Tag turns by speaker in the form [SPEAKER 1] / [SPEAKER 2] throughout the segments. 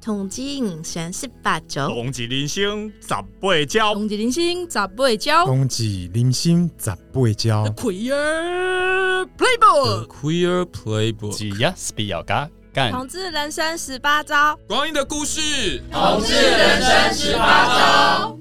[SPEAKER 1] 统计人生十八招，
[SPEAKER 2] 同志人生十八招，
[SPEAKER 3] 同一人生十八招，
[SPEAKER 4] 冬季零星十八招，
[SPEAKER 3] Queer
[SPEAKER 5] The
[SPEAKER 3] Playbook，
[SPEAKER 5] Queer Playbook，
[SPEAKER 6] 只要 s p 要嘎干，
[SPEAKER 1] 同志人生十八招。
[SPEAKER 5] 光阴的故事。
[SPEAKER 7] 同志人生十八招。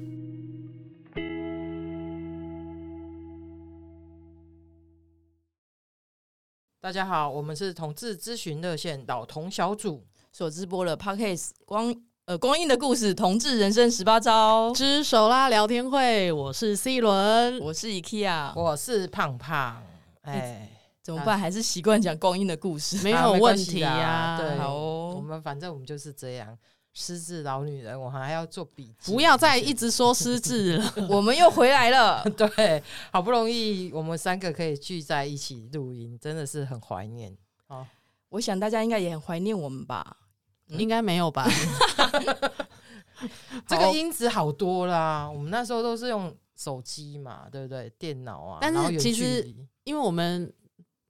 [SPEAKER 8] 大家好，我们是同志咨询热线老同小组，
[SPEAKER 3] 所直播的 Podcast 光呃光阴的故事，同志人生十八招。
[SPEAKER 9] 之手啦聊天会，我是 C 轮，啊
[SPEAKER 3] 我是 IKEA，
[SPEAKER 8] 我是胖胖，哎，
[SPEAKER 3] 怎么办？还是习惯讲光阴的故事。
[SPEAKER 9] 嗯没
[SPEAKER 8] 啊
[SPEAKER 9] 有
[SPEAKER 8] 没
[SPEAKER 9] 问
[SPEAKER 8] 关系
[SPEAKER 9] 题
[SPEAKER 8] 啦
[SPEAKER 9] 啊。
[SPEAKER 8] 对，
[SPEAKER 3] 好哦
[SPEAKER 8] 我们反正我们就是这样，狮子老女人，我还要做笔记，
[SPEAKER 9] 不要再一直说失智了。
[SPEAKER 3] 我们又回来了，
[SPEAKER 8] 对，好不容易我们三个可以聚在一起录音，真的是很怀念。哦，
[SPEAKER 3] 我想大家应该也很怀念我们吧？
[SPEAKER 9] 应该没有吧？
[SPEAKER 8] 这个音质好多啦，我们那时候都是用手机嘛，对不对？电脑啊，
[SPEAKER 9] 但是
[SPEAKER 8] 然后远
[SPEAKER 9] 其
[SPEAKER 8] 距
[SPEAKER 9] 实
[SPEAKER 8] 离
[SPEAKER 9] 因为我们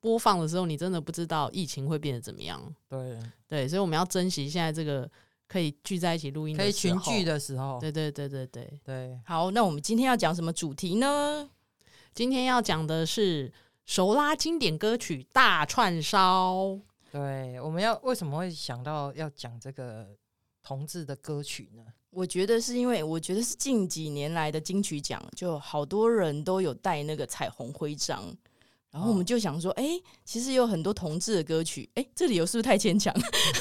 [SPEAKER 9] 播放的时候，你真的不知道疫情会变得怎么样。
[SPEAKER 8] 对，
[SPEAKER 9] 对，所以我们要珍惜现在这个可以聚在一起录音，
[SPEAKER 8] 可以群聚。的时候，
[SPEAKER 9] 对对对对对，
[SPEAKER 8] 对，
[SPEAKER 3] 好，那我们今天要讲什么主题呢？
[SPEAKER 9] 今天要讲的是熟拉经典歌曲大串烧。
[SPEAKER 8] 对，我们要为什么会想到要讲这个同志的歌曲呢？
[SPEAKER 3] 我觉得是因为，我觉得是近几年来的金曲奖，就好多人都有带那个彩虹徽章。然后我们就想说，哎、其实有很多同志的歌曲，哎、这理由是不是太 牵强？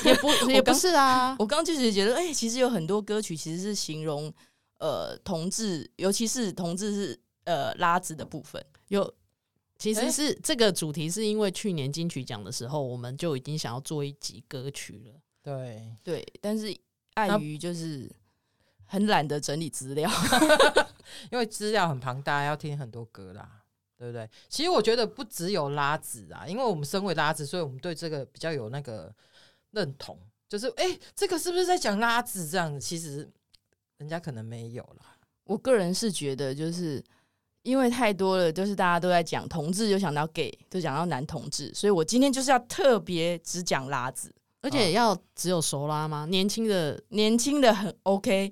[SPEAKER 9] 也不也不是啊，
[SPEAKER 3] 我刚刚就是觉得，哎、其实有很多歌曲其实是形容呃同志，尤其是同志是呃拉子的部分。
[SPEAKER 9] 有，其实
[SPEAKER 8] 诶
[SPEAKER 9] 是、这个主题是因为去年金曲奖的时候，我们就已经想要做一集歌曲了。
[SPEAKER 8] 对，
[SPEAKER 3] 对，但是碍
[SPEAKER 8] 那
[SPEAKER 3] 于就是很懒得整理资料，
[SPEAKER 8] 因为资料很庞大，要听很多歌啦，对不对？其实我觉得不只有拉子啊，因为我们身为拉子，所以我们对这个比较有那个认同，就是哎、诶这个是不是在讲拉子这样子？其实人家可能没有啦，
[SPEAKER 3] 我个人是觉得，就是因为太多了，就是大家都在讲同志，就想到 gay，就想到男同志，所以我今天就是要特别只讲拉子。
[SPEAKER 9] 而
[SPEAKER 3] 嗯
[SPEAKER 9] 且要只有熟拉 吗？年轻的，
[SPEAKER 3] 年轻的很 OK，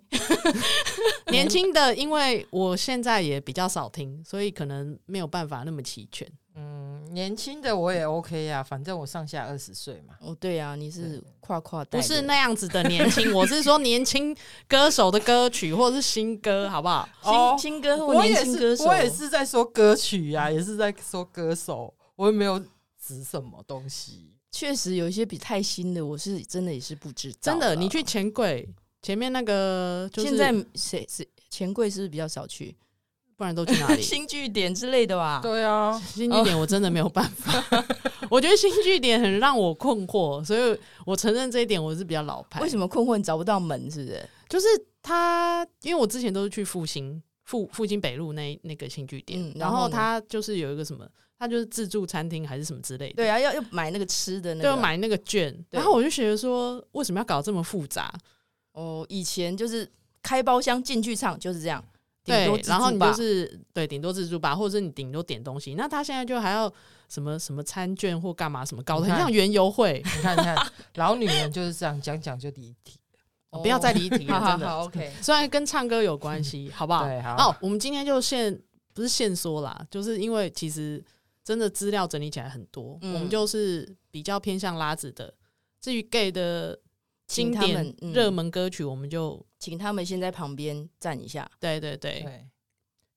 [SPEAKER 9] 年轻的，因为我现在也比较少听，所以可能没有办法那么齐全。
[SPEAKER 8] 嗯，年轻的我也 OK 啊，反正我上下二十岁嘛，
[SPEAKER 3] 哦，对啊，你是跨跨代
[SPEAKER 9] 不
[SPEAKER 3] 的，
[SPEAKER 9] 是那样子的年 轻，我是说年轻歌手的歌曲或者是新歌，好不好？
[SPEAKER 8] 哦
[SPEAKER 3] 新新歌或
[SPEAKER 8] 我
[SPEAKER 3] 年
[SPEAKER 8] 也
[SPEAKER 3] 轻歌
[SPEAKER 8] 是，
[SPEAKER 3] 手，
[SPEAKER 8] 我也是在说歌曲呀、也是在说歌手，我也没有指什么东西。
[SPEAKER 3] 确实有一些比太新的，我是真的也是不知道。
[SPEAKER 9] 真的，你去钱柜前面那个，就是
[SPEAKER 3] 现在谁谁钱柜是不是比较少去？
[SPEAKER 9] 不然都去哪里？
[SPEAKER 3] 新哦据点之类的吧？
[SPEAKER 8] 对啊，
[SPEAKER 9] 新据点我真的没有办法， 我觉得新据点很让我困惑，所以我承认这一点我是比较老派。
[SPEAKER 3] 为什
[SPEAKER 9] 么？
[SPEAKER 3] 么困惑你找不到门？是不是？
[SPEAKER 9] 就是他，因为我之前都是去复兴复复兴北路那那个新据点，
[SPEAKER 3] 嗯然
[SPEAKER 9] 然
[SPEAKER 3] 后
[SPEAKER 9] 后
[SPEAKER 3] 呢
[SPEAKER 9] 他就是有一个什么，他就是自助餐厅还是什么之类的，
[SPEAKER 3] 对啊，要要买那个吃的那
[SPEAKER 9] 就
[SPEAKER 3] 个。
[SPEAKER 9] 买那个券，
[SPEAKER 3] 对
[SPEAKER 9] 然后我就觉得说，为什么要搞这么复杂？
[SPEAKER 3] 哦，以前就是开包厢进剧场就是这样，顶
[SPEAKER 9] 对
[SPEAKER 3] 多，自
[SPEAKER 9] 然后
[SPEAKER 3] 助
[SPEAKER 9] 你
[SPEAKER 3] 吧
[SPEAKER 9] 就是对顶多自助吧，或者是你顶多点东西。那他现在就还要什么什么餐券或干嘛什么，搞得
[SPEAKER 8] 你
[SPEAKER 9] 很
[SPEAKER 8] 看
[SPEAKER 9] 像园游会。
[SPEAKER 8] 你看，你看，老女人就是这样，讲讲就离题。
[SPEAKER 9] 不要再离题 了，
[SPEAKER 3] 好好
[SPEAKER 9] 真的。
[SPEAKER 3] 好，OK。
[SPEAKER 9] 虽然跟唱歌有 关系，好不好？
[SPEAKER 8] 对好
[SPEAKER 9] 哦，我们今天就现不是现说啦，就是因为其实真的资料整理起来很多，
[SPEAKER 3] 嗯
[SPEAKER 9] 我们就是比较偏向拉子的。至于 gay 的经
[SPEAKER 3] 请他
[SPEAKER 9] 典
[SPEAKER 3] 们嗯
[SPEAKER 9] 热门歌曲，我们就、
[SPEAKER 3] 请他们先在旁边站一下。
[SPEAKER 9] 对对对，
[SPEAKER 8] 对，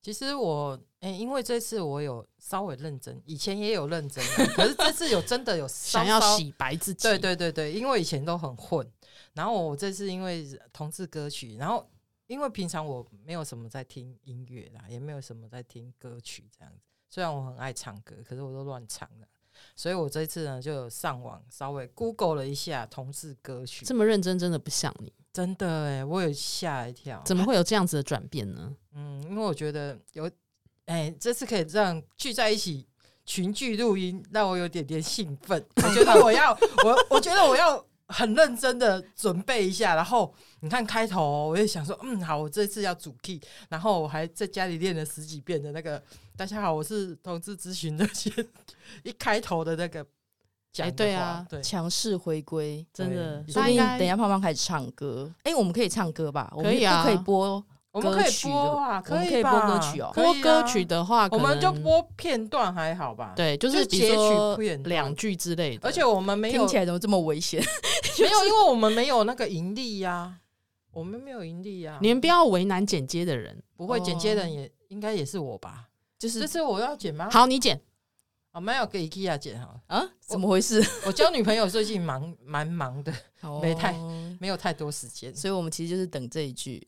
[SPEAKER 8] 其实我哎、因为这次我有稍微认真，以前也有认真啊，可是这次有真的有稍
[SPEAKER 9] 想要
[SPEAKER 8] 稍。
[SPEAKER 9] 洗白自己。
[SPEAKER 8] 对对对对，因为以前都很混，然后我这次因为同志歌曲，然后因为平常我没有什么在听音乐啦，也没有什么在听歌曲这样子。虽然我很爱唱歌，可是我都乱唱的，所以我这次呢就有上网稍微 Google 了一下同志歌曲
[SPEAKER 9] 这，么认真真的不像你，
[SPEAKER 8] 真的哎、我有吓一跳。
[SPEAKER 9] 怎么会有这样子的转变呢？
[SPEAKER 8] 嗯，因为我觉得有，哎、这次可以这样聚在一起群聚录音，让我有点点兴奋。我觉得我要，我我觉得我要很认真的准备一下。然后你看开头哦、我也想说，嗯，好，我这次要主 key，然后我还在家里练了十几遍的那个。大家好，我是同志咨询的，先一开头的那个讲的
[SPEAKER 9] 哎，
[SPEAKER 8] 话
[SPEAKER 9] 对啊，
[SPEAKER 8] 对，
[SPEAKER 3] 强势回归，
[SPEAKER 9] 真的，
[SPEAKER 8] 对
[SPEAKER 3] 说
[SPEAKER 9] 大
[SPEAKER 3] 不
[SPEAKER 9] 家应
[SPEAKER 3] 定
[SPEAKER 9] 该
[SPEAKER 3] 等一下胖胖开始唱歌。哎、我们可以唱歌吧？我们
[SPEAKER 9] 可以啊
[SPEAKER 3] 不可以播
[SPEAKER 8] 我们可
[SPEAKER 3] 歌
[SPEAKER 8] 以
[SPEAKER 3] 曲的
[SPEAKER 8] 播啊，
[SPEAKER 3] 我们
[SPEAKER 8] 以
[SPEAKER 3] 可以播
[SPEAKER 8] 吧
[SPEAKER 3] 歌曲哦
[SPEAKER 8] 可以
[SPEAKER 9] 播
[SPEAKER 8] 啊
[SPEAKER 9] 歌曲的话，
[SPEAKER 8] 我们
[SPEAKER 9] 可
[SPEAKER 8] 就
[SPEAKER 9] 能
[SPEAKER 8] 播片段还好吧？，
[SPEAKER 9] 对，就
[SPEAKER 8] 就是
[SPEAKER 9] 比如
[SPEAKER 8] 截取
[SPEAKER 9] 说
[SPEAKER 8] 片段
[SPEAKER 9] 两句之类的。
[SPEAKER 8] 而且我们没有
[SPEAKER 3] 听起来怎么这么危险？
[SPEAKER 8] 没有，因为我们没有那个盈利呀、我们没有盈利呀、
[SPEAKER 9] 你们不要为难剪接的人。
[SPEAKER 8] 不会剪接的人也、应该也是我吧？
[SPEAKER 3] 就
[SPEAKER 8] 这
[SPEAKER 3] 是
[SPEAKER 8] 次我要剪吗？
[SPEAKER 9] 好，你剪，
[SPEAKER 8] 我们要给 IKEA 剪好了。
[SPEAKER 3] 啊，怎么回事？
[SPEAKER 8] 我交女朋友最近忙蛮忙的，没太
[SPEAKER 3] 哦
[SPEAKER 8] 没有太多时间。
[SPEAKER 3] 所以我们其实就是等这 一句。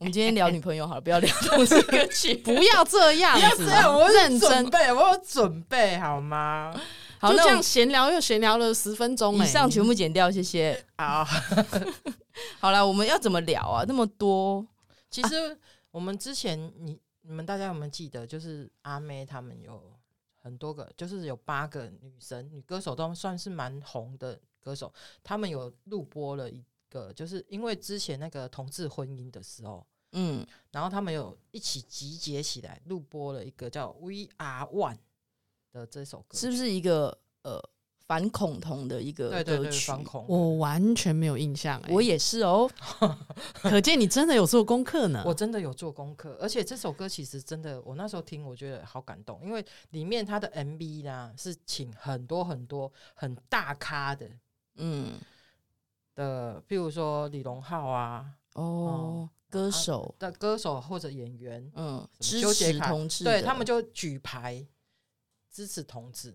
[SPEAKER 3] 我们今天聊女朋友好了，不要聊同志歌曲。
[SPEAKER 9] 不要这样子，
[SPEAKER 8] 我有
[SPEAKER 9] 认真
[SPEAKER 8] 准。备，我有准备好吗？
[SPEAKER 3] 好，
[SPEAKER 9] 就
[SPEAKER 3] 那
[SPEAKER 9] 这
[SPEAKER 3] 我
[SPEAKER 9] 样闲聊又闲聊了十分钟、
[SPEAKER 3] 们
[SPEAKER 9] 欸，
[SPEAKER 3] 以上全部剪掉，谢谢。
[SPEAKER 8] 好，
[SPEAKER 3] 好了，我们要怎么聊啊？那么多，
[SPEAKER 8] 其实我们之前你你们大家有没有记得，就是阿妹他们有很多个，就是有八个女生女歌手，都算是蛮红的歌手。他们有录播了一个，就是因为之前那个同志婚姻的时候，
[SPEAKER 3] 嗯，
[SPEAKER 8] 然后他们有一起集结起来录播了一个叫《We Are One》的这首歌，
[SPEAKER 3] 是不是一个呃反恐同的一个歌
[SPEAKER 8] 对
[SPEAKER 3] 曲？
[SPEAKER 8] 对对，反恐。
[SPEAKER 9] 我完全没有印象、欸，
[SPEAKER 3] 哦我也是哦。
[SPEAKER 9] 可见你真的有做功课
[SPEAKER 3] 嗯
[SPEAKER 9] 呢。
[SPEAKER 8] 我真的有做功课，而且这首歌其实真的，我那时候听我觉得好感动，因为里面它的 MV 呢是请很多很多很大咖的
[SPEAKER 3] 嗯，
[SPEAKER 8] 的，譬如说李荣浩啊
[SPEAKER 3] 哦
[SPEAKER 8] 哦，
[SPEAKER 3] 歌手，
[SPEAKER 8] 的歌手或者演员，
[SPEAKER 3] 嗯，
[SPEAKER 8] 什么
[SPEAKER 3] 支
[SPEAKER 8] 纠结
[SPEAKER 3] 持
[SPEAKER 8] 卡
[SPEAKER 3] 同志的，
[SPEAKER 8] 对他们就举牌支持同志。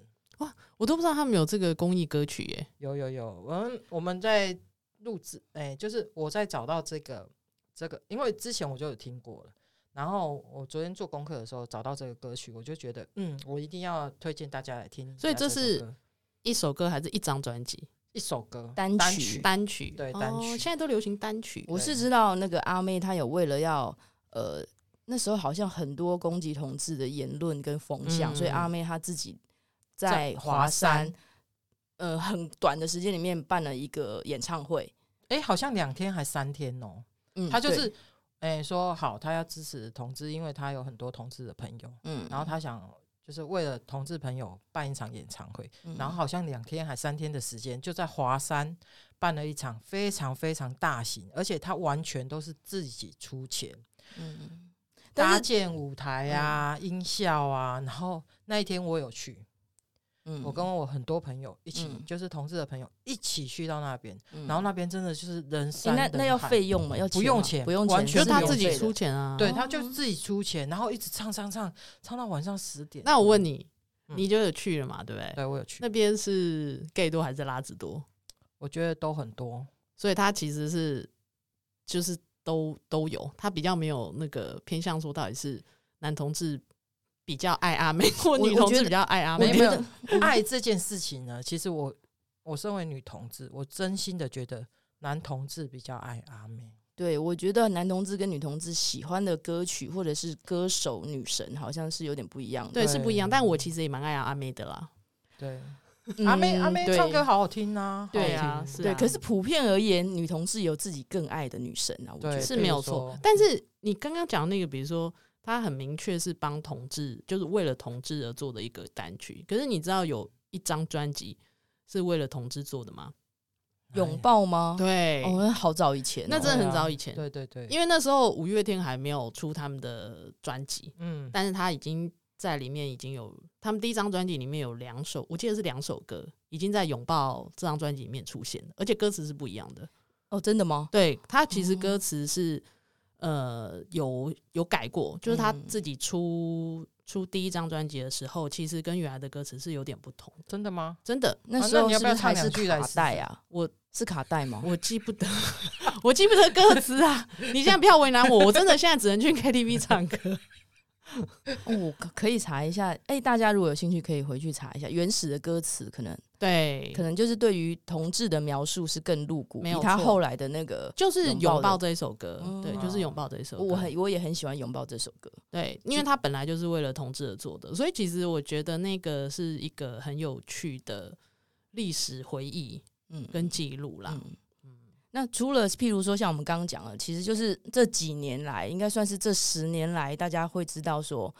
[SPEAKER 9] 我都不知道他们有这个公益歌曲哎耶、
[SPEAKER 8] 有有有，我们我们在录制，哎、就是我在找到这个这个，因为之前我就有听过了。然后我昨天做功课的时候找到这个歌曲，我就觉得，嗯，我一定要推荐大家来听一下首歌。
[SPEAKER 9] 所以这是一首歌还是一张专辑？
[SPEAKER 8] 一首歌
[SPEAKER 3] 单曲
[SPEAKER 8] 曲，
[SPEAKER 9] 单曲
[SPEAKER 8] 对
[SPEAKER 9] 哦
[SPEAKER 8] 单曲
[SPEAKER 9] 现在都流行单曲。
[SPEAKER 3] 我是知道那个阿妹，她有为了要呃，那时候好像很多攻击同志的言论跟风向，
[SPEAKER 8] 嗯
[SPEAKER 3] 所以阿妹她自己在
[SPEAKER 8] 在
[SPEAKER 3] 华
[SPEAKER 8] 华
[SPEAKER 3] 山
[SPEAKER 8] 山，
[SPEAKER 3] 呃，很短的时间里面办了一个演唱会。
[SPEAKER 8] 哎，好像两天还三天哦。
[SPEAKER 3] 嗯，
[SPEAKER 8] 他就
[SPEAKER 3] 对
[SPEAKER 8] 是，哎，说好他要支持同志，因为他有很多同志的朋友，
[SPEAKER 3] 嗯
[SPEAKER 8] 然后他想就是为了同志朋友办一场演唱会，
[SPEAKER 3] 嗯
[SPEAKER 8] 然后好像两天还三天的时间，就在华山办了一场非常非常大型，而且他完全都是自己出钱
[SPEAKER 3] 嗯嗯，
[SPEAKER 8] 搭
[SPEAKER 3] 但是
[SPEAKER 8] 建舞台啊、音效啊。然后那一天我有去，
[SPEAKER 3] 嗯
[SPEAKER 8] 我跟我很多朋友一起
[SPEAKER 3] 嗯，
[SPEAKER 8] 就是同志的朋友一起去到那边，
[SPEAKER 3] 嗯
[SPEAKER 8] 然后那边真的就是人
[SPEAKER 3] 诶
[SPEAKER 8] 山
[SPEAKER 3] 那那要
[SPEAKER 8] 人海
[SPEAKER 3] 费用吗？要钱吗
[SPEAKER 8] 用钱
[SPEAKER 3] 不用
[SPEAKER 8] 完
[SPEAKER 3] 钱，
[SPEAKER 8] 全
[SPEAKER 9] 就是是他
[SPEAKER 3] 免
[SPEAKER 9] 自己
[SPEAKER 3] 费的
[SPEAKER 9] 出。钱啊。
[SPEAKER 8] 对，他就自己出钱，然后一直唱唱唱，唱到晚上十点。
[SPEAKER 9] 那我问，你，
[SPEAKER 8] 嗯
[SPEAKER 9] 你就有去了嘛？对不对？
[SPEAKER 8] 对我有去
[SPEAKER 9] 那，边是 gay 多还是拉子多？
[SPEAKER 8] 我觉得都很多，
[SPEAKER 9] 所以他其实是就是都都有，他比较没有那个偏向说到底是男同志比较爱阿妹，或
[SPEAKER 3] 我
[SPEAKER 9] 女同志
[SPEAKER 3] 觉得
[SPEAKER 9] 比较爱阿
[SPEAKER 3] 我
[SPEAKER 9] 妹
[SPEAKER 8] 啊没。
[SPEAKER 3] 觉得
[SPEAKER 8] 有爱这件事情呢，其实我我身为女同志，我真心的觉得男同志比较爱阿妹。
[SPEAKER 3] 对，我觉得男同志跟女同志喜欢的歌曲或者是歌手女神好像是有点不一样的。
[SPEAKER 9] 对，是不一样。
[SPEAKER 8] 对
[SPEAKER 9] 但我其实也蛮爱阿妹的啦。
[SPEAKER 8] 对，
[SPEAKER 3] 嗯
[SPEAKER 8] 阿妹阿妹
[SPEAKER 3] 对
[SPEAKER 8] 唱歌好好听啊，
[SPEAKER 9] 对
[SPEAKER 8] 好好
[SPEAKER 9] 啊，
[SPEAKER 8] 听
[SPEAKER 9] 是啊
[SPEAKER 3] 对，可是普遍而言，女同志有自己更爱的女神啊，我觉
[SPEAKER 8] 对
[SPEAKER 3] 得
[SPEAKER 9] 是
[SPEAKER 8] 比
[SPEAKER 9] 没
[SPEAKER 8] 如
[SPEAKER 9] 有错
[SPEAKER 8] 说。
[SPEAKER 9] 但是你刚刚讲那个，比如说他很明确是帮同志，就是为了同志而做的一个单曲。可是你知道有一张专辑是为了同志做的吗？
[SPEAKER 3] 拥抱吗？
[SPEAKER 9] 对
[SPEAKER 3] 哦，那好早以前哦，
[SPEAKER 9] 那真的很早以前，
[SPEAKER 8] 对对对，
[SPEAKER 9] 因为那时候五月天还没有出他们的专辑，
[SPEAKER 8] 嗯，
[SPEAKER 9] 但是他已经在里面已经有他们第一张专辑里面有两首，我记得是两首歌已经在《拥抱》这张专辑里面出现了，而且歌词是不一样的。
[SPEAKER 3] 哦，真的吗？
[SPEAKER 9] 对他其
[SPEAKER 3] 哦
[SPEAKER 9] 实歌词是、呃有有改过，就是他
[SPEAKER 3] 嗯
[SPEAKER 9] 自己出、出第一张专辑的时候，其实跟原来的歌词是有点不同，
[SPEAKER 8] 真的吗？
[SPEAKER 9] 真的。
[SPEAKER 3] 那时候
[SPEAKER 8] 你
[SPEAKER 3] 是
[SPEAKER 8] 要不要
[SPEAKER 3] 是还
[SPEAKER 8] 唱
[SPEAKER 3] 是
[SPEAKER 8] 两句来
[SPEAKER 3] 卡
[SPEAKER 8] 试试
[SPEAKER 3] 带啊？
[SPEAKER 9] 我
[SPEAKER 3] 是卡带吗？
[SPEAKER 9] 我记不得， 我记不得歌词啊！你现在不要为难我，我真的现在只能去 KTV 唱歌。
[SPEAKER 3] 哦我可可以查一下，哎，大家如果有兴趣，可以回去查一下原始的歌词，可能
[SPEAKER 9] 对
[SPEAKER 3] 可，能就是对于同志的描述是更露骨，
[SPEAKER 9] 没
[SPEAKER 3] 比
[SPEAKER 9] 有
[SPEAKER 3] 他
[SPEAKER 9] 错
[SPEAKER 3] 后来的那个，
[SPEAKER 9] 就是
[SPEAKER 3] 拥
[SPEAKER 9] 《
[SPEAKER 3] 抱
[SPEAKER 9] 拥抱》
[SPEAKER 3] 的
[SPEAKER 9] 这一首歌，对，
[SPEAKER 3] 嗯
[SPEAKER 9] 就是《拥抱》这一首歌。
[SPEAKER 3] 我很我也很喜欢《拥抱》这首歌。
[SPEAKER 9] 对，因为它本来就是为了同志而做的，所以其实我觉得那个是一个很有趣的历史回忆
[SPEAKER 3] 嗯，
[SPEAKER 9] 跟记录啦。
[SPEAKER 3] 嗯那除了譬如说像我们刚刚讲的，其实就是这几年来，应该算是这十年来，大家会知道说，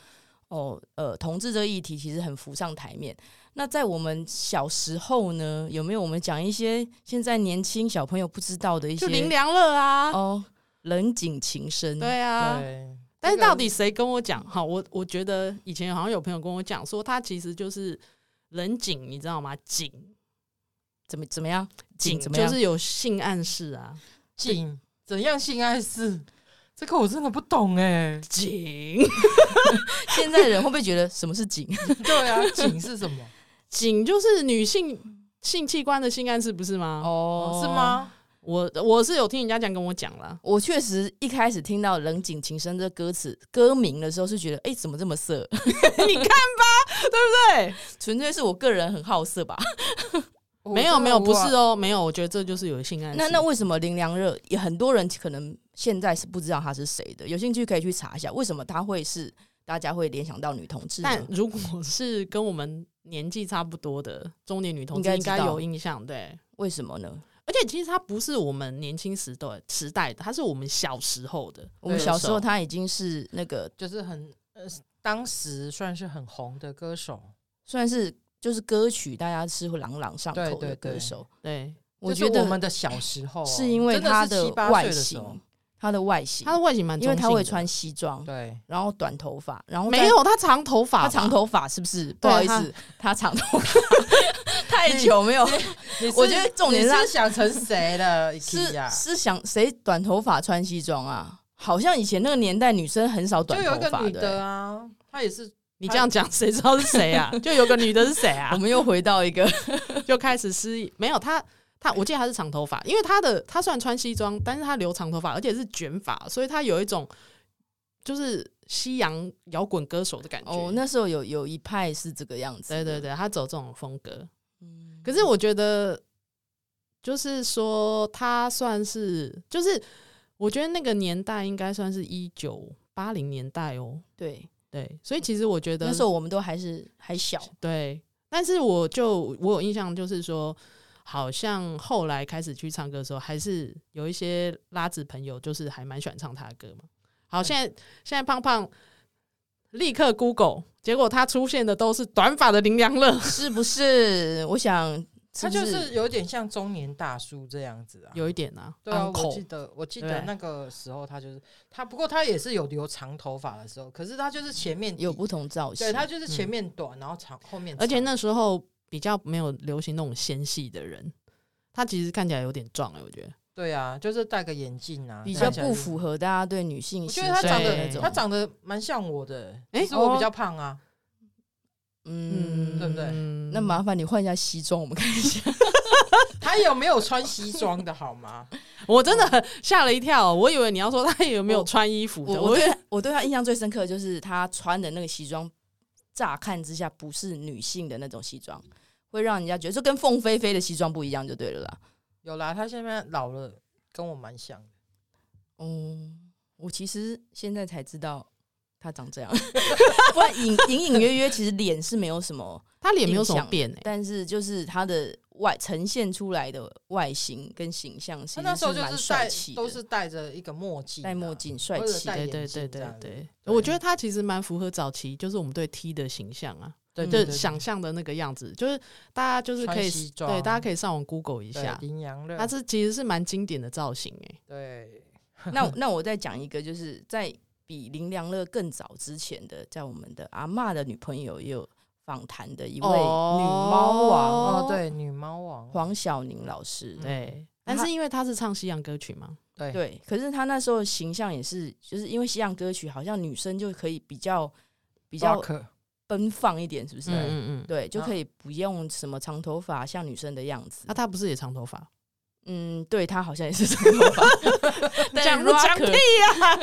[SPEAKER 3] 哦，呃，同志这个议题其实很浮上台面。那在我们小时候呢，有没有我们讲一些现在年轻小朋友不知道的一些？
[SPEAKER 9] 就林良乐啊，
[SPEAKER 3] 哦，嗯冷井情深。
[SPEAKER 9] 对啊。
[SPEAKER 8] 对，
[SPEAKER 9] 但是到底谁跟我讲？好，我我觉得以前好像有朋友跟我讲说，他其实就是人警，你知道吗？警
[SPEAKER 3] 怎么怎么样？
[SPEAKER 9] 警
[SPEAKER 3] 警怎么样？
[SPEAKER 9] 就是有性暗示啊，
[SPEAKER 8] 警怎样性暗示？这个我真的不懂 哎、
[SPEAKER 9] 警
[SPEAKER 3] 现在的人会不会觉得什么是警？
[SPEAKER 8] 对啊，警是 什么？
[SPEAKER 9] 警就是女性性器官的性暗示，不是吗？
[SPEAKER 3] 哦
[SPEAKER 8] 是？吗？
[SPEAKER 9] 我我是有听人家这样跟我讲啦。
[SPEAKER 3] 我确实一开始听到“冷井情深”这歌词歌名的时候，是觉得哎、诶怎么这么色？
[SPEAKER 9] 你看吧，对不
[SPEAKER 3] 纯粹是我个人很好色吧？
[SPEAKER 9] 对？没有没有，不是
[SPEAKER 8] 哦。
[SPEAKER 9] 哦，没有。我觉得这就是有性暗示。
[SPEAKER 3] 那那为什么林良热也很多人可能现在是不知道他是谁的？有兴趣可以去查一下，为什么他会是大家会联想到女同志呢？
[SPEAKER 9] 但如果是跟我们年纪差不多的中年女同志，
[SPEAKER 3] 应该
[SPEAKER 9] 应
[SPEAKER 3] 知道
[SPEAKER 9] 该有印象对。
[SPEAKER 3] 为什么呢？
[SPEAKER 9] 而且其实她不是我们年轻时代时代的，她是我们小时候的。
[SPEAKER 3] 我们小时候他已经是那个
[SPEAKER 8] 就是很呃，当时算是很红的歌手，
[SPEAKER 3] 算是就是歌曲大家是会朗朗上
[SPEAKER 8] 对
[SPEAKER 3] 口的
[SPEAKER 8] 对对
[SPEAKER 3] 歌手，
[SPEAKER 9] 对，
[SPEAKER 3] 我
[SPEAKER 8] 就是
[SPEAKER 3] 觉得
[SPEAKER 8] 我们的小时候
[SPEAKER 3] 是因为他
[SPEAKER 8] 真的是七八
[SPEAKER 3] 外
[SPEAKER 8] 岁的时候
[SPEAKER 3] 形，他的外形
[SPEAKER 9] 她，的外形蛮中
[SPEAKER 3] 因
[SPEAKER 9] 性的，
[SPEAKER 3] 为他会穿西装，
[SPEAKER 8] 对，
[SPEAKER 3] 然后短头发，然后在
[SPEAKER 9] 没有她长头发
[SPEAKER 3] 他
[SPEAKER 9] 吧，
[SPEAKER 3] 长头发是不是？不好意思，他长 头发太久没有，
[SPEAKER 8] 你是
[SPEAKER 3] 我觉得重点
[SPEAKER 8] 你
[SPEAKER 3] 是他
[SPEAKER 8] 是想成谁 了？
[SPEAKER 3] 是
[SPEAKER 8] IKEA
[SPEAKER 3] 是想谁短头发穿西装啊？好像以前那个年代女生很少短
[SPEAKER 8] 就有一
[SPEAKER 3] 头
[SPEAKER 8] 个
[SPEAKER 3] 发
[SPEAKER 8] 女
[SPEAKER 3] 的
[SPEAKER 8] 的
[SPEAKER 3] 欸。
[SPEAKER 8] 啊，她也是
[SPEAKER 9] 你这样讲，谁知道是谁 啊？就有个女的是谁
[SPEAKER 3] 我
[SPEAKER 9] 啊？
[SPEAKER 3] 们又回到 一个，
[SPEAKER 9] 就开始失忆。没有她，她我记得她是长头发，因为她的她虽然穿西装，但是她留长头发，而且是卷发，所以她有一种就是西洋摇滚歌手的感觉。
[SPEAKER 3] 哦，那时候有有一派是这个样子。
[SPEAKER 9] 对对，对，她走这种风格。
[SPEAKER 3] 嗯
[SPEAKER 9] 可是我觉得，就是说她算是，就是我觉得那个年代应该算是一九八零年代哦。
[SPEAKER 3] 对
[SPEAKER 9] 对，所以其实我觉得
[SPEAKER 3] 那时候我们都还是还小，
[SPEAKER 9] 对，但是我就我有印象，就是说，好像后来开始去唱歌的时候，还是有一些拉子朋友，就是还蛮喜欢唱他的歌嘛。好，现在现在胖胖立刻 Google，结果他出现的都是短发的林良乐，
[SPEAKER 3] 是不是？我想
[SPEAKER 8] 她
[SPEAKER 3] 他
[SPEAKER 8] 就是有点像中年大叔这样子啊。
[SPEAKER 9] 有一点啊
[SPEAKER 8] 对啊，我记
[SPEAKER 9] ，uncle
[SPEAKER 8] 得我记
[SPEAKER 9] 对
[SPEAKER 8] 得那个时候她就是她，不过她也是有留长头发的时候，可是她就是前面
[SPEAKER 3] 有不嗯同造型。
[SPEAKER 8] 对她就是前面短，然后长后面长，
[SPEAKER 9] 而且那时候比较没有流行那种纤细的人，他其实看起来有点壮哎、我觉得。
[SPEAKER 8] 对啊，就是戴个眼镜啊，
[SPEAKER 3] 比较
[SPEAKER 8] 看起来
[SPEAKER 3] 不
[SPEAKER 8] 就
[SPEAKER 3] 符合大家对女性
[SPEAKER 8] 我觉
[SPEAKER 3] 形
[SPEAKER 8] 得
[SPEAKER 3] 象
[SPEAKER 8] 她长
[SPEAKER 3] 的那
[SPEAKER 8] 得
[SPEAKER 3] 种。哦
[SPEAKER 8] 她长得蛮像我的，
[SPEAKER 9] 诶
[SPEAKER 8] 哎，是我比较胖啊。
[SPEAKER 3] 嗯，
[SPEAKER 8] 对不对
[SPEAKER 9] 嗯
[SPEAKER 3] 那麻烦你换一下西装，我们看一下。
[SPEAKER 8] 她有没有穿西装的好吗？
[SPEAKER 9] 我真的很吓了一跳，我以为你要说他有没有穿衣服的，
[SPEAKER 3] 我我对他我对他印象最深刻的就是他穿的那个西装，乍看之下不是女性的那种西装，会让人家觉得就跟凤飞飞的西装不一样就对了啦。
[SPEAKER 8] 有啦，她现在老了，跟我蛮像的。
[SPEAKER 3] 嗯，我其实现在才知道他长 这样，不然隐隐隐约约其实脸是没有什么，
[SPEAKER 9] 他脸没有什
[SPEAKER 3] 印
[SPEAKER 9] 么
[SPEAKER 3] 象
[SPEAKER 9] 变哎、
[SPEAKER 3] 但是就是他的外呈现出来的外形跟形象其
[SPEAKER 8] 她
[SPEAKER 3] 实
[SPEAKER 8] 那时候就
[SPEAKER 3] 蛮
[SPEAKER 8] 是
[SPEAKER 3] 帅
[SPEAKER 8] 戴
[SPEAKER 3] 气的，
[SPEAKER 8] 都是戴着一个墨镜啊，
[SPEAKER 3] 戴墨镜帅
[SPEAKER 8] 或者
[SPEAKER 3] 气
[SPEAKER 8] 戴。
[SPEAKER 9] 对
[SPEAKER 8] 眼
[SPEAKER 9] 对对
[SPEAKER 8] 镜这
[SPEAKER 9] 对
[SPEAKER 8] 样子
[SPEAKER 9] 对，
[SPEAKER 8] 对
[SPEAKER 9] 我觉得他其实蛮符合早期，就是我们对 T 的形象啊，
[SPEAKER 8] 对，
[SPEAKER 9] 就
[SPEAKER 8] 嗯对
[SPEAKER 9] 是想象的那个样子，就是大家就是可以
[SPEAKER 8] 穿西装
[SPEAKER 9] 对，大家可以上网 Google 一
[SPEAKER 8] 对
[SPEAKER 9] 下，
[SPEAKER 8] 林羊乐
[SPEAKER 9] 它，是其实是蛮经典的造型哎、
[SPEAKER 8] 对，
[SPEAKER 3] 那我那我再讲一个，就是在比林良乐更早之前的，在我们的阿嬷的女朋友也有访谈的一位女猫王、
[SPEAKER 8] 哦，对，女猫王，
[SPEAKER 3] 黄晓宁老师。
[SPEAKER 8] 嗯
[SPEAKER 9] 对，但是因为他是唱西洋歌曲嘛，
[SPEAKER 8] 对
[SPEAKER 3] 嗯对，可是她那时候形象也是，就是因为西洋歌曲好像女生就可以比较比
[SPEAKER 8] 比
[SPEAKER 3] 较奔放一点，是不
[SPEAKER 9] 嗯
[SPEAKER 3] 是？
[SPEAKER 9] 嗯嗯，
[SPEAKER 3] 对，就可以不用什么长头发，像女生的样子
[SPEAKER 9] 那、。他不是也长头发？
[SPEAKER 3] 嗯，对她好像也是长头 发，但
[SPEAKER 9] 讲不讲
[SPEAKER 3] rocker-
[SPEAKER 9] 屁呀、
[SPEAKER 3] 啊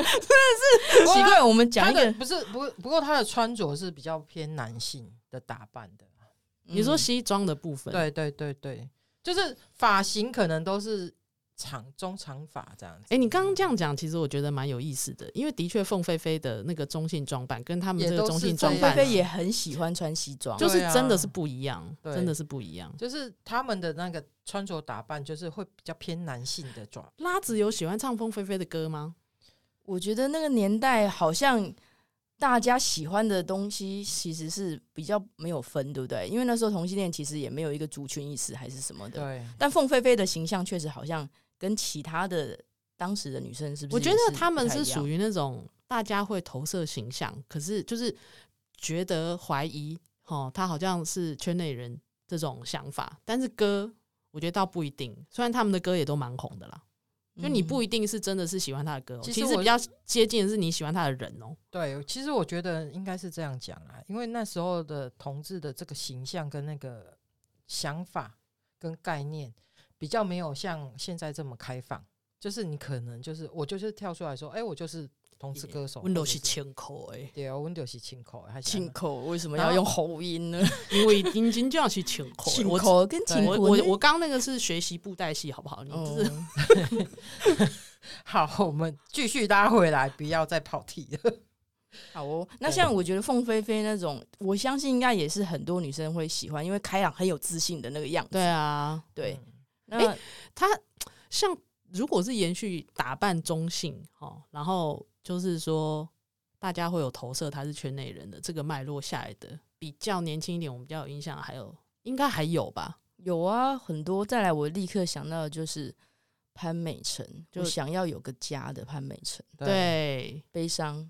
[SPEAKER 3] 奇怪，我们
[SPEAKER 8] 他
[SPEAKER 3] 讲一个
[SPEAKER 8] 的，不是，不过不过他的穿着是比较偏男性的打扮的，
[SPEAKER 9] 你说
[SPEAKER 3] 嗯
[SPEAKER 9] 西装的部分，，
[SPEAKER 8] 对对对对，就是发型可能都是长中长发这样子。
[SPEAKER 9] 哎、你刚刚这样讲，其实我觉得蛮有意思的，因为的确凤飞飞的那个中性装扮跟他们
[SPEAKER 8] 也
[SPEAKER 9] 这个
[SPEAKER 8] 都
[SPEAKER 9] 中
[SPEAKER 8] 是
[SPEAKER 9] 性
[SPEAKER 8] 这
[SPEAKER 9] 装
[SPEAKER 8] 样
[SPEAKER 9] 扮啊
[SPEAKER 3] 菲菲也很喜欢穿西装，
[SPEAKER 9] 就是
[SPEAKER 8] 对啊
[SPEAKER 9] 真的是不一样，
[SPEAKER 8] 对
[SPEAKER 9] 真的是不一样。
[SPEAKER 8] 就是他们的那个穿着打扮，就是会比较偏男性的装。
[SPEAKER 9] 拉子有喜欢唱凤飞飞的歌吗？
[SPEAKER 3] 我觉得那个年代好像大家喜欢的东西其实是比较没有分，对不对？因为那时候同性恋其实也没有一个族群意识还是什么的。
[SPEAKER 8] 对，
[SPEAKER 3] 但凤飞飞的形象确实好像跟其他的当时的女生是不是
[SPEAKER 9] 我
[SPEAKER 3] 也
[SPEAKER 9] 觉
[SPEAKER 3] 是不太一样？
[SPEAKER 9] 得他们是属于那种大家会投射形象，可是就是觉得怀疑哦，他好像是圈内人这种想法。但是歌，我觉得倒不一定，虽然他们的歌也都蛮红的啦，就
[SPEAKER 3] 嗯
[SPEAKER 9] 你不一定是真的是喜欢他的歌哦、
[SPEAKER 8] 其实
[SPEAKER 9] 其实
[SPEAKER 8] 我
[SPEAKER 9] 比较接近的是你喜欢他的人哦、
[SPEAKER 8] 对，其实我觉得应该是这样讲啦，因为那时候的同志的这个形象跟那个想法跟概念比较没有像现在这么开放，就是你可能就是我就是跳出来说，哎、我就是同志歌
[SPEAKER 3] 哎
[SPEAKER 8] 手，
[SPEAKER 9] 温柔
[SPEAKER 8] 或者
[SPEAKER 9] 是千口哎，
[SPEAKER 8] 对啊，Windows 是清口，还是
[SPEAKER 3] 亲口为什么
[SPEAKER 8] 然
[SPEAKER 3] 要
[SPEAKER 8] 后
[SPEAKER 3] 用喉音 呢？
[SPEAKER 9] 因为阴茎就要去千口欸，
[SPEAKER 3] 亲
[SPEAKER 9] 我
[SPEAKER 3] 口跟
[SPEAKER 9] 对
[SPEAKER 3] 亲
[SPEAKER 9] 我
[SPEAKER 3] 口
[SPEAKER 9] 我
[SPEAKER 3] 呢
[SPEAKER 9] 我刚那个是学习布袋戏，好不好？你
[SPEAKER 3] 哦
[SPEAKER 9] 这 是
[SPEAKER 8] 好，我们继续拉回来，不要再跑题了。
[SPEAKER 3] 好哦，那像我觉得凤飞飞那种，我相信应该也是很多女生会喜欢，因为开朗很有自信的那个样子。
[SPEAKER 9] 对啊，
[SPEAKER 3] 对，
[SPEAKER 8] 嗯
[SPEAKER 3] 那、
[SPEAKER 9] 他像如果是延续打扮中性哦，然后就是说大家会有投射他是圈内人的这个脉络下来的，比较年轻一点，我们比较有印象，还有应该还有吧？
[SPEAKER 3] 有啊，很多。再来，我立刻想到的就是潘美辰，
[SPEAKER 9] 就
[SPEAKER 3] 就想要有个家的潘美辰，
[SPEAKER 9] 对，
[SPEAKER 3] 悲伤。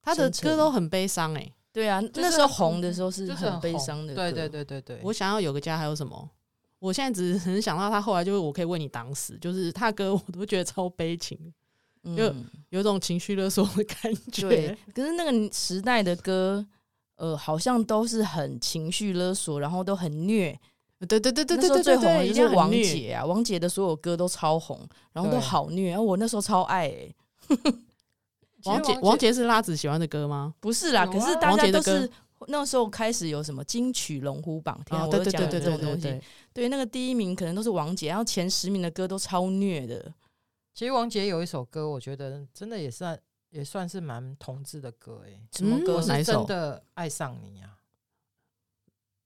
[SPEAKER 9] 他的
[SPEAKER 3] 深
[SPEAKER 9] 歌
[SPEAKER 3] 沉
[SPEAKER 9] 都很悲伤哎、
[SPEAKER 3] 对啊，
[SPEAKER 8] 是
[SPEAKER 3] 那时候红的时候是
[SPEAKER 8] 就是
[SPEAKER 3] 很悲
[SPEAKER 8] 红
[SPEAKER 3] 伤的歌。
[SPEAKER 8] 对对对对对，
[SPEAKER 9] 我想要有个家，还有什么？我现在只是很想到他后来就是我可以为你挡死，就是他歌我都觉得超悲情，就
[SPEAKER 3] 嗯，
[SPEAKER 9] 有一种情绪勒索的感觉。
[SPEAKER 3] 对。可是那个时代的歌，呃，好像都是很情绪勒索，然后都很虐。
[SPEAKER 9] 对对对对
[SPEAKER 3] 那时
[SPEAKER 9] 对对，
[SPEAKER 3] 候最
[SPEAKER 9] 对
[SPEAKER 3] 红的
[SPEAKER 9] 一定
[SPEAKER 3] 就是
[SPEAKER 9] 要很
[SPEAKER 3] 王
[SPEAKER 9] 虐
[SPEAKER 3] 姐啊，王姐的所有歌都超红，然后都
[SPEAKER 8] 对
[SPEAKER 3] 好虐，然后我那时候超爱、欸。
[SPEAKER 8] 其实
[SPEAKER 9] 王杰，王杰是拉子喜欢的歌吗？
[SPEAKER 3] 不是啦，
[SPEAKER 8] 有啊
[SPEAKER 3] 可是大
[SPEAKER 9] 王
[SPEAKER 3] 家
[SPEAKER 9] 杰的
[SPEAKER 3] 都
[SPEAKER 9] 歌
[SPEAKER 3] 是那时候开始有什么金曲龙虎榜，天、啊，我
[SPEAKER 9] 对
[SPEAKER 3] 又
[SPEAKER 9] 对
[SPEAKER 3] 讲
[SPEAKER 9] 对
[SPEAKER 3] 了
[SPEAKER 9] 对
[SPEAKER 3] 这种
[SPEAKER 9] 对对
[SPEAKER 3] 东西。
[SPEAKER 9] 对，
[SPEAKER 3] 对那个第一名可能都是王杰，然后前十名的歌都超虐的。
[SPEAKER 8] 其实王杰有一首歌，我觉得真的也算也算是蛮同志的歌诶、
[SPEAKER 9] 什么
[SPEAKER 8] 我
[SPEAKER 9] 歌？嗯哪一
[SPEAKER 8] 是真
[SPEAKER 9] 首？
[SPEAKER 8] 的爱上你啊！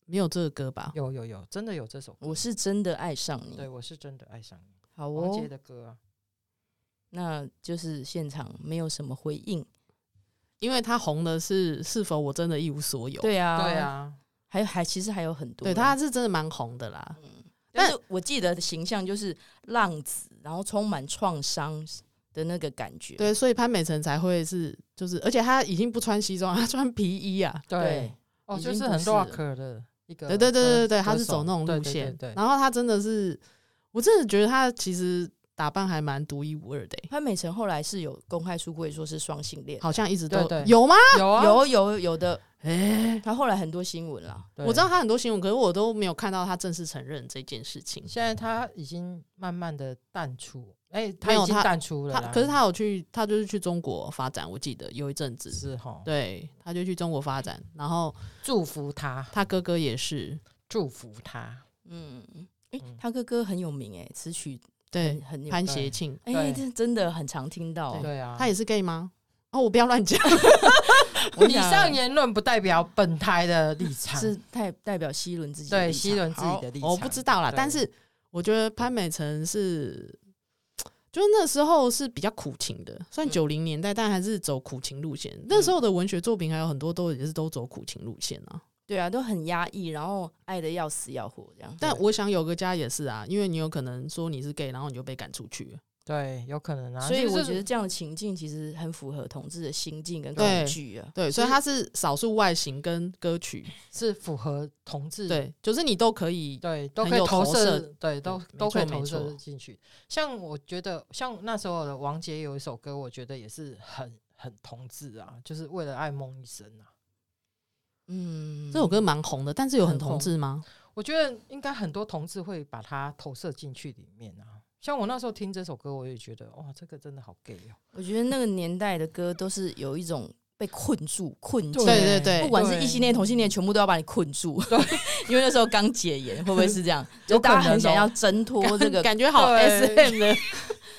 [SPEAKER 9] 没有这个歌吧？
[SPEAKER 8] 有有有，真的有这首歌。
[SPEAKER 3] 我是真的爱上你
[SPEAKER 8] 对，，我是真的爱上你，
[SPEAKER 3] 好
[SPEAKER 8] 王
[SPEAKER 3] 哦
[SPEAKER 8] 杰，的歌啊。
[SPEAKER 3] 那就是现场没有什么回应。哦
[SPEAKER 9] 因为他红的是是否我真的一无所有？，
[SPEAKER 3] 对啊，
[SPEAKER 8] 对，啊，
[SPEAKER 3] 还还其实还有很多
[SPEAKER 9] 对，
[SPEAKER 3] 人。
[SPEAKER 9] 他是真的蛮红的啦。
[SPEAKER 3] 但是我记得的形象就是浪子，然后充满创伤的那个感觉。
[SPEAKER 9] 对，所以潘美辰才会是就是，而且他已经不穿西装，他 穿皮衣啊。
[SPEAKER 8] 对，哦，
[SPEAKER 3] 已
[SPEAKER 8] 就
[SPEAKER 3] 经
[SPEAKER 8] 是
[SPEAKER 3] 不
[SPEAKER 8] 很
[SPEAKER 3] 是了
[SPEAKER 8] rock 的一个歌，
[SPEAKER 9] 对对对对对，
[SPEAKER 8] 歌
[SPEAKER 9] 他是走
[SPEAKER 8] 手
[SPEAKER 9] 那种
[SPEAKER 8] 对
[SPEAKER 9] 路
[SPEAKER 8] 对
[SPEAKER 9] 线。
[SPEAKER 8] 对，啊对
[SPEAKER 9] 然后他真的是，我真的觉得他其实打扮还蛮独一无二的欸、
[SPEAKER 3] 潘美辰后来是有公开出柜，说是双性恋，
[SPEAKER 9] 好像一直都
[SPEAKER 8] 对对
[SPEAKER 9] 有吗？
[SPEAKER 8] 有啊
[SPEAKER 3] 有有有的，
[SPEAKER 9] 哎，
[SPEAKER 3] 他后来很多新闻啦，
[SPEAKER 8] 对
[SPEAKER 9] 我知道他很多新闻，可是我都没有看到他正式承认这件事情。
[SPEAKER 8] 现在他已经慢慢的淡出，哎，他
[SPEAKER 9] 没
[SPEAKER 8] 已
[SPEAKER 9] 有
[SPEAKER 8] 经
[SPEAKER 9] 他
[SPEAKER 8] 淡出了
[SPEAKER 9] 他
[SPEAKER 8] 啦，
[SPEAKER 9] 可是他有去，他就是去中国发展，我记得有一阵子，
[SPEAKER 8] 是哦哈，
[SPEAKER 9] 对，他就去中国发展，然后
[SPEAKER 8] 祝福他，
[SPEAKER 9] 他哥哥也是，
[SPEAKER 8] 祝福他，
[SPEAKER 3] 嗯，诶，
[SPEAKER 8] 嗯
[SPEAKER 3] 他哥哥很有名哎、词曲很
[SPEAKER 9] 对，
[SPEAKER 3] 很有，
[SPEAKER 9] 潘协庆，
[SPEAKER 3] 哎、
[SPEAKER 8] 对
[SPEAKER 3] 这真的很常听到。
[SPEAKER 8] 对啊，
[SPEAKER 9] 他也是 gay 吗？哦，我不要乱讲，
[SPEAKER 3] 我
[SPEAKER 8] 以
[SPEAKER 3] 想
[SPEAKER 8] 上言论不代表本台的立场，
[SPEAKER 3] 是代代表西伦自己的
[SPEAKER 8] 对
[SPEAKER 3] 立场
[SPEAKER 8] 西伦自己的立场，
[SPEAKER 9] 我不知道啦。
[SPEAKER 8] 对
[SPEAKER 9] 但是我觉得潘美辰是，就是那时候是比较苦情的，
[SPEAKER 8] 嗯
[SPEAKER 9] 算九零年代，但还是走苦情路线。那时候的文学作品还有很多都也是都走苦情路线啊。
[SPEAKER 3] 对啊，都很压抑，然后爱的要死要活这样。
[SPEAKER 9] 但我想有个家也是啊，因为你有可能说你是 gay，然后你就被赶出去了。
[SPEAKER 8] 对，有可能啊，
[SPEAKER 3] 所以
[SPEAKER 8] 就是
[SPEAKER 3] 我觉得这样的情境其实很符合同志的心境跟
[SPEAKER 9] 对
[SPEAKER 3] 恐惧啊。
[SPEAKER 9] 对，所以他是少数外形跟歌曲，
[SPEAKER 8] 是符合同志
[SPEAKER 9] 对，就是你都可以。
[SPEAKER 8] 对，都
[SPEAKER 9] 很
[SPEAKER 8] 可以
[SPEAKER 9] 有
[SPEAKER 8] 投
[SPEAKER 9] 投
[SPEAKER 8] 射
[SPEAKER 9] 射，
[SPEAKER 8] 对，都
[SPEAKER 9] 没
[SPEAKER 8] 都可以
[SPEAKER 9] 错没
[SPEAKER 8] 投射
[SPEAKER 9] 错
[SPEAKER 8] 进去。像我觉得，像那时候的王杰有一首歌，我觉得也是很很同志啊，就是为了爱梦一生啊。
[SPEAKER 3] 嗯，
[SPEAKER 9] 这首歌蛮红的，但是有很
[SPEAKER 8] 很
[SPEAKER 9] 同
[SPEAKER 8] 红
[SPEAKER 9] 志吗？
[SPEAKER 8] 我觉得应该很多同志会把它投射进去里面啊。像我那时候听这首歌，我也觉得哇，这个真的好 gay 哦。
[SPEAKER 3] 我觉得那个年代的歌都是有一种被困住、困住，
[SPEAKER 8] 对
[SPEAKER 9] 对对
[SPEAKER 3] 不管是异性恋、同性恋，全部都要把你困住。 因为那时候刚解严，会不会是这样？就
[SPEAKER 8] 有可
[SPEAKER 3] 大
[SPEAKER 8] 能
[SPEAKER 3] 家
[SPEAKER 8] 哦
[SPEAKER 3] 很想要挣脱
[SPEAKER 9] 感
[SPEAKER 3] 这个，
[SPEAKER 9] 感觉好
[SPEAKER 8] 对
[SPEAKER 9] S M 的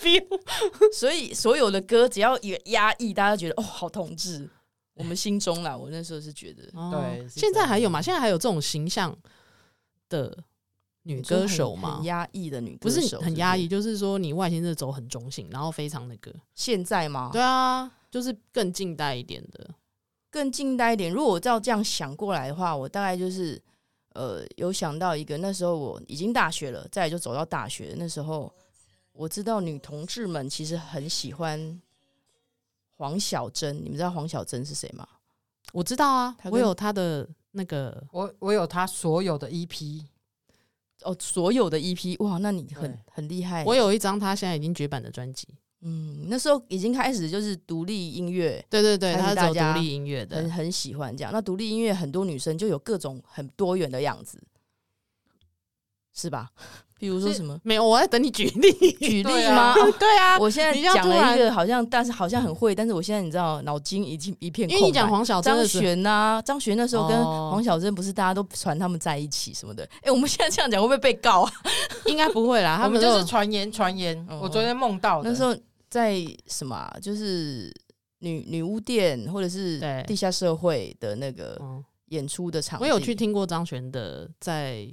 [SPEAKER 9] feel。
[SPEAKER 3] 所以所有的歌只要有压抑，大家觉得哦，好同志。我们心中啦，我那时候是觉得
[SPEAKER 9] 哦
[SPEAKER 8] 对是
[SPEAKER 9] 现
[SPEAKER 8] 这
[SPEAKER 9] 在
[SPEAKER 8] 样
[SPEAKER 9] 还有吗？现在还有这种形象的女歌手
[SPEAKER 3] 就很
[SPEAKER 9] 吗
[SPEAKER 3] 很？压抑的女
[SPEAKER 9] 不
[SPEAKER 3] 歌手，
[SPEAKER 9] 是很压抑，
[SPEAKER 3] 是
[SPEAKER 9] 就是说你外形是走很中性，然后非常那个。
[SPEAKER 3] 哦啊不是。现在吗？
[SPEAKER 9] 对啊，就是更近代一点的。
[SPEAKER 3] 更近代一点，如果我照这样想过来的话，我大概就是呃有想到一个，那时候我已经大学了，再来就走到大学，那时候我知道女同志们其实很喜欢黄小珍，你们知道黄小珍是谁吗？
[SPEAKER 9] 我知道啊
[SPEAKER 3] 他，跟
[SPEAKER 9] 我有他的那个，
[SPEAKER 8] 我我有他所有的 E EP，
[SPEAKER 3] 哦，所有的 EP 哇，那你很
[SPEAKER 8] 对
[SPEAKER 3] 很厉害。
[SPEAKER 9] 我有一张他现在已经绝版的专辑。
[SPEAKER 3] 嗯，那时候已经开始就是独立音乐，
[SPEAKER 9] 对对对，
[SPEAKER 3] 还
[SPEAKER 9] 他
[SPEAKER 3] 是
[SPEAKER 9] 是
[SPEAKER 3] 大
[SPEAKER 9] 走
[SPEAKER 3] 家
[SPEAKER 9] 独立音乐
[SPEAKER 3] 很
[SPEAKER 9] 的，
[SPEAKER 3] 很喜欢这样。那独立音乐很多女生就有各种很多元的样子，是吧？ 比如说
[SPEAKER 8] 是
[SPEAKER 3] 什么
[SPEAKER 9] 没有，我在等你举例。
[SPEAKER 3] 举例
[SPEAKER 8] 对
[SPEAKER 3] 吗 哦
[SPEAKER 8] 啊？
[SPEAKER 9] 对啊，
[SPEAKER 3] 我现在
[SPEAKER 9] 你这样
[SPEAKER 3] 讲
[SPEAKER 9] 突
[SPEAKER 3] 了
[SPEAKER 9] 然
[SPEAKER 3] 一个好像，但是好像很会，但是我现在你知道脑筋已经一片空
[SPEAKER 9] 因
[SPEAKER 3] 白。
[SPEAKER 9] 为你讲黄小珍
[SPEAKER 3] 张
[SPEAKER 9] 的时候，
[SPEAKER 3] 悬呐、张悬那时候跟
[SPEAKER 9] 哦
[SPEAKER 3] 黄小珍不是大家都传他们在一起什么的？哎、我们现在这样讲会不会被告啊？
[SPEAKER 9] 应该不会啦，他
[SPEAKER 8] 我们
[SPEAKER 9] 都
[SPEAKER 8] 就是传言传言。
[SPEAKER 3] 嗯
[SPEAKER 8] 我昨天梦到的，
[SPEAKER 3] 那时候在什么啊、就是女女巫店或者是
[SPEAKER 9] 对
[SPEAKER 3] 地下社会的那个
[SPEAKER 9] 嗯
[SPEAKER 3] 演出的场地，
[SPEAKER 9] 我有去听过张悬的，在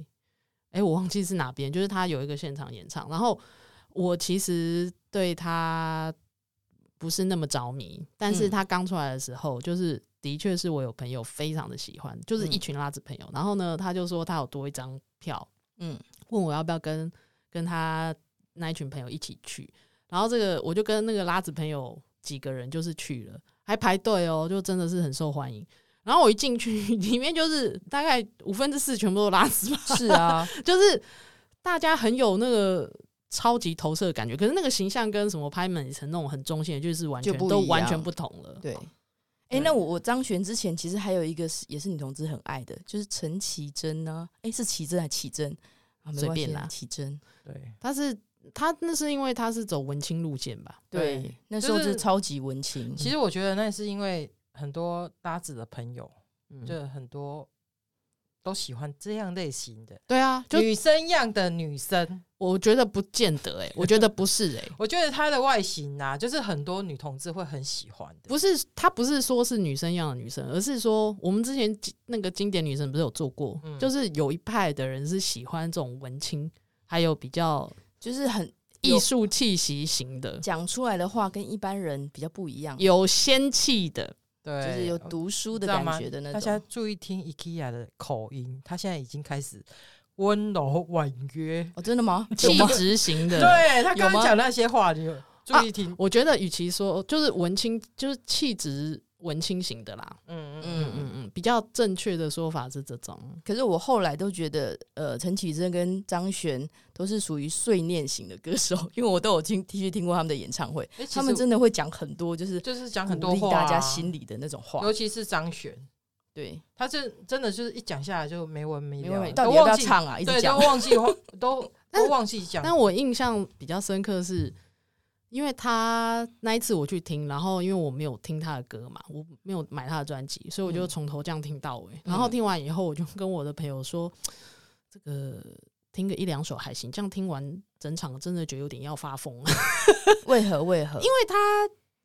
[SPEAKER 9] 哎、我忘记是哪边，就是他有一个现场演唱，然后我其实对他不是那么着迷，但是
[SPEAKER 3] 嗯
[SPEAKER 9] 他刚出来的时候，就是的确是我有朋友非常的喜欢，就是一
[SPEAKER 3] 嗯
[SPEAKER 9] 群拉子朋友，然后呢，他就说他有多一张票，
[SPEAKER 3] 嗯，
[SPEAKER 9] 问我要不要跟跟他那一群朋友一起去，然后这个我就跟那个拉子朋友几个人就是去了，还排队哦，就真的是很受欢迎。然后我一进去， 里面就是大概五分之四全部都拉子吧，
[SPEAKER 3] 是啊，
[SPEAKER 9] 就是大家很有那个超级投射的感觉，可是那个形象跟什么拍门城那种很中性的，就是完全
[SPEAKER 3] 就不一样
[SPEAKER 9] 都完全不同了。
[SPEAKER 3] 对。哎、那我我张悬之前其实还有一个是也是女同志很爱的，就是陈绮贞呢，哎、是绮贞还是绮贞？啊，没
[SPEAKER 9] 随
[SPEAKER 3] 关系
[SPEAKER 9] 便啦
[SPEAKER 3] 绮贞。
[SPEAKER 8] 对，
[SPEAKER 9] 他是他那是因为他是走文青路线吧？
[SPEAKER 8] 对
[SPEAKER 3] 对，那时候
[SPEAKER 8] 就是
[SPEAKER 3] 就是超级文青，
[SPEAKER 8] 其实我觉得那是因为很多搭子的朋友，
[SPEAKER 9] 嗯，
[SPEAKER 8] 就很多都喜欢这样类型的
[SPEAKER 9] 对啊，就
[SPEAKER 8] 女生样的女生。
[SPEAKER 9] 我觉得不见得哎、我觉得不 是哎、
[SPEAKER 8] 我觉得她的外形啊，就是很多女同志会很喜欢的。
[SPEAKER 9] 不是，她不是说是女生样的女生，而是说我们之前经那个经典女神不是有做过，
[SPEAKER 8] 嗯
[SPEAKER 9] 就是有一派的人是喜欢这种文青，还有比较
[SPEAKER 3] 就是很有
[SPEAKER 9] 艺术气息型的，
[SPEAKER 3] 讲出来的话跟一般人比较不一样，
[SPEAKER 9] 有仙气的。
[SPEAKER 8] 对，
[SPEAKER 3] 就是有读书的感觉的那
[SPEAKER 8] 大家
[SPEAKER 3] 种。
[SPEAKER 8] 注意听 IKEA 的口音，他现在已经开始温柔婉 约。
[SPEAKER 3] 哦，真的吗？有
[SPEAKER 9] 气
[SPEAKER 3] 吗
[SPEAKER 9] 质型 的，
[SPEAKER 8] 对他
[SPEAKER 3] 有
[SPEAKER 8] 刚
[SPEAKER 3] 吗
[SPEAKER 8] 刚
[SPEAKER 3] 啊
[SPEAKER 8] 讲那些话，你有注意听。
[SPEAKER 9] 我觉得与其说就是文青，就是气质文青型的啦。
[SPEAKER 8] 嗯嗯
[SPEAKER 9] 嗯
[SPEAKER 3] 嗯，
[SPEAKER 9] 嗯嗯，比较正确的说法是这种。
[SPEAKER 3] 可是我后来都觉得，呃，陈绮贞跟张悬都是属于碎念型的歌手， 因为我都有听继续听过他们的演唱会，
[SPEAKER 8] 嗯，
[SPEAKER 3] 他们真的会讲很多，就是
[SPEAKER 8] 就是讲很
[SPEAKER 3] 鼓
[SPEAKER 8] 多
[SPEAKER 3] 励
[SPEAKER 8] 话、啊
[SPEAKER 3] 大家心，里的那种话
[SPEAKER 8] 尤。其是张悬，
[SPEAKER 3] 对，
[SPEAKER 8] 他这真的就是一讲下来就没完没
[SPEAKER 3] 因
[SPEAKER 8] 了，
[SPEAKER 3] 为
[SPEAKER 8] 都
[SPEAKER 3] 到底要不要
[SPEAKER 8] 忘记
[SPEAKER 3] 唱啊？一直
[SPEAKER 8] 对，
[SPEAKER 3] 讲
[SPEAKER 8] 都，忘记 话，都
[SPEAKER 9] 但
[SPEAKER 8] 都忘记讲。
[SPEAKER 9] 但我印象比较深刻是，因为他那一次我去听，然后因为我没有听他的歌嘛，我没有买他的专辑，所以我就
[SPEAKER 3] 嗯
[SPEAKER 9] 从头这样听到尾。然后
[SPEAKER 3] 嗯
[SPEAKER 9] 听完以后，我就跟我的朋友说，这个听个一两首还行，这样听完整场真的觉得有点要发疯了。
[SPEAKER 3] 为何为何？因
[SPEAKER 9] 因为他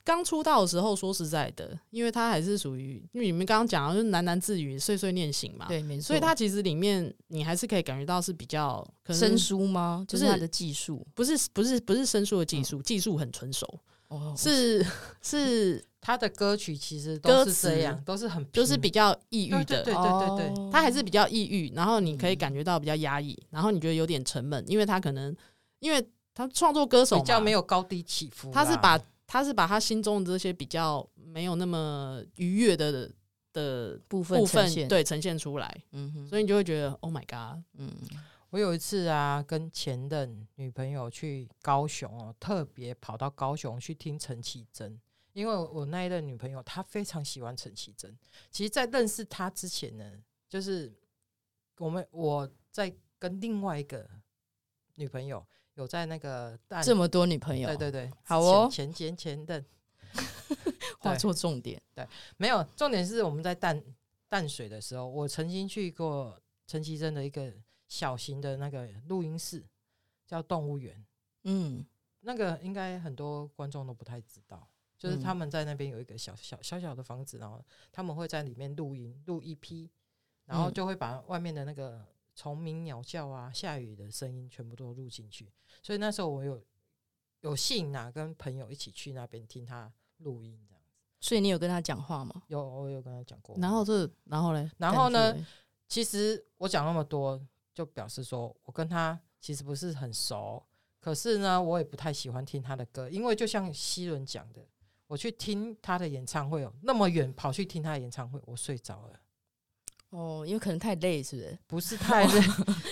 [SPEAKER 9] 刚出道的时候，说实在的，因为他还是属于，因为你们刚刚讲的就是喃喃自语、碎碎念型嘛，
[SPEAKER 3] 对，没错，
[SPEAKER 9] 所以他其实里面你还是可以感觉到是比较可能
[SPEAKER 3] 生疏吗？就是
[SPEAKER 9] 就是
[SPEAKER 3] 他的技术
[SPEAKER 9] 不是不是不是生疏的技
[SPEAKER 8] 嗯
[SPEAKER 9] 术，技术很纯熟，
[SPEAKER 3] 哦，
[SPEAKER 9] 是是
[SPEAKER 8] 他的歌曲其实
[SPEAKER 9] 歌
[SPEAKER 8] 都是
[SPEAKER 9] 词
[SPEAKER 8] 这样，都是很
[SPEAKER 9] 就是
[SPEAKER 8] 平
[SPEAKER 9] 比较抑郁
[SPEAKER 8] 对
[SPEAKER 9] 的。
[SPEAKER 8] 对对
[SPEAKER 3] 哦
[SPEAKER 8] 对对对，
[SPEAKER 9] 他还是比较抑郁，然后你可以感觉到比较压抑，
[SPEAKER 8] 嗯
[SPEAKER 9] 然后你觉得有点沉闷，因为他可能，因为他创作歌手
[SPEAKER 8] 比较
[SPEAKER 9] 嘛
[SPEAKER 8] 没有高低起伏啦。
[SPEAKER 9] 他是把他是把他心中的这些比较没有那么愉悦的的
[SPEAKER 3] 部分
[SPEAKER 9] 部分
[SPEAKER 3] 呈现，
[SPEAKER 9] 对呈现出来，
[SPEAKER 3] 嗯哼，
[SPEAKER 9] 所以你就会觉得 Oh my God，
[SPEAKER 3] 嗯，
[SPEAKER 8] 我有一次啊，跟前任女朋友去高雄哦，特别跑到高雄去听陈绮贞，因为我那一任女朋友她非常喜欢陈绮贞。其实，在认识她之前呢，就是我们我在跟另外一个女朋友有在那个淡
[SPEAKER 3] 这么多女朋友，
[SPEAKER 8] 对对对，
[SPEAKER 3] 好哦
[SPEAKER 8] 前前前 前任
[SPEAKER 3] 画错重点，
[SPEAKER 8] 没有，重点是我们在淡淡水的时候，我曾经去过陈绮贞的一个小型的那个录音室，叫动物园。
[SPEAKER 3] 嗯，
[SPEAKER 8] 那个应该很多观众都不太知道，就是
[SPEAKER 3] 嗯
[SPEAKER 8] 他们在那边有一个小小小小的房子，然后他们会在里面录音录一批，然后
[SPEAKER 3] 嗯
[SPEAKER 8] 就会把外面的那个虫鸣鸟叫啊、下雨的声音全部都录进去。所以那时候我有有幸啊，跟朋友一起去那边听他录音这样。
[SPEAKER 3] 所以你有跟他讲话吗？
[SPEAKER 8] 有我有跟他讲过。
[SPEAKER 9] 然后这，然后嘞，
[SPEAKER 8] 然后呢
[SPEAKER 9] 感觉嘞？
[SPEAKER 8] 其实我讲那么多，就表示说我跟他其实不是很熟，可是呢，我也不太喜欢听他的歌，因为就像希伦讲的，我去听他的演唱会哦，那么远跑去听他的演唱会，我睡着了，
[SPEAKER 3] 哦，因为可能太累，是不是？
[SPEAKER 8] 不是太 累，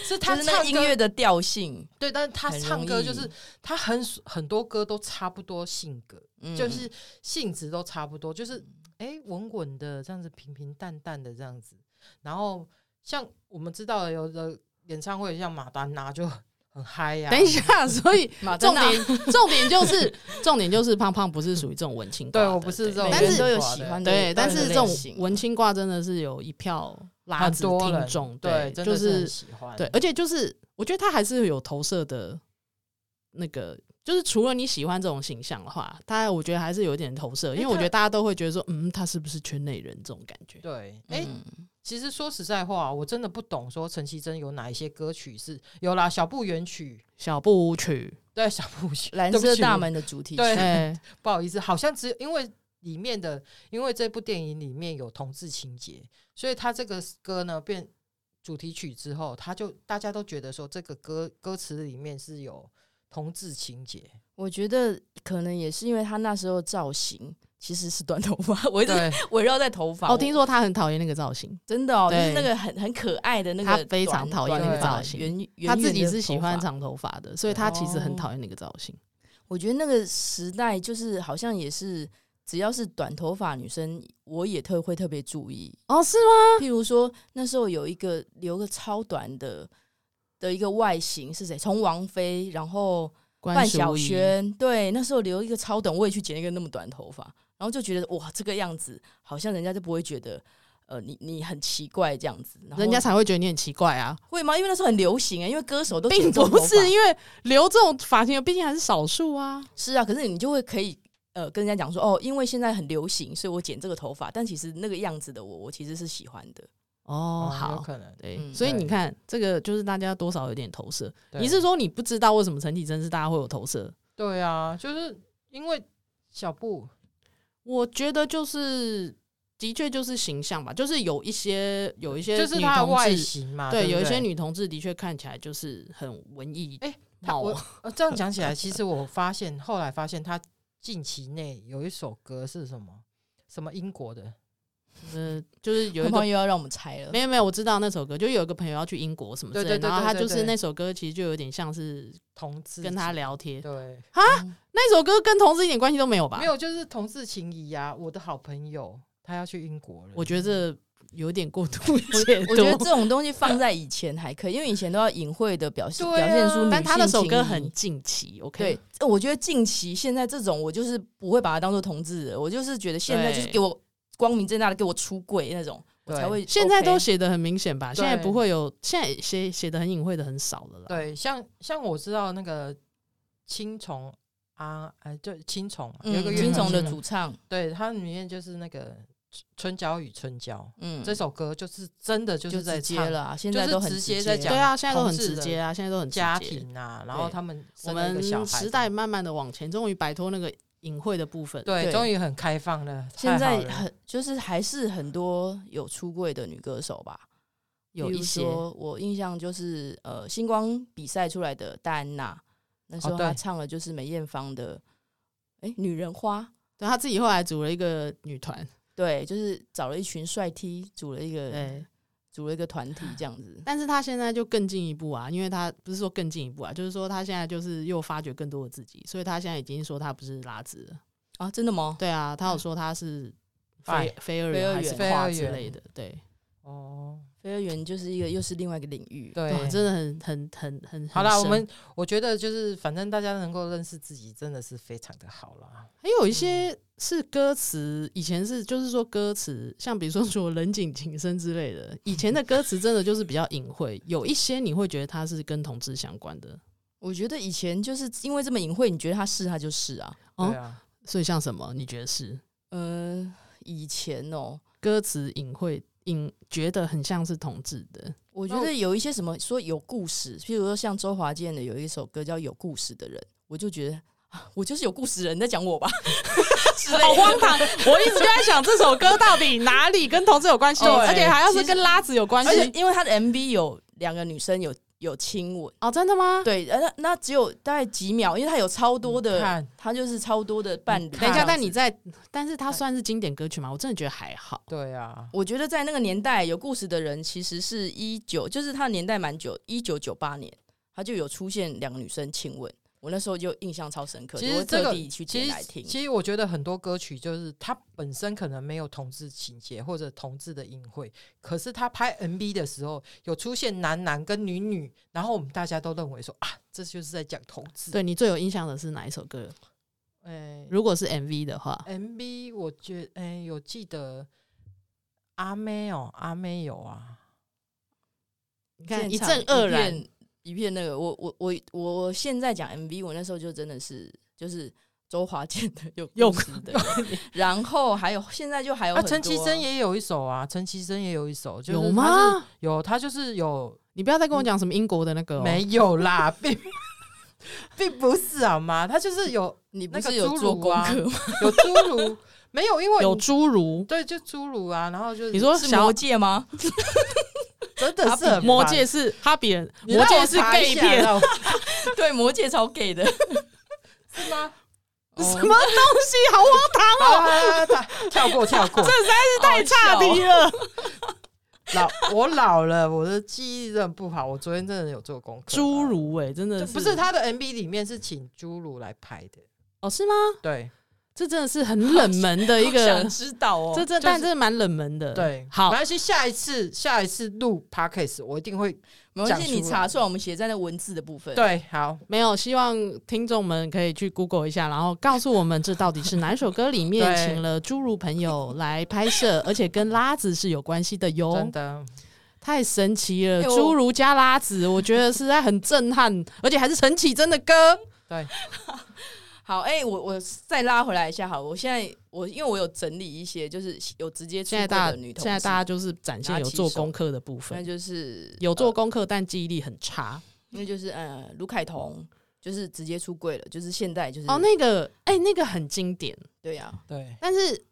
[SPEAKER 8] 是他
[SPEAKER 3] 就是
[SPEAKER 8] 唱歌
[SPEAKER 3] 那个音乐的调性，
[SPEAKER 8] 对，但是他
[SPEAKER 3] 很
[SPEAKER 8] 唱
[SPEAKER 3] 容
[SPEAKER 8] 歌
[SPEAKER 3] 易
[SPEAKER 8] 就是他很很多歌都差不多性格，
[SPEAKER 3] 嗯
[SPEAKER 8] 就是性质都差不多，就是
[SPEAKER 9] 嗯
[SPEAKER 8] 哎稳稳的这样子，平平淡淡的这样子。然后像我们知道的，有的演唱会像马丹娜就很嗨呀、
[SPEAKER 9] 等一下， 所以
[SPEAKER 3] 马
[SPEAKER 9] 重
[SPEAKER 3] 丹娜
[SPEAKER 9] 点重点就是重点就是胖胖不是属于这种文青挂
[SPEAKER 8] 对
[SPEAKER 9] 的，
[SPEAKER 8] 我不是这种
[SPEAKER 9] 对
[SPEAKER 3] 每个
[SPEAKER 9] 但
[SPEAKER 3] 人
[SPEAKER 9] 是
[SPEAKER 3] 都有喜欢的，
[SPEAKER 9] 对，但是这种文
[SPEAKER 3] 文
[SPEAKER 9] 青挂真的是有一票拉
[SPEAKER 8] 很
[SPEAKER 9] 子
[SPEAKER 8] 多
[SPEAKER 9] 听
[SPEAKER 8] 人
[SPEAKER 9] 众，
[SPEAKER 8] 对，真
[SPEAKER 9] 就
[SPEAKER 8] 的
[SPEAKER 9] 是
[SPEAKER 8] 很喜欢，
[SPEAKER 9] 对，而且就是我觉得他还是有投射的，那个就是除了你喜欢这种形象的话，他我觉得还是有点投射，因为
[SPEAKER 8] 诶
[SPEAKER 9] 我
[SPEAKER 8] 他
[SPEAKER 9] 觉得大家都会觉得说，嗯，他是不是圈内人这种感觉？
[SPEAKER 8] 对，哎、
[SPEAKER 9] 嗯
[SPEAKER 3] 哎，
[SPEAKER 8] 其实说实在话，我真的不懂说陈绮贞有哪一些歌曲是有啦，小步原曲，
[SPEAKER 9] 小步舞曲，
[SPEAKER 8] 对，小步曲，
[SPEAKER 3] 蓝
[SPEAKER 8] 对不
[SPEAKER 3] 色
[SPEAKER 8] 起
[SPEAKER 3] 大门的主题曲，
[SPEAKER 8] 对
[SPEAKER 9] 对，
[SPEAKER 8] 不好意思，好像只有因为里面的，因为这部电影里面有同志情节，所以他这个歌呢变主题曲之后，他就大家都觉得说这个歌歌词里面是有同志情节，
[SPEAKER 3] 我觉得可能也是因为他那时候造型其实是短头发， 我一 直
[SPEAKER 8] 对，
[SPEAKER 3] 围绕在头发。
[SPEAKER 9] 哦，听说他很讨厌那个造型，
[SPEAKER 3] 真的哦，就
[SPEAKER 9] 对
[SPEAKER 3] 是那个很很可爱的那个
[SPEAKER 9] 他
[SPEAKER 3] 短，
[SPEAKER 9] 非常讨厌
[SPEAKER 3] 短
[SPEAKER 8] 那个
[SPEAKER 3] 发
[SPEAKER 9] 造型
[SPEAKER 3] 圆圆
[SPEAKER 9] 他自
[SPEAKER 3] 圆
[SPEAKER 9] 己
[SPEAKER 3] 的
[SPEAKER 9] 是喜
[SPEAKER 3] 头
[SPEAKER 9] 欢
[SPEAKER 3] 发
[SPEAKER 9] 长头发的，所以他其实很讨厌那个造型。
[SPEAKER 3] 我觉得那个时代就是好像也是，只要是短头发女生，我也特会特别注意。
[SPEAKER 9] 哦，是吗？
[SPEAKER 3] 譬如说那时候有一个留个超短的的一个外形是谁？从王菲，然后
[SPEAKER 9] 关
[SPEAKER 3] 范晓
[SPEAKER 9] 淑怡，
[SPEAKER 3] 萱，对，那时候留一个超短，我也去剪一个那么短头发，然后就觉得哇，这个样子好像人家就不会觉得。呃，你你很奇怪这样子，然后
[SPEAKER 9] 人家才会觉得你很奇怪啊，
[SPEAKER 3] 会吗？因为那时候很流行啊、因为歌手都
[SPEAKER 9] 并
[SPEAKER 3] 剪这种
[SPEAKER 9] 不
[SPEAKER 3] 头发
[SPEAKER 9] 是因为留这种发型，毕竟还是少数啊。
[SPEAKER 3] 是啊，可是你就会可以呃跟人家讲说哦，因为现在很流行，所以我剪这个头发，但其实那个样子的我，我其实是喜欢的。
[SPEAKER 9] 哦，
[SPEAKER 8] 有
[SPEAKER 9] 好，
[SPEAKER 8] 可能
[SPEAKER 9] 对，
[SPEAKER 3] 嗯
[SPEAKER 9] 所以
[SPEAKER 8] 对
[SPEAKER 9] 你看，这个就是大家多少有点投射。
[SPEAKER 8] 对
[SPEAKER 9] 你是说你不知道为什么陈绮贞是大家会有投射？
[SPEAKER 8] 对啊，就是因为小步
[SPEAKER 9] 我觉得就是，的确就是形象吧，就是有一些有一些
[SPEAKER 8] 就是
[SPEAKER 9] 女
[SPEAKER 8] 他的
[SPEAKER 9] 同
[SPEAKER 8] 外
[SPEAKER 9] 志
[SPEAKER 8] 形嘛，
[SPEAKER 9] 对，
[SPEAKER 8] 不
[SPEAKER 9] 有一些女同志的确看起来就是很文艺。
[SPEAKER 8] 哎他
[SPEAKER 9] 貌
[SPEAKER 8] 我呃这样讲起来，其实我发现后来发现他近期内有一首歌是什么什么英国的，
[SPEAKER 9] 呃，就是有一
[SPEAKER 3] 有
[SPEAKER 9] 个
[SPEAKER 3] 朋友要让我们猜了，
[SPEAKER 9] 没有没有，我知道那首歌，就有一个朋友要去英国什么之类
[SPEAKER 8] 对
[SPEAKER 9] 的，
[SPEAKER 8] 对对
[SPEAKER 9] 然后他
[SPEAKER 8] 对对
[SPEAKER 9] 就是
[SPEAKER 8] 对
[SPEAKER 9] 那首歌其实就有点像是
[SPEAKER 8] 同志
[SPEAKER 9] 跟他
[SPEAKER 8] 情
[SPEAKER 9] 聊天，
[SPEAKER 8] 对。
[SPEAKER 9] 那首歌跟同志一点关系都没有吧？
[SPEAKER 8] 没，有，就是同事情谊呀、我的好朋友他要去英国了。
[SPEAKER 9] 我觉得这有点过度
[SPEAKER 8] 哎
[SPEAKER 9] 解读。
[SPEAKER 3] 我觉得这种东西放在以前还可以，因为以前都要隐晦的表现、
[SPEAKER 8] 对啊
[SPEAKER 3] 表现出女性情谊，
[SPEAKER 9] 但他的首歌很近期，OK，
[SPEAKER 3] 对，呃我觉得近期现在这种，我就是不会把它当做同志的，我就是觉得现在就是
[SPEAKER 9] 对
[SPEAKER 3] 给我光明正大的给我出柜那种，我
[SPEAKER 8] 对
[SPEAKER 3] 才会 OK。
[SPEAKER 9] 现在都写的很明显吧？
[SPEAKER 8] 对
[SPEAKER 9] 现在不会有，现在写写的很隐晦的很少了啦。，
[SPEAKER 8] 对，啊像像我知道那个青虫啊，呃，就青虫嘛，有一个
[SPEAKER 3] 嗯，
[SPEAKER 8] 乐
[SPEAKER 3] 金
[SPEAKER 8] 团
[SPEAKER 3] 虫的
[SPEAKER 8] 是
[SPEAKER 3] 主唱，
[SPEAKER 8] 对，它里面就是那个春春娇与春娇、
[SPEAKER 3] 嗯，
[SPEAKER 8] 这首歌，就是真的就是
[SPEAKER 3] 就
[SPEAKER 8] 在
[SPEAKER 3] 直接
[SPEAKER 8] 唱
[SPEAKER 3] 了啊，现
[SPEAKER 8] 就
[SPEAKER 3] 在
[SPEAKER 8] 是
[SPEAKER 3] 都很
[SPEAKER 8] 直接
[SPEAKER 3] 接
[SPEAKER 8] 在
[SPEAKER 3] 了
[SPEAKER 8] 讲
[SPEAKER 9] 对啊，现在都很
[SPEAKER 8] 同志
[SPEAKER 9] 直
[SPEAKER 8] 的
[SPEAKER 9] 接啊，现在都很直接
[SPEAKER 8] 家。庭啊，然后他们
[SPEAKER 9] 我
[SPEAKER 8] 生了一
[SPEAKER 9] 们
[SPEAKER 8] 个小孩
[SPEAKER 9] 时代慢慢的往前，终于摆脱那个隐晦的部分。
[SPEAKER 8] 对，
[SPEAKER 3] 对
[SPEAKER 8] 终于很开放了。
[SPEAKER 3] 现
[SPEAKER 8] 太好
[SPEAKER 3] 在
[SPEAKER 8] 了
[SPEAKER 3] 很就是还是很多有出柜的女歌手吧，
[SPEAKER 9] 有
[SPEAKER 3] 比
[SPEAKER 9] 一
[SPEAKER 3] 如
[SPEAKER 9] 些
[SPEAKER 3] 说我印象就是呃星光比赛出来的戴安娜，那时
[SPEAKER 8] 哦
[SPEAKER 3] 候
[SPEAKER 8] 对
[SPEAKER 3] 她唱了就是梅艳芳的哎、诶女人花，
[SPEAKER 9] 对他自己后来组了一个女团，
[SPEAKER 3] 对，就是找了一群帅 T 组了一个
[SPEAKER 9] 对，
[SPEAKER 3] 组了一个团体这样子，
[SPEAKER 9] 但是他现在就更进一步啊，因为他不是说更进一步啊，就是说他现在就是又发掘更多的自己，所以他现在已经说他不是拉子了。
[SPEAKER 3] 啊，真的吗？
[SPEAKER 9] 对啊，他有说他是
[SPEAKER 8] 嗯拜
[SPEAKER 9] 非非二
[SPEAKER 3] 非
[SPEAKER 9] 元
[SPEAKER 3] 二
[SPEAKER 9] 还是
[SPEAKER 8] 元
[SPEAKER 9] 跨
[SPEAKER 8] 非
[SPEAKER 9] 之
[SPEAKER 8] 二元
[SPEAKER 9] 类的，对，
[SPEAKER 8] 哦，
[SPEAKER 3] 飞儿园就是一个又是另外一个领域，
[SPEAKER 8] 对，
[SPEAKER 9] 哇真的很很很很
[SPEAKER 8] 好啦，
[SPEAKER 9] 很
[SPEAKER 8] 我
[SPEAKER 9] 深
[SPEAKER 8] 们我觉得就是反正大家能够认识自己，真的是非常的好啦。
[SPEAKER 9] 还有一
[SPEAKER 8] 嗯
[SPEAKER 9] 些是歌词，以前是就是说歌词，像比如说说冷井情深之类的，以前的歌词真的就是比较隐晦，有一些你会觉得它是跟同志相关的
[SPEAKER 3] 我觉得以前就是因为这么隐晦，你觉得她是她就是啊，
[SPEAKER 9] 哦
[SPEAKER 8] 对，啊，
[SPEAKER 9] 所以像什么你觉得是
[SPEAKER 3] 呃，以前哦、
[SPEAKER 9] 歌词隐晦隐觉得很像是同志的，
[SPEAKER 3] 我觉
[SPEAKER 8] 那我
[SPEAKER 3] 得有一些什么说有故事，譬如说像周华健的有一首歌叫《有故事的人》，我就觉得啊我就是有故事人在 讲我吧，之类的
[SPEAKER 9] 好荒唐！我一直就在想这首歌到底哪里跟同志有关系，
[SPEAKER 3] 哦对
[SPEAKER 9] 而且还要是跟拉子有关
[SPEAKER 3] 而且
[SPEAKER 9] 系。
[SPEAKER 3] 因为他的 MV 有两个女生有有亲吻，
[SPEAKER 9] 哦，真的吗？
[SPEAKER 3] 对，呃那那只有大概几秒，因为他有超多
[SPEAKER 8] 你
[SPEAKER 3] 的
[SPEAKER 8] 看，
[SPEAKER 3] 他就是超多的伴侣。
[SPEAKER 9] 嗯等一下，但
[SPEAKER 3] 你
[SPEAKER 9] 你在，但是它算是经典歌曲吗？我真的觉得还好。
[SPEAKER 8] 对啊，
[SPEAKER 3] 我觉得在那个年代有故事的人，其实是一九，就是他的年代蛮久，一九九八年他就有出现两个女生亲吻，我那时候就印象超深刻，
[SPEAKER 8] 其
[SPEAKER 3] 我
[SPEAKER 8] 实
[SPEAKER 3] 会
[SPEAKER 8] 这
[SPEAKER 3] 特
[SPEAKER 8] 个
[SPEAKER 3] 地去
[SPEAKER 8] 其
[SPEAKER 3] 点来
[SPEAKER 8] 实
[SPEAKER 3] 听。
[SPEAKER 8] 其实我觉得很多歌曲就是它本身可能没有同志情节或者同志的隐晦，可是他拍 MV 的时候有出现男男跟女女，然后我们大家都认为说啊，这就是在讲同志。
[SPEAKER 9] 对你最有印象的是哪一首歌？
[SPEAKER 8] 哎、
[SPEAKER 9] 如果是 MV 的话，
[SPEAKER 8] m v 我觉得哎、有记得阿妹哦，阿妹有啊，
[SPEAKER 9] 你看一
[SPEAKER 3] 现场
[SPEAKER 9] 阵愕然，
[SPEAKER 3] 片一片那个，我我我我现在讲 MV，我那时候就真的是就是周华健的有
[SPEAKER 9] 有
[SPEAKER 3] 故事的， 然后还有现在就还有
[SPEAKER 8] 啊，
[SPEAKER 3] 很多
[SPEAKER 8] 陈绮贞也有一首啊，陈绮贞也有一首，就是
[SPEAKER 9] 有
[SPEAKER 8] 她是？
[SPEAKER 9] 吗？
[SPEAKER 8] 有，她就是有
[SPEAKER 9] 你不要再跟我讲什么英国的那个、哦，
[SPEAKER 8] 没有啊啦，并并不是好吗？她就是有
[SPEAKER 3] 你不
[SPEAKER 8] 那个
[SPEAKER 3] 是有
[SPEAKER 8] 侏
[SPEAKER 3] 做
[SPEAKER 8] 儒
[SPEAKER 3] 功
[SPEAKER 8] 啊
[SPEAKER 3] 课吗？
[SPEAKER 8] 有侏儒，没有，因为
[SPEAKER 9] 有
[SPEAKER 8] 你
[SPEAKER 9] 侏儒。
[SPEAKER 8] 对，就侏儒啊，然后就是
[SPEAKER 9] 你说
[SPEAKER 3] 是
[SPEAKER 9] 小
[SPEAKER 3] 魔戒吗？
[SPEAKER 8] 真的是很烦
[SPEAKER 9] 魔戒，是哈比人，
[SPEAKER 8] 你
[SPEAKER 9] 魔
[SPEAKER 8] 让
[SPEAKER 9] 戒
[SPEAKER 8] 我
[SPEAKER 9] 是
[SPEAKER 8] 查一
[SPEAKER 9] gay
[SPEAKER 8] 下
[SPEAKER 9] 片，
[SPEAKER 8] 让我
[SPEAKER 3] 对，魔戒超 gay 的，
[SPEAKER 8] 是吗？
[SPEAKER 9] 什么东西？好荒
[SPEAKER 8] 好好好好好跳过跳过
[SPEAKER 9] 唐，，这实在是太差
[SPEAKER 3] 哦
[SPEAKER 9] 题了。
[SPEAKER 8] 老我老了，我的记忆真的不好。我昨天真的有做功课，
[SPEAKER 9] 侏儒哎、真的
[SPEAKER 8] 就不是他的 MV 里面是请侏儒来拍的，
[SPEAKER 9] 哦，是吗？
[SPEAKER 8] 对
[SPEAKER 9] 这真的是很冷门的一个
[SPEAKER 3] 想，知道哦。
[SPEAKER 9] 这这
[SPEAKER 8] 就是
[SPEAKER 9] 但真的蛮冷门的。
[SPEAKER 8] 对。
[SPEAKER 9] 好
[SPEAKER 8] 没，关系，下一次下一次录 podcast 我一定会
[SPEAKER 3] 没关系，
[SPEAKER 8] 讲
[SPEAKER 3] 你
[SPEAKER 8] 出来
[SPEAKER 3] 查出来，我们写在那文字的部分。，
[SPEAKER 8] 对好。
[SPEAKER 9] 没有，希望听众们可以去 Google 一下，然后告诉我们这到底是哪一首歌里面
[SPEAKER 8] 对
[SPEAKER 9] 请了侏儒朋友来拍摄，而且跟拉子是有关系的哟
[SPEAKER 8] 真。的，
[SPEAKER 9] 太神奇了，
[SPEAKER 3] 哎我
[SPEAKER 9] 侏儒加拉子，我觉得实在很震撼，而且还是陈绮贞的歌。
[SPEAKER 3] 好，哎、我我再拉回来一下，好，我现在我因为我有整理一些，就是有直接出
[SPEAKER 9] 现
[SPEAKER 3] 柜
[SPEAKER 9] 在大
[SPEAKER 3] 的
[SPEAKER 9] 家
[SPEAKER 3] 女同
[SPEAKER 9] 现在
[SPEAKER 3] 志
[SPEAKER 9] 大家就是展现有做功课的部
[SPEAKER 3] 那
[SPEAKER 9] 分，
[SPEAKER 3] 就是呃
[SPEAKER 9] 有做功课但记忆力很差。
[SPEAKER 3] 那就是呃，卢凯彤就是直接出柜了，就是现在就是
[SPEAKER 9] 哦，那个哎、那个很经典，
[SPEAKER 3] 对呀、
[SPEAKER 8] 对
[SPEAKER 9] 但是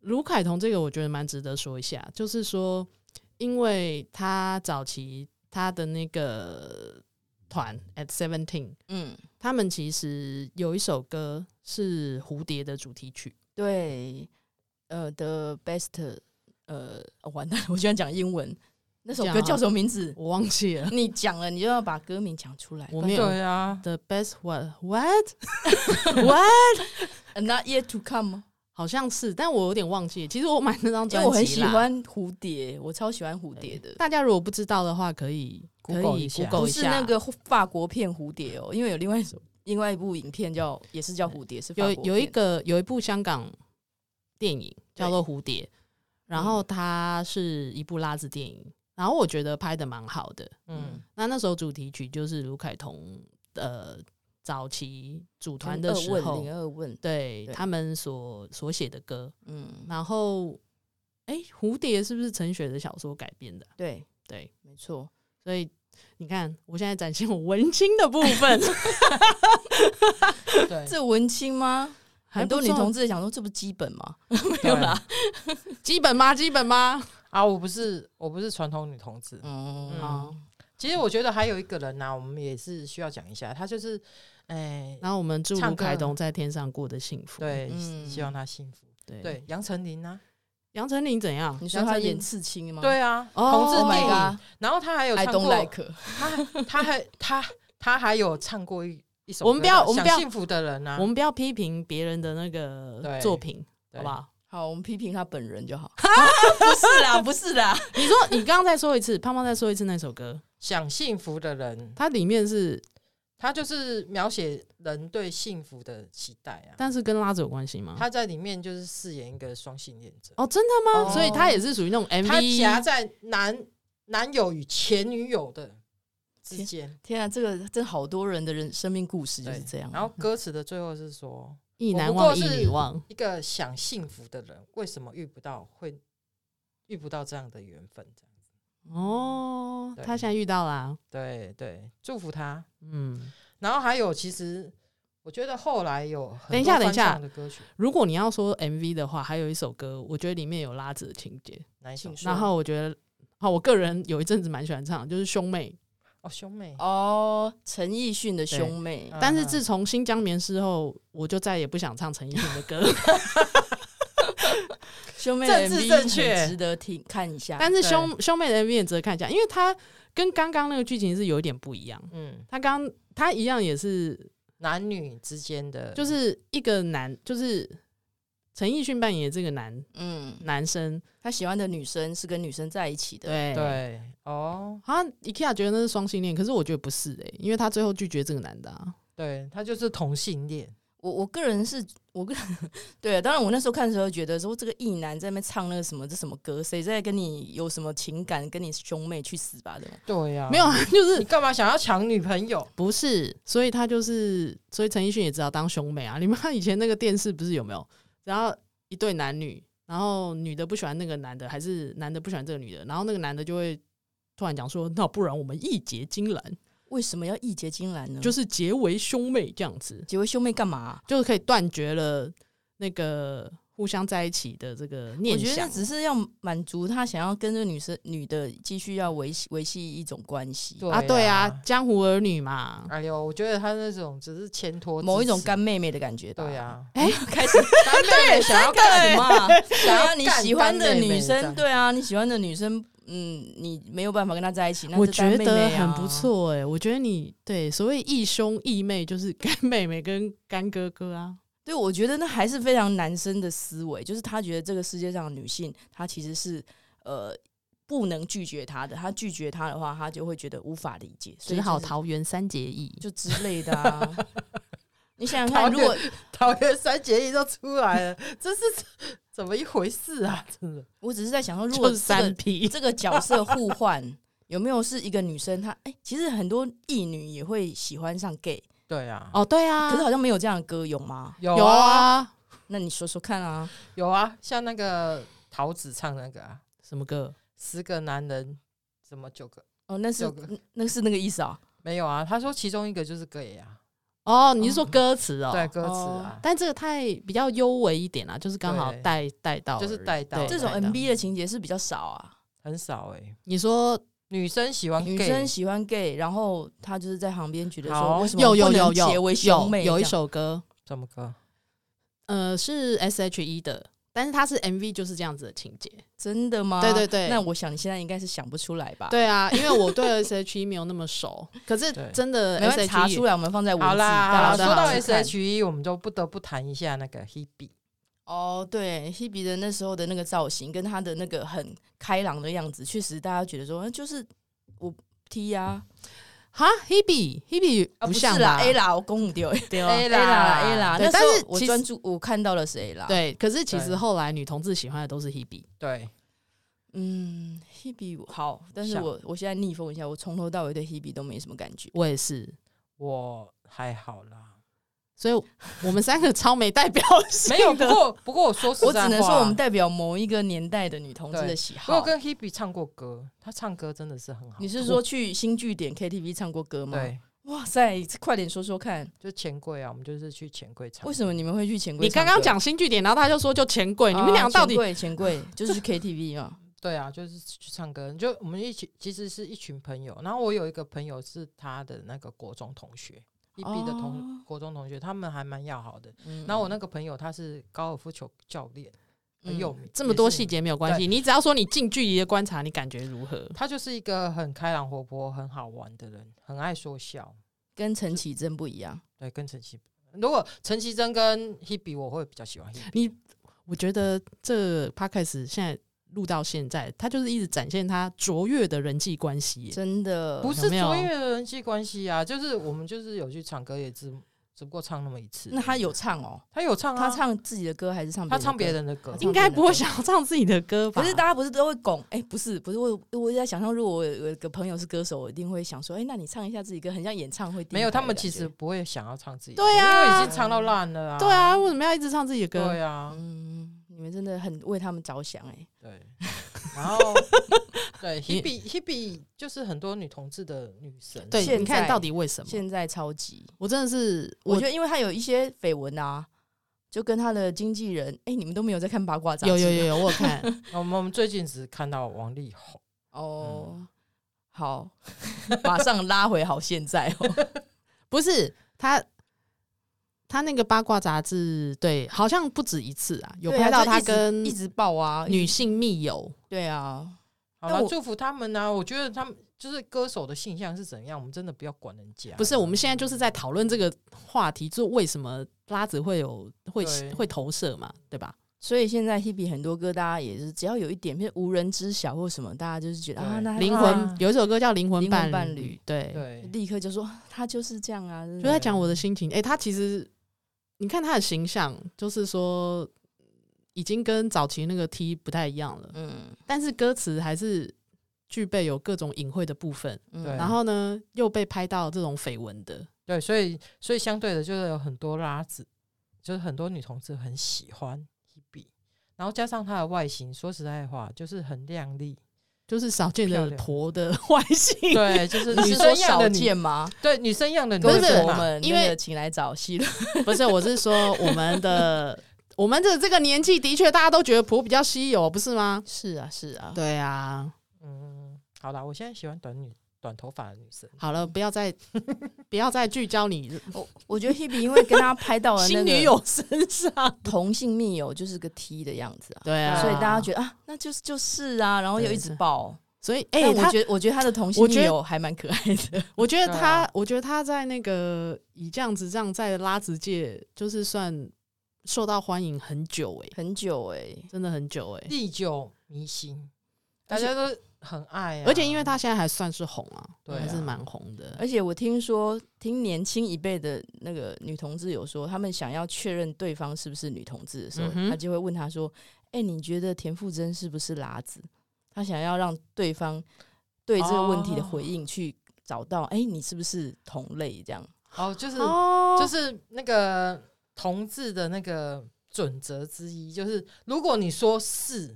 [SPEAKER 9] 卢凯彤这个我觉得蛮值得说一下，就是说，因为他早期他的那个团 at Seventeen，
[SPEAKER 3] 嗯，
[SPEAKER 9] 他们其实有一首歌是《蝴蝶》的主题曲，
[SPEAKER 3] 对，呃，The Best，呃，哦完蛋了，我居然讲英文，那首
[SPEAKER 9] 讲
[SPEAKER 3] 歌
[SPEAKER 9] 啊
[SPEAKER 3] 叫什么名字？
[SPEAKER 9] 我忘记了。
[SPEAKER 3] 你讲了，你就要把歌名讲出来。
[SPEAKER 9] 我
[SPEAKER 3] 不然
[SPEAKER 9] 没有
[SPEAKER 8] 对啊，
[SPEAKER 9] The best what what what，
[SPEAKER 3] 呃 Not yet to come 吗？
[SPEAKER 9] 好像是，但我有点忘记。其实我买那张
[SPEAKER 3] 因
[SPEAKER 9] 专辑，
[SPEAKER 3] 为我很喜。欢蝴蝶，我超喜欢蝴蝶的。
[SPEAKER 9] 大家如果不知道的话，可以可
[SPEAKER 8] Google
[SPEAKER 9] 以
[SPEAKER 8] 一下
[SPEAKER 9] Google
[SPEAKER 3] 不
[SPEAKER 9] 一
[SPEAKER 3] 是
[SPEAKER 9] 下。
[SPEAKER 3] 那个法国片《蝴蝶》哦，因为有另外一首、另外一部影片叫也是叫《蝴蝶》，是法
[SPEAKER 9] 有
[SPEAKER 3] 国
[SPEAKER 9] 有一
[SPEAKER 3] 片
[SPEAKER 9] 个有一部香港电影叫做《蝴蝶》，然后它是一部拉子电影，然后我觉得拍的蛮好的。
[SPEAKER 8] 嗯，
[SPEAKER 9] 那那首主题曲就是卢凯彤呃早期组团的
[SPEAKER 3] 零
[SPEAKER 9] 时
[SPEAKER 3] 二问
[SPEAKER 9] 候
[SPEAKER 3] 零，二问，
[SPEAKER 9] 对
[SPEAKER 3] 对
[SPEAKER 9] 他们所所写的歌，
[SPEAKER 3] 嗯，
[SPEAKER 9] 然后哎，蝴蝶是不是陈雪的小说改编的啊？
[SPEAKER 3] 对，
[SPEAKER 9] 对，
[SPEAKER 3] 没错，
[SPEAKER 9] 所以你看，我现在展现我文青的部分，嗯
[SPEAKER 8] 对，
[SPEAKER 3] 这文青吗？
[SPEAKER 9] 还
[SPEAKER 3] 很
[SPEAKER 9] 不
[SPEAKER 3] 多女
[SPEAKER 9] 错
[SPEAKER 3] 同志想说这不基本吗？
[SPEAKER 8] 没有
[SPEAKER 3] 啦
[SPEAKER 9] 基本吗？基本吗？
[SPEAKER 8] 啊，我不是我不是传统女同志，
[SPEAKER 3] 嗯，
[SPEAKER 9] 好，
[SPEAKER 8] 其实我觉得还有一个人呐、我们也是需要讲一下，他就是，哎、
[SPEAKER 9] 然后我们祝
[SPEAKER 8] 唱
[SPEAKER 9] 卢
[SPEAKER 8] 歌
[SPEAKER 9] 凯彤在天上过得幸福。
[SPEAKER 8] 对，
[SPEAKER 3] 嗯
[SPEAKER 8] 希望他幸福。
[SPEAKER 9] 对
[SPEAKER 8] 对，杨丞琳啊，
[SPEAKER 9] 杨丞琳怎样？
[SPEAKER 3] 你说
[SPEAKER 8] 杨
[SPEAKER 3] 他
[SPEAKER 8] 丞琳
[SPEAKER 3] 演刺青吗？
[SPEAKER 8] 对啊，
[SPEAKER 9] 哦
[SPEAKER 8] 同志
[SPEAKER 3] Oh my
[SPEAKER 8] 电影。
[SPEAKER 3] god
[SPEAKER 8] 然后他还有
[SPEAKER 3] ，I
[SPEAKER 8] 唱
[SPEAKER 3] don't
[SPEAKER 8] 过，
[SPEAKER 3] like，her
[SPEAKER 8] 他他还他他还有唱过一一首歌叫《
[SPEAKER 9] 我们不要我们不要
[SPEAKER 8] 想幸福的人》啊
[SPEAKER 9] 我。们不要批评别人的那个
[SPEAKER 8] 对
[SPEAKER 9] 作品，
[SPEAKER 8] 对
[SPEAKER 9] 好不好？
[SPEAKER 3] 好，我们批评他本人就好。不是啦，不是啦，
[SPEAKER 9] 你说你刚刚再说一次，胖胖再说一次那首歌，
[SPEAKER 8] 想幸福的人，
[SPEAKER 9] 它里面是，
[SPEAKER 8] 他就是描写人对幸福的期待啊。
[SPEAKER 9] 但是跟拉子有关系吗？
[SPEAKER 8] 他在里面就是饰演一个双性恋者，
[SPEAKER 9] 哦，真的吗？
[SPEAKER 8] 哦
[SPEAKER 9] 所以它也是属于那种
[SPEAKER 8] 他夹
[SPEAKER 9] MV，
[SPEAKER 8] 在男男友与前女友的之间。
[SPEAKER 3] 天啊，这个真好多人的人生命故事就
[SPEAKER 8] 对
[SPEAKER 3] 是这样。
[SPEAKER 9] 啊
[SPEAKER 8] 然后
[SPEAKER 9] 嗯
[SPEAKER 8] 歌词的最后是说，
[SPEAKER 9] 一男
[SPEAKER 8] 我
[SPEAKER 9] 忘
[SPEAKER 8] 不
[SPEAKER 9] 一
[SPEAKER 8] 过是
[SPEAKER 9] 女忘，
[SPEAKER 8] 一个想幸福的人，为什么遇不到会遇不到这样的缘分？这样
[SPEAKER 9] 哦，
[SPEAKER 8] 对
[SPEAKER 9] 他现在遇到啦，
[SPEAKER 8] 对对，祝福他。
[SPEAKER 9] 嗯，
[SPEAKER 8] 然后还有，其实我觉得后来有很多
[SPEAKER 9] 等一下等一下
[SPEAKER 8] 翻唱的歌曲，
[SPEAKER 9] 如果你要说 MV 的话，还有一首歌，我觉得里面有拉子的情节，
[SPEAKER 8] 哪一首
[SPEAKER 3] 请？说
[SPEAKER 9] 然后我觉得，好，我个人有一阵子蛮喜欢唱，就是兄妹。
[SPEAKER 3] 嗯
[SPEAKER 8] 哦，兄妹，嗯
[SPEAKER 3] 哦，陈奕迅的兄妹，
[SPEAKER 8] 对
[SPEAKER 9] 但是
[SPEAKER 3] 嗯
[SPEAKER 9] 自从新疆棉事后，我就再也不想唱陈奕迅的歌。
[SPEAKER 3] 兄妹
[SPEAKER 8] 政治
[SPEAKER 3] MV
[SPEAKER 8] 正确
[SPEAKER 3] 很值得听看一下。
[SPEAKER 9] 但是兄兄妹的 MV 也值得看一下，因为它跟刚刚那个剧情是有一点不一样。
[SPEAKER 8] 嗯，
[SPEAKER 9] 他刚他一样也是，
[SPEAKER 8] 男女之间的
[SPEAKER 9] 就是一个男，就是陈奕迅扮演这个男
[SPEAKER 3] 嗯，
[SPEAKER 9] 男生，
[SPEAKER 3] 他喜欢的女生是跟女生在一起的，
[SPEAKER 9] 对。
[SPEAKER 8] 对哦，
[SPEAKER 9] 好像 IKEA 觉得那是双性恋，可是我觉得不是哎、因为他最后拒绝这个男的、啊。
[SPEAKER 8] 对他就是同性恋，
[SPEAKER 3] 我我个人是我个人对，啊当然我那时候看的时候觉得说这个异男在那边唱那个什么这什么歌，谁在跟你有什么情感，跟你兄妹去死吧的。
[SPEAKER 8] 对呀、
[SPEAKER 9] 没有，啊， 就是
[SPEAKER 8] 你干嘛想要抢女朋友？
[SPEAKER 9] 不是，所以他就是，所以陈奕迅也只好当兄妹啊。你们看以前那个电视不是有没有？然后一对男女，然后女的不喜欢那个男的，还是男的不喜欢这个女的，然后那个男的就会突然讲说：“那不然我们义结金兰，
[SPEAKER 3] 为什么要义结金兰呢？
[SPEAKER 9] 就是是结为兄妹这样子，
[SPEAKER 3] 结为兄妹干嘛啊、
[SPEAKER 9] 就是可以断绝了那个互相在一起的这个
[SPEAKER 3] 我
[SPEAKER 9] 念
[SPEAKER 3] 觉得
[SPEAKER 9] 想
[SPEAKER 3] 那。”只是要满足他想要跟这个女生女的继续要维系维系一种关系，
[SPEAKER 8] 对
[SPEAKER 9] 啊，对啊，江湖儿女嘛。
[SPEAKER 8] 哎呦，我觉得他那种只是牵拖之
[SPEAKER 3] 啊某一种
[SPEAKER 8] 词
[SPEAKER 3] 干，妹妹的感觉吧。
[SPEAKER 8] 对啊呀、
[SPEAKER 9] 哎，
[SPEAKER 3] 啊开 始
[SPEAKER 8] 干妹妹想要干
[SPEAKER 3] 干啊
[SPEAKER 8] 什么？
[SPEAKER 3] 嘛？
[SPEAKER 8] 想
[SPEAKER 3] 想
[SPEAKER 8] 要
[SPEAKER 3] 要你
[SPEAKER 8] 干
[SPEAKER 3] 喜欢的
[SPEAKER 8] 干妹妹
[SPEAKER 3] 女
[SPEAKER 8] 这样
[SPEAKER 3] 生，对啊，你喜欢的女生，嗯，你没有办法跟她在一起，那
[SPEAKER 9] 我
[SPEAKER 3] 就当
[SPEAKER 9] 觉
[SPEAKER 3] 妹妹
[SPEAKER 9] 得
[SPEAKER 3] 啊
[SPEAKER 9] 很不。错哎、我觉得你对所谓义兄义妹就是干妹妹跟干哥哥啊，
[SPEAKER 3] 对，我觉得那还是非常男生的思维，就是他觉得这个世界上的女性，她其实是呃不能拒绝她的，他拒绝她的话，他就会觉得无法理解，所以
[SPEAKER 9] 只好
[SPEAKER 3] 就是
[SPEAKER 9] 桃园三结义。
[SPEAKER 3] 就之类的 啊。你想想看，
[SPEAKER 8] 桃
[SPEAKER 3] 如
[SPEAKER 8] 园
[SPEAKER 3] 果
[SPEAKER 8] 桃园三结义都出来了，这是怎么一回事 啊？真的，
[SPEAKER 3] 我只是在想说，如
[SPEAKER 9] 就
[SPEAKER 3] 果
[SPEAKER 9] 是
[SPEAKER 3] 这个
[SPEAKER 9] 三 P，
[SPEAKER 3] 这个角色互换。有没有是一个女生？她哎、其实很多异女也会喜欢上 gay，
[SPEAKER 8] 对啊，
[SPEAKER 9] 哦，对啊，
[SPEAKER 3] 可是好像没有这样的歌有吗？
[SPEAKER 8] 有
[SPEAKER 9] 有
[SPEAKER 8] 啊，
[SPEAKER 9] 啊，
[SPEAKER 3] 那你说说看啊，
[SPEAKER 8] 有啊，像那个桃子唱那个啊，
[SPEAKER 9] 什么歌？
[SPEAKER 8] 十个男人怎么九个
[SPEAKER 3] 哦，那是
[SPEAKER 8] 有个
[SPEAKER 3] 嗯那是那个意思啊，
[SPEAKER 8] 没有啊？他说其中一个就是 gay 啊，
[SPEAKER 9] 哦，你是
[SPEAKER 3] 嗯
[SPEAKER 9] 说歌词哦？
[SPEAKER 8] 对歌词啊
[SPEAKER 9] 哦但这个太比较优为一点啦，啊就是刚好
[SPEAKER 8] 对
[SPEAKER 9] 带带到而已，
[SPEAKER 8] 就是带到
[SPEAKER 9] 对
[SPEAKER 3] 这种
[SPEAKER 9] 带到
[SPEAKER 3] MV 的情节是比较少啊。
[SPEAKER 8] 很少哎、
[SPEAKER 9] 你说
[SPEAKER 8] 女生喜欢哦 gay，
[SPEAKER 3] 女生喜欢 gay，然后她就是在旁边觉得说，
[SPEAKER 8] 好
[SPEAKER 3] 为什么
[SPEAKER 9] 有有
[SPEAKER 3] 不能
[SPEAKER 9] 有有
[SPEAKER 3] 结为兄
[SPEAKER 9] 有
[SPEAKER 3] 妹？
[SPEAKER 9] 有一
[SPEAKER 3] 这样
[SPEAKER 9] 首歌，
[SPEAKER 8] 什么歌？
[SPEAKER 9] 呃，是 S H E 的，但是它是 MV 就是这样子的情节。
[SPEAKER 3] 真的吗？
[SPEAKER 9] 对对对
[SPEAKER 3] 啊那我想你现在应该是想不出来吧？，
[SPEAKER 9] 对啊，因为我对 S H E 没有那么熟， 可是
[SPEAKER 8] 对
[SPEAKER 9] 真的
[SPEAKER 3] 没
[SPEAKER 9] S H E
[SPEAKER 3] 关系查出来，我们放在文字。
[SPEAKER 8] 好啦，
[SPEAKER 3] 大家
[SPEAKER 8] 好啦
[SPEAKER 9] 知道
[SPEAKER 8] 说到
[SPEAKER 9] 好
[SPEAKER 3] 去看
[SPEAKER 8] S H E，我们就不得不谈一下那个 Hebe。
[SPEAKER 3] 哦，对，Hebe 的那时候的那个造型跟她的那个很开朗的样子，确实大家觉得说，呃就是我 T 啊，
[SPEAKER 9] 哈 Hebe Hebe
[SPEAKER 3] 啊不是
[SPEAKER 9] 像
[SPEAKER 3] 啦
[SPEAKER 9] 吧
[SPEAKER 3] ，A 啦，我公母丢 A
[SPEAKER 9] 对啊
[SPEAKER 8] A
[SPEAKER 3] 哎啦
[SPEAKER 8] 哎啦
[SPEAKER 3] A 啦，
[SPEAKER 9] 对
[SPEAKER 3] 那时
[SPEAKER 9] 但是
[SPEAKER 3] 候我
[SPEAKER 9] 其实
[SPEAKER 3] 专注我看到了谁啦？
[SPEAKER 9] 对，可是其实
[SPEAKER 8] 对
[SPEAKER 9] 后来女同志喜欢的都是 Hebe，
[SPEAKER 8] 对，
[SPEAKER 3] 嗯，Hebe 好，但是
[SPEAKER 8] 像
[SPEAKER 3] 我我现在逆风一下，我从头到尾对 Hebe 都没什么感觉。
[SPEAKER 9] 我也是，
[SPEAKER 8] 我还好 啦，
[SPEAKER 9] 所以我们三个超没代表性
[SPEAKER 8] 没有。不
[SPEAKER 9] 的。
[SPEAKER 8] 过不过我说实
[SPEAKER 3] 我只
[SPEAKER 8] 在话，
[SPEAKER 3] 能说，我们代表某一个年代的女同志
[SPEAKER 8] 对
[SPEAKER 3] 的喜
[SPEAKER 8] 我有
[SPEAKER 3] 好。
[SPEAKER 8] 跟 Hebe 唱过歌，她唱歌真的是很好。
[SPEAKER 3] 你是说去新据点 KTV 唱过歌吗？，
[SPEAKER 8] 对？
[SPEAKER 3] 哇塞，快点说说看，
[SPEAKER 8] 就钱柜啊，我们就是去钱柜唱。
[SPEAKER 3] 为什么？你们会去钱柜
[SPEAKER 9] 你
[SPEAKER 3] 唱
[SPEAKER 9] 刚
[SPEAKER 3] 歌？
[SPEAKER 9] 刚讲新据点，然后他就说就钱柜，你们俩到底
[SPEAKER 3] 啊钱柜钱柜就是去 KTV 嘛？
[SPEAKER 8] 对啊，就是去唱歌，就我们一起，其实是一群朋友。然后我有一个朋友是他的那个国中同学，Hebe 的同、国中同学，他们还蛮要好的。
[SPEAKER 3] 哦嗯嗯
[SPEAKER 8] 然后我那个朋友他是高尔夫球教练，很有名。
[SPEAKER 9] 这么多
[SPEAKER 8] 也是
[SPEAKER 9] 细节没有关系，你只要说你近距离的观察，你感觉如何？
[SPEAKER 8] 他就是一个很开朗、活泼、很好玩的人，很爱说笑。
[SPEAKER 3] 跟陈绮贞不一样，
[SPEAKER 8] 对，跟陈绮，如果陈绮贞跟 Hebe，我会比较喜欢 Hebe。
[SPEAKER 9] 你我觉得这 podcast 现在录到现在，他就是一直展现他卓越的人际关系耶。
[SPEAKER 3] 真的
[SPEAKER 8] 不是
[SPEAKER 9] 有没有
[SPEAKER 8] 卓越的人际关系啊，就是我们就是有去唱歌，也只只不过唱那么一次。
[SPEAKER 3] 那他有唱哦，
[SPEAKER 8] 他有唱啊，
[SPEAKER 3] 他唱自己的歌还是唱
[SPEAKER 8] 他唱别
[SPEAKER 3] 人的歌？
[SPEAKER 8] 人的歌
[SPEAKER 3] 他，唱
[SPEAKER 9] 应该不会想要唱自己的歌吧？
[SPEAKER 3] 可是大家不是都会拱？哎、不是，不是，我我在想象，如果我有一个朋友是歌手，我一定会想说，哎、那你唱一下自己歌，很像演唱会第一
[SPEAKER 8] 没有，
[SPEAKER 3] 排的
[SPEAKER 8] 他们
[SPEAKER 3] 感
[SPEAKER 8] 其实
[SPEAKER 3] 觉
[SPEAKER 8] 不会想要唱自己的歌，
[SPEAKER 9] 对啊
[SPEAKER 8] 因为已经唱到烂了啊。
[SPEAKER 9] 对啊，，为什么要一直唱自己的歌？
[SPEAKER 3] 哦
[SPEAKER 8] 对啊，
[SPEAKER 3] 嗯，你们真的很为他们着想哎、
[SPEAKER 8] 对。然后对
[SPEAKER 9] 你
[SPEAKER 8] ，Hebe Hebe 就是很多女同志的女神，
[SPEAKER 9] 对，
[SPEAKER 3] 现
[SPEAKER 9] 你看
[SPEAKER 3] 在
[SPEAKER 9] 到底为什么？
[SPEAKER 3] 现在超级，
[SPEAKER 9] 我真的是，
[SPEAKER 3] 我
[SPEAKER 9] 我
[SPEAKER 3] 觉得因为他有一些绯闻啊，就跟他的经纪人，哎、你们都没有在看八卦杂志
[SPEAKER 9] 有
[SPEAKER 3] 啊？
[SPEAKER 9] 有有有，我有看，
[SPEAKER 8] 我们我们最近只看到王力宏，
[SPEAKER 3] 哦。
[SPEAKER 9] 嗯
[SPEAKER 3] 好， 马上拉回好现在哦。
[SPEAKER 9] 不是他，他那个八卦杂志，对，好像不止一次啊，有
[SPEAKER 3] 对啊
[SPEAKER 9] 拍到
[SPEAKER 3] 就
[SPEAKER 9] 他
[SPEAKER 3] 一直
[SPEAKER 9] 跟
[SPEAKER 3] 一直爆啊，
[SPEAKER 9] 女性密友，
[SPEAKER 3] 对啊，
[SPEAKER 8] 好
[SPEAKER 3] 但
[SPEAKER 8] 了，
[SPEAKER 3] 我
[SPEAKER 8] 祝福他们呢、啊我觉得他们就是歌手的性向是怎样，我们真的不要管人家。
[SPEAKER 9] 不是，我们现在就是在讨论这个话题，就为什么拉子会有会
[SPEAKER 8] 对
[SPEAKER 9] 会投射嘛，对吧？
[SPEAKER 3] 所以现在 Hebe 很多歌，大家也是只要有一点，譬如无人知晓或什么，大家就是觉得
[SPEAKER 8] 对
[SPEAKER 3] 啊，那他
[SPEAKER 9] 灵魂有一首歌叫《灵魂
[SPEAKER 3] 灵魂
[SPEAKER 9] 伴侣》，
[SPEAKER 3] 伴侣
[SPEAKER 9] 对，
[SPEAKER 8] 对
[SPEAKER 3] 立刻就说他就是这样啊，
[SPEAKER 9] 就在讲我的心情。哎、他其实你看他的形象，就是说已经跟早期那个 T 不太一样了，
[SPEAKER 3] 嗯
[SPEAKER 9] 但是歌词还是具备有各种隐晦的部分。
[SPEAKER 3] 嗯，
[SPEAKER 8] 对
[SPEAKER 9] 然后呢，又被拍到这种绯闻的，
[SPEAKER 8] 对，所以所以相对的，就是有很多拉子，就是很多女同志很喜欢 Hebe，然后加上她的外形，说实在话，就是很靓 丽，
[SPEAKER 9] 就是少见
[SPEAKER 8] 漂
[SPEAKER 9] 的
[SPEAKER 8] 亮
[SPEAKER 9] 婆的外形。
[SPEAKER 8] 对，就是
[SPEAKER 3] 你
[SPEAKER 8] 女
[SPEAKER 3] 是说
[SPEAKER 8] 生样
[SPEAKER 3] 少
[SPEAKER 8] 的女
[SPEAKER 3] 见，吗？
[SPEAKER 8] 对女生样的女
[SPEAKER 3] 各位
[SPEAKER 9] 不是
[SPEAKER 3] 朋
[SPEAKER 8] 生啊
[SPEAKER 3] 友
[SPEAKER 8] 嘛，
[SPEAKER 3] 们，
[SPEAKER 9] 因
[SPEAKER 3] 那
[SPEAKER 9] 为
[SPEAKER 3] 个请来找希伦，
[SPEAKER 9] 不是，我是说我们的 我们的这个年纪，的确大家都觉得婆比较稀有，不 是吗？
[SPEAKER 3] 是啊是啊，
[SPEAKER 9] 对啊，
[SPEAKER 8] 嗯，好啦，我现在喜欢短女短头发的女生，
[SPEAKER 9] 好了，不要再不要再聚焦你
[SPEAKER 3] 我我觉得 Hebe 因为跟他拍到了那
[SPEAKER 9] 新女
[SPEAKER 3] 个
[SPEAKER 9] 友身上，
[SPEAKER 3] 同性密友就是个 T 的样子啊，
[SPEAKER 9] 对啊，
[SPEAKER 3] 所以大家觉得啊，那就是就是啊，然后又一直爆。
[SPEAKER 9] 所以
[SPEAKER 3] 哎，
[SPEAKER 9] 哎，
[SPEAKER 3] 我
[SPEAKER 9] 他
[SPEAKER 3] 觉得我觉得他的同性
[SPEAKER 9] 我觉
[SPEAKER 3] 密
[SPEAKER 9] 得
[SPEAKER 3] 友还蛮可爱的，
[SPEAKER 9] 我觉得
[SPEAKER 8] 对啊
[SPEAKER 9] 他，我觉得他在那个以这样子这样在拉直界，就是算受到欢迎很久哎，
[SPEAKER 3] 很久哎、
[SPEAKER 9] 真的很久哎，
[SPEAKER 8] 历久弥新，大
[SPEAKER 9] 而且
[SPEAKER 8] 家都很爱、啊，
[SPEAKER 9] 而且因为他现在还算是红啊，
[SPEAKER 8] 对啊
[SPEAKER 9] 还是蛮红的
[SPEAKER 3] 而，且我听说，听年轻一辈的那个女同志有说，他们想要确认对方是不是女同志的时候，
[SPEAKER 9] 嗯哼
[SPEAKER 3] 他就会问他说：“哎、你觉得田馥甄是不是拉子？”他想要让对方对这个问题的
[SPEAKER 9] 哦
[SPEAKER 3] 回应去找到，哎、你是不是同类？这样
[SPEAKER 8] 哦，就是、
[SPEAKER 9] 哦
[SPEAKER 8] 就是那个同志的那个准则之一，就是如果你说是，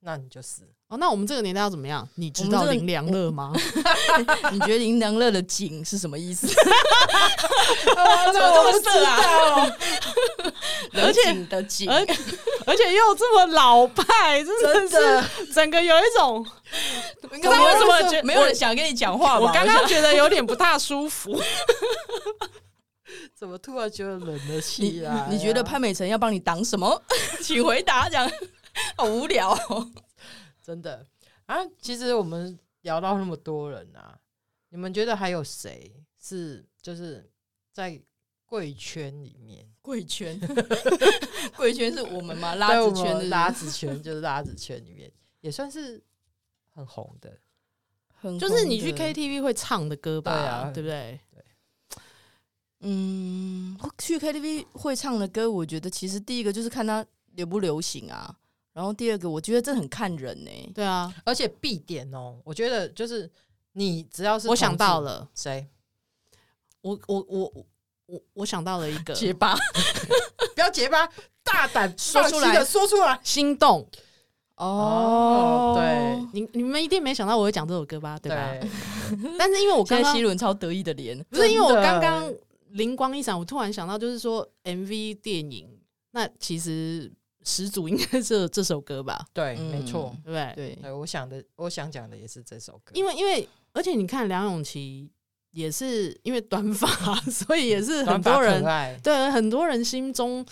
[SPEAKER 8] 那你就是。
[SPEAKER 9] 哦，那我们这个年代要怎么样？你知
[SPEAKER 3] 我们
[SPEAKER 9] 道
[SPEAKER 3] 这个
[SPEAKER 9] 林良 乐吗？
[SPEAKER 3] 你觉得林良乐的景是什么意思？
[SPEAKER 9] 哦怎么这么色啊？ 而且
[SPEAKER 3] 人景的景，
[SPEAKER 9] 而而且又这么老派，真的是整个有一种，
[SPEAKER 3] 不
[SPEAKER 9] 知道为什么觉得
[SPEAKER 3] 没有人想跟你讲话
[SPEAKER 9] 我
[SPEAKER 3] 吧？
[SPEAKER 9] 刚
[SPEAKER 3] 想
[SPEAKER 9] 刚觉得有点不大舒服。
[SPEAKER 8] 怎么突然觉得冷了
[SPEAKER 3] 你
[SPEAKER 8] 起来、啊
[SPEAKER 3] 你觉得潘美辰要帮你挡什么？ 请回答，这样 好无聊哦、
[SPEAKER 8] 真的啊？其实我们聊到那么多人啊，你们觉得还有谁是就是在贵圈里面？
[SPEAKER 3] 贵圈， 贵圈是我们嘛？拉
[SPEAKER 8] 在我
[SPEAKER 3] 子
[SPEAKER 8] 们
[SPEAKER 3] 圈是
[SPEAKER 8] 拉子圈就是拉子圈里面也算是很红的。
[SPEAKER 3] 很
[SPEAKER 9] 就是你去
[SPEAKER 3] 红的
[SPEAKER 9] KTV 会唱的歌吧，
[SPEAKER 8] 对啊
[SPEAKER 9] 对不对？
[SPEAKER 3] 嗯，去 KTV 会唱的歌，我觉得其实第一个就是看它流不流行啊，然后第二个我觉得这很看人呢、
[SPEAKER 9] 对啊，
[SPEAKER 8] 而且必点哦，我觉得就是你只要是
[SPEAKER 9] 我想
[SPEAKER 8] 同志
[SPEAKER 9] 到了，
[SPEAKER 8] 谁，
[SPEAKER 9] 我我我我我我想到了一个
[SPEAKER 3] 结巴
[SPEAKER 8] 不要结巴，大胆
[SPEAKER 9] 说出来
[SPEAKER 8] 的说出来。
[SPEAKER 9] 心动，
[SPEAKER 8] 哦对
[SPEAKER 9] 你你们一定没想到我会讲这首歌吧？对吧？
[SPEAKER 8] 对，
[SPEAKER 9] 但是因为我
[SPEAKER 3] 我
[SPEAKER 9] 刚
[SPEAKER 3] 看
[SPEAKER 9] 刚
[SPEAKER 3] 西伦超得意的脸，
[SPEAKER 9] 不是因为我
[SPEAKER 8] 真的
[SPEAKER 9] 刚刚灵光一闪，我突然想到，就是说 MV 电影，那其实始祖应该是这首歌吧，
[SPEAKER 8] 对，
[SPEAKER 3] 嗯
[SPEAKER 8] 没错。
[SPEAKER 9] 对不对？
[SPEAKER 3] 对，
[SPEAKER 8] 对，我想的，我想讲的也是这首歌。
[SPEAKER 9] 因为因为而且你看梁咏琪也是因为短发， 所以也是很
[SPEAKER 8] 嗯短发
[SPEAKER 9] 多
[SPEAKER 8] 可
[SPEAKER 9] 人
[SPEAKER 8] 爱
[SPEAKER 9] 对很多人心中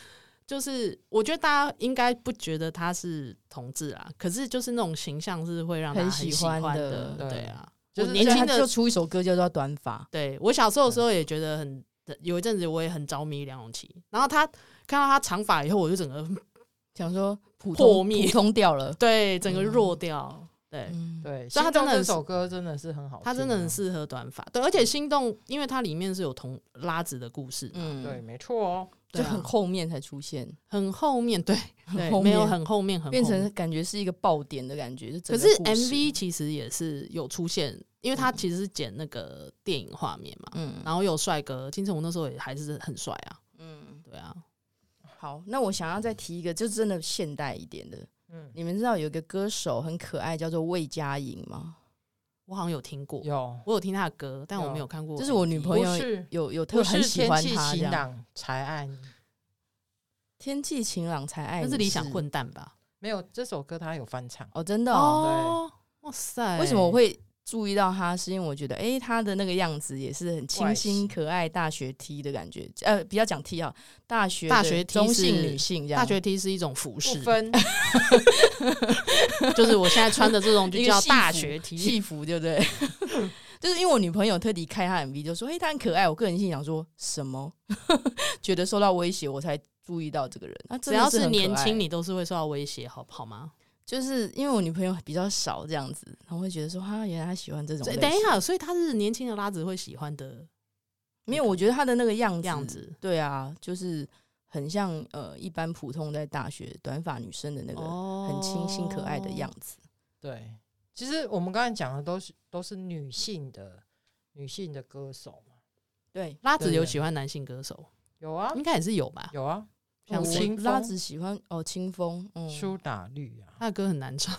[SPEAKER 9] 就是，我觉得大家应该不觉得他是同志啦，可是就是那种形象是会让他
[SPEAKER 3] 很喜
[SPEAKER 9] 喜
[SPEAKER 3] 欢
[SPEAKER 9] 欢
[SPEAKER 3] 的
[SPEAKER 8] 对
[SPEAKER 9] 对啊。
[SPEAKER 8] 就
[SPEAKER 9] 我
[SPEAKER 8] 是
[SPEAKER 9] 年
[SPEAKER 3] 所以
[SPEAKER 9] 轻
[SPEAKER 3] 他
[SPEAKER 9] 的
[SPEAKER 3] 就出一首歌叫做《短发》，
[SPEAKER 9] 对我小时候的时候也觉得很，有一阵子我也很着迷梁咏琪，然后他看到他长发以后，我就整个
[SPEAKER 3] 想说普
[SPEAKER 9] 破
[SPEAKER 3] 通
[SPEAKER 9] 灭，
[SPEAKER 3] 普通掉了
[SPEAKER 9] 对整个弱掉，对。
[SPEAKER 3] 嗯，
[SPEAKER 8] 对，
[SPEAKER 9] 所以他
[SPEAKER 8] 心动
[SPEAKER 9] 真的很
[SPEAKER 8] 这首歌真的是很好听啊，
[SPEAKER 9] 他真的很适合短发，对，而且心动，因为它里面是有同拉子的故事，
[SPEAKER 3] 嗯
[SPEAKER 8] 对，，没错哦。
[SPEAKER 3] 就
[SPEAKER 9] 对啊
[SPEAKER 3] 很后面才出现，
[SPEAKER 9] 很后面对对，
[SPEAKER 3] 后
[SPEAKER 9] 没有
[SPEAKER 3] 面
[SPEAKER 9] 很后面很后
[SPEAKER 3] 变成
[SPEAKER 9] 面
[SPEAKER 3] 感觉是一个爆点的感觉，就整
[SPEAKER 9] 可
[SPEAKER 3] 个
[SPEAKER 9] 是
[SPEAKER 3] 故事
[SPEAKER 9] MV 其实也是有出现，因为他其实是剪那个电影画面嘛，
[SPEAKER 3] 嗯
[SPEAKER 9] 然后有帅哥，金城武那时候也还是很帅啊，
[SPEAKER 3] 嗯，
[SPEAKER 9] 对啊，
[SPEAKER 3] 好，那我想要再提一个，就真的现代一点的，
[SPEAKER 8] 嗯，
[SPEAKER 3] 你们知道有一个歌手很可爱，叫做魏佳莹吗？
[SPEAKER 9] 我好像有听过，
[SPEAKER 8] 有，
[SPEAKER 9] 我有听他的歌，但我没有看过 MV。
[SPEAKER 3] 这是我女朋
[SPEAKER 8] 不
[SPEAKER 3] 友
[SPEAKER 8] 是
[SPEAKER 3] 有有特
[SPEAKER 8] 不
[SPEAKER 3] 很
[SPEAKER 8] 是
[SPEAKER 3] 喜
[SPEAKER 8] 天
[SPEAKER 3] 欢
[SPEAKER 8] 气
[SPEAKER 3] 他这
[SPEAKER 8] 晴
[SPEAKER 3] 样。
[SPEAKER 8] 朗才爱你，
[SPEAKER 3] 天气晴朗才爱你，
[SPEAKER 9] 那是理想混蛋吧？
[SPEAKER 8] 没有这首歌他有翻唱，
[SPEAKER 3] 哦，真的哦。
[SPEAKER 9] 哦，哇塞！
[SPEAKER 3] 为什么我会注意到他？是因为我觉得，诶，他的那个样子也是很清新
[SPEAKER 8] 外形
[SPEAKER 3] 可爱，大学 T 的感觉。呃，不要讲 T 啊，大学的
[SPEAKER 9] 大学 T
[SPEAKER 3] 中性
[SPEAKER 9] 是
[SPEAKER 3] 女性这样。
[SPEAKER 9] 大学 T 是一种服
[SPEAKER 8] 不
[SPEAKER 9] 饰？
[SPEAKER 8] 分
[SPEAKER 9] 就是我现在穿的这 种
[SPEAKER 3] 一
[SPEAKER 9] 就
[SPEAKER 3] 个
[SPEAKER 9] 叫
[SPEAKER 3] 戏服
[SPEAKER 9] 大学 T。
[SPEAKER 3] 戏服，对不 对？就是因为我女朋友特地开他 MV，就说：“诶，他很可爱。”我个人心想说什么？ 觉得受到威胁，我才注意到这个人。那真
[SPEAKER 9] 只
[SPEAKER 3] 的
[SPEAKER 9] 要
[SPEAKER 3] 很
[SPEAKER 9] 是
[SPEAKER 3] 可
[SPEAKER 9] 年轻，
[SPEAKER 3] 爱
[SPEAKER 9] 你都是会受到威胁，好不好吗？
[SPEAKER 3] 就是因为我女朋友比较少这样子，然后会觉得说：“哈，原来她喜欢这种。”
[SPEAKER 9] 所以等一，下，所以他是年轻的拉子会喜欢的
[SPEAKER 3] 没有，我觉得她的那个样
[SPEAKER 9] 样子。
[SPEAKER 3] 对啊，就是很像呃一般普通在大学短发女生的那个
[SPEAKER 9] 哦
[SPEAKER 3] 很清新可爱的样子。
[SPEAKER 8] 对。其实我们刚才讲的都是都是女性的女性的歌手嘛，
[SPEAKER 3] 对，
[SPEAKER 9] 拉子
[SPEAKER 8] 对
[SPEAKER 9] 有
[SPEAKER 8] 对
[SPEAKER 9] 喜欢男性歌手，
[SPEAKER 8] 有啊
[SPEAKER 9] 应该也是有吧？
[SPEAKER 8] 有啊，
[SPEAKER 9] 嗯像
[SPEAKER 8] 吴
[SPEAKER 9] 是
[SPEAKER 8] 青
[SPEAKER 3] 拉
[SPEAKER 8] 峰、
[SPEAKER 3] 子喜欢哦清风，嗯，
[SPEAKER 8] 苏打绿啊，
[SPEAKER 9] 他的歌很难唱。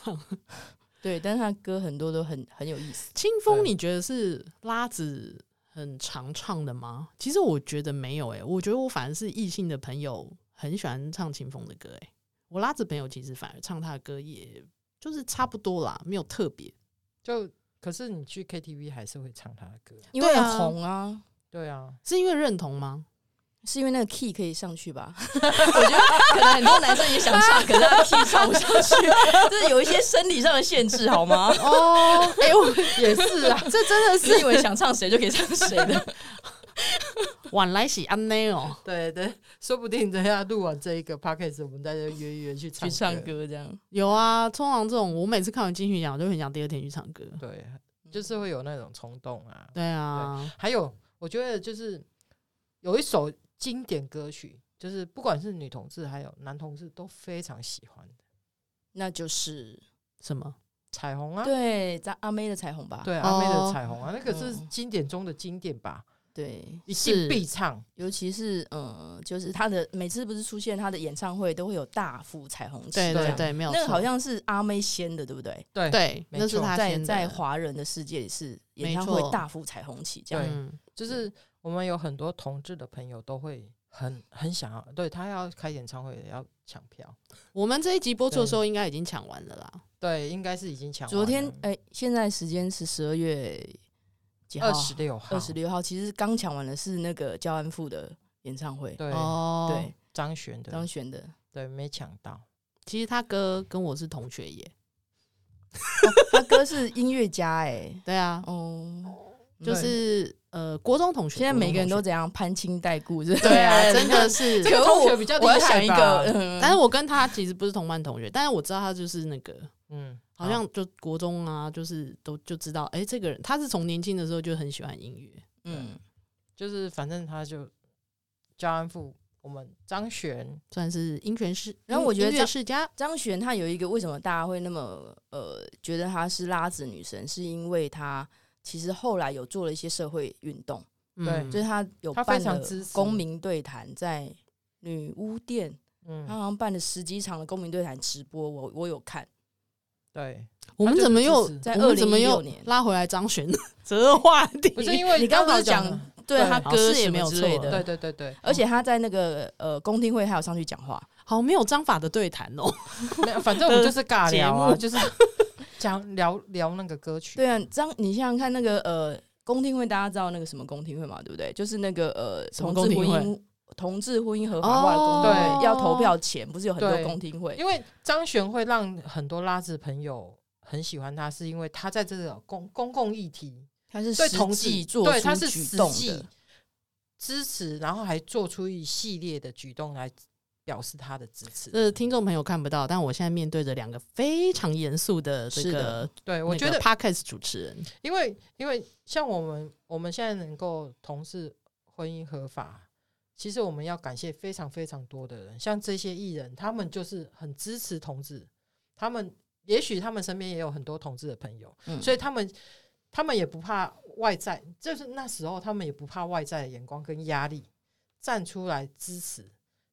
[SPEAKER 3] 对，但是他歌很多都很很有意思。
[SPEAKER 9] 清风，
[SPEAKER 8] 对
[SPEAKER 9] 你觉得是拉子很常唱的吗？其实我觉得没有诶、欸我觉得我反而是异性的朋友很喜欢唱清风的歌诶、欸我拉子朋友其实反而唱他的歌也就是差不多啦，没有特别。
[SPEAKER 8] 就可是你去 KTV 还是会唱他的歌，
[SPEAKER 3] 因为
[SPEAKER 9] 对啊
[SPEAKER 3] 很红啊，
[SPEAKER 8] 对啊，
[SPEAKER 9] 是因为认同吗？
[SPEAKER 3] 是因为那个 key 可以上去吧？ 我觉得可能很多男生也想 唱，可是他的 key 唱不上去，就是有一些生理上的限制，好吗？
[SPEAKER 9] 哦，
[SPEAKER 3] 哎、我也是 啊，
[SPEAKER 9] 这真的是
[SPEAKER 3] 是以为想唱谁就可以唱谁 的。
[SPEAKER 9] 晚来喜安内哦。
[SPEAKER 8] 对对，说不定等一下录完这一个 podcast，我们大家约一约去唱
[SPEAKER 3] 去唱，歌这样，
[SPEAKER 9] 有啊，通常这种我每次看完金曲奖，我就很想第二天去唱歌。
[SPEAKER 8] 对，就是会有那种冲动啊。
[SPEAKER 9] 对啊，
[SPEAKER 8] 还有，我觉得就是有一首经典歌曲，就是不管是女同志还有男同志都非常喜欢的《
[SPEAKER 3] 那就是
[SPEAKER 9] 什么？
[SPEAKER 8] 彩虹》啊，
[SPEAKER 3] 对，张阿妹的彩虹吧。
[SPEAKER 8] 对阿妹的
[SPEAKER 9] 哦
[SPEAKER 8] 《彩虹》啊，那个是
[SPEAKER 3] 嗯
[SPEAKER 8] 经典中的经典吧，
[SPEAKER 3] 对，
[SPEAKER 8] 一
[SPEAKER 9] 是
[SPEAKER 8] 定必唱。
[SPEAKER 3] 尤其是呃，就是他的每次不是出现他的演唱会都会有大幅彩虹旗
[SPEAKER 9] 对
[SPEAKER 3] 这
[SPEAKER 9] 对
[SPEAKER 3] 样，
[SPEAKER 9] 对，没有
[SPEAKER 3] 那个
[SPEAKER 9] 错
[SPEAKER 3] 好像是阿妹先的，对不对？
[SPEAKER 8] 对，
[SPEAKER 9] 对，
[SPEAKER 8] 没
[SPEAKER 9] 那是
[SPEAKER 8] 错
[SPEAKER 9] 他
[SPEAKER 3] 在
[SPEAKER 9] 先的嗯
[SPEAKER 3] 在华人的世界里是演唱
[SPEAKER 9] 没
[SPEAKER 3] 会
[SPEAKER 9] 错
[SPEAKER 3] 大幅彩虹旗这样。
[SPEAKER 9] 嗯
[SPEAKER 8] 就是我们有很多同志的朋友都会很很想要，对他要开演唱会也要抢票，
[SPEAKER 9] 我们这一集播出的时候，应该已经抢完了啦。
[SPEAKER 8] 对，应该是已经抢完了。
[SPEAKER 3] 昨天哎、现在时间是十二月几号啊？
[SPEAKER 8] 二十六号，
[SPEAKER 3] 二十六号，其实刚抢完的是那个焦安富的演唱会，
[SPEAKER 8] 对，
[SPEAKER 9] 哦，
[SPEAKER 3] 对，
[SPEAKER 8] 张悬的
[SPEAKER 3] 张，悬的。
[SPEAKER 8] 对，没抢到。
[SPEAKER 9] 其实他哥跟我是同学耶。
[SPEAKER 3] 他哥是音乐家哎、
[SPEAKER 9] 对啊，
[SPEAKER 3] 哦，
[SPEAKER 9] 就是呃，国中同学。
[SPEAKER 3] 现在每个人都
[SPEAKER 9] 国中
[SPEAKER 3] 这样攀亲带故，是不是
[SPEAKER 9] 同学对啊，
[SPEAKER 8] 对
[SPEAKER 9] 真的是
[SPEAKER 8] 这。个同学比较厉
[SPEAKER 3] 我
[SPEAKER 8] 害
[SPEAKER 3] 要想一
[SPEAKER 8] 吧
[SPEAKER 3] 个，嗯
[SPEAKER 9] 但是我跟他其实不是同班同学，但是我知道他就是那个，
[SPEAKER 8] 嗯，
[SPEAKER 9] 好像就国中啊，就是都就知道，哎，这个人他是从年轻的时候就很喜欢音乐。
[SPEAKER 3] 嗯，
[SPEAKER 8] 就是反正他就焦安富，我们张悬，
[SPEAKER 9] 算是音权世，
[SPEAKER 3] 然后我觉得
[SPEAKER 9] 音乐世家
[SPEAKER 3] 张悬她有一个为什么大家会那么呃觉得她是拉子女神，是因为她其实后来有做了一些社会运动，
[SPEAKER 9] 嗯
[SPEAKER 3] 就是她有
[SPEAKER 8] 她
[SPEAKER 3] 办
[SPEAKER 8] 非常
[SPEAKER 3] 了
[SPEAKER 8] 支持
[SPEAKER 3] 公民对谈，在女巫店，她
[SPEAKER 8] 嗯，
[SPEAKER 3] 好像办了十几场的公民对谈直播，我我有看，
[SPEAKER 8] 对，
[SPEAKER 9] 我们怎么又
[SPEAKER 8] 他就是支持
[SPEAKER 3] 在
[SPEAKER 9] 我们怎么
[SPEAKER 3] 2016
[SPEAKER 9] 又
[SPEAKER 3] 年
[SPEAKER 9] 拉回来张悬 这话题？
[SPEAKER 8] 不是因为
[SPEAKER 3] 你刚
[SPEAKER 8] 刚
[SPEAKER 3] 不是
[SPEAKER 8] 讲
[SPEAKER 3] 讲
[SPEAKER 8] 的，
[SPEAKER 3] 对
[SPEAKER 8] 对
[SPEAKER 3] 她
[SPEAKER 9] 好
[SPEAKER 3] 歌
[SPEAKER 9] 是也
[SPEAKER 3] 什
[SPEAKER 9] 没
[SPEAKER 3] 么
[SPEAKER 9] 有
[SPEAKER 3] 之
[SPEAKER 9] 错
[SPEAKER 3] 类
[SPEAKER 9] 了
[SPEAKER 8] 啊对
[SPEAKER 3] 的，
[SPEAKER 8] 对对对，
[SPEAKER 3] 而且她在那个呃公听会还有上去讲话，
[SPEAKER 8] 嗯
[SPEAKER 9] 好没有章法的对谈哦。
[SPEAKER 8] 没有反正我们就是尬聊啊，
[SPEAKER 9] 节目
[SPEAKER 8] 就是讲聊聊那个歌曲，
[SPEAKER 3] 对啊，张，你想想看，那个呃，公听会，大家知道那个什么公听会嘛，对不对？就是那个呃，
[SPEAKER 9] 什么
[SPEAKER 3] 同志
[SPEAKER 9] 公
[SPEAKER 3] 婚
[SPEAKER 9] 听会
[SPEAKER 3] 姻同志婚姻合法化的公听
[SPEAKER 8] 哦
[SPEAKER 3] 会，要投票前不是有很多
[SPEAKER 8] 对
[SPEAKER 3] 公听会？
[SPEAKER 8] 因为张悬会让很多拉子朋友很喜欢他，是因为他在这个公公共议题
[SPEAKER 3] 他是
[SPEAKER 8] 对
[SPEAKER 3] 实
[SPEAKER 8] 同
[SPEAKER 3] 际
[SPEAKER 8] 志
[SPEAKER 3] 做
[SPEAKER 8] 对
[SPEAKER 3] 出
[SPEAKER 8] 他是
[SPEAKER 3] 举
[SPEAKER 8] 实
[SPEAKER 3] 动
[SPEAKER 8] 际
[SPEAKER 3] 的，
[SPEAKER 8] 支持，然后还做出一系列的举动来表示他的支持。
[SPEAKER 9] 这听众朋友看不到，但我现在面对着两个非常严肃的这
[SPEAKER 3] 是
[SPEAKER 9] 个
[SPEAKER 3] 的，
[SPEAKER 8] 对，我
[SPEAKER 9] 那
[SPEAKER 8] 觉
[SPEAKER 9] 个
[SPEAKER 8] 得
[SPEAKER 9] podcast 主持人，
[SPEAKER 8] 因为因为像我们我们现在能够同事婚姻合法，其实我们要感谢非常非常多的人，像这些艺人，他们就是很支持同志，他们也许他们身边也有很多同志的朋友，
[SPEAKER 3] 嗯
[SPEAKER 8] 所以他们他们也不怕外在，就是那时候他们也不怕外在的眼光跟压力，站出来支持。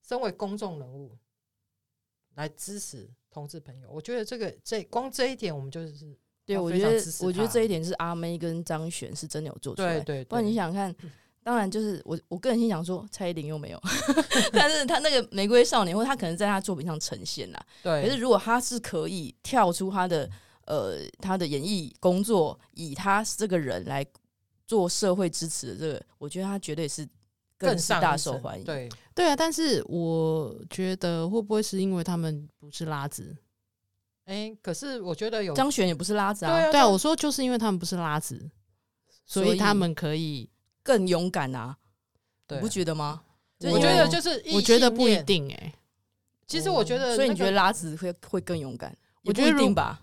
[SPEAKER 8] 身为公众人物，来支持同志朋友。我觉得这个这光这一点，我们就是
[SPEAKER 3] 对，
[SPEAKER 8] 要
[SPEAKER 3] 我
[SPEAKER 8] 非
[SPEAKER 3] 觉
[SPEAKER 8] 常
[SPEAKER 3] 得
[SPEAKER 8] 支持
[SPEAKER 3] 我觉得
[SPEAKER 8] 他
[SPEAKER 3] 这一点是阿妹跟张悬是真的有做出来。
[SPEAKER 8] 对对对嗯
[SPEAKER 3] 不然你想想看，当然就是我我个人心想说，蔡依林又没有， 但是她那个《玫瑰少年》或她可能在她作品上呈现啦。
[SPEAKER 8] 对，
[SPEAKER 3] 可是如果她是可以跳出她的呃她的演艺工作，以她这个人来做社会支持的这个，我觉得她绝对是
[SPEAKER 8] 更
[SPEAKER 3] 是
[SPEAKER 8] 上
[SPEAKER 3] 大
[SPEAKER 8] 一
[SPEAKER 3] 受
[SPEAKER 8] 层
[SPEAKER 3] 欢迎。
[SPEAKER 8] 对，
[SPEAKER 9] 对啊，但是我觉得会不会是因为他们不是拉子？
[SPEAKER 8] 哎，可是我觉得有
[SPEAKER 3] 张悬也不是拉子
[SPEAKER 8] 对
[SPEAKER 3] 啊，
[SPEAKER 8] 啊，
[SPEAKER 9] 对啊，我说就是因为他们不是拉子，所
[SPEAKER 3] 所
[SPEAKER 9] 以
[SPEAKER 3] 以
[SPEAKER 9] 他们可以。
[SPEAKER 3] 更勇敢啊，
[SPEAKER 8] 对啊
[SPEAKER 3] 你不觉得吗？就
[SPEAKER 8] 我
[SPEAKER 3] 因
[SPEAKER 8] 觉
[SPEAKER 3] 为
[SPEAKER 8] 得就是
[SPEAKER 9] 我
[SPEAKER 8] 异
[SPEAKER 9] 觉得
[SPEAKER 8] 性
[SPEAKER 9] 不一
[SPEAKER 8] 恋。
[SPEAKER 9] 定哎、
[SPEAKER 8] 其实我觉得那个，
[SPEAKER 3] 哦所以你觉得拉子会会更勇敢？
[SPEAKER 9] 我
[SPEAKER 3] 也
[SPEAKER 9] 觉
[SPEAKER 3] 不
[SPEAKER 9] 得
[SPEAKER 3] 一
[SPEAKER 9] 如
[SPEAKER 3] 定吧。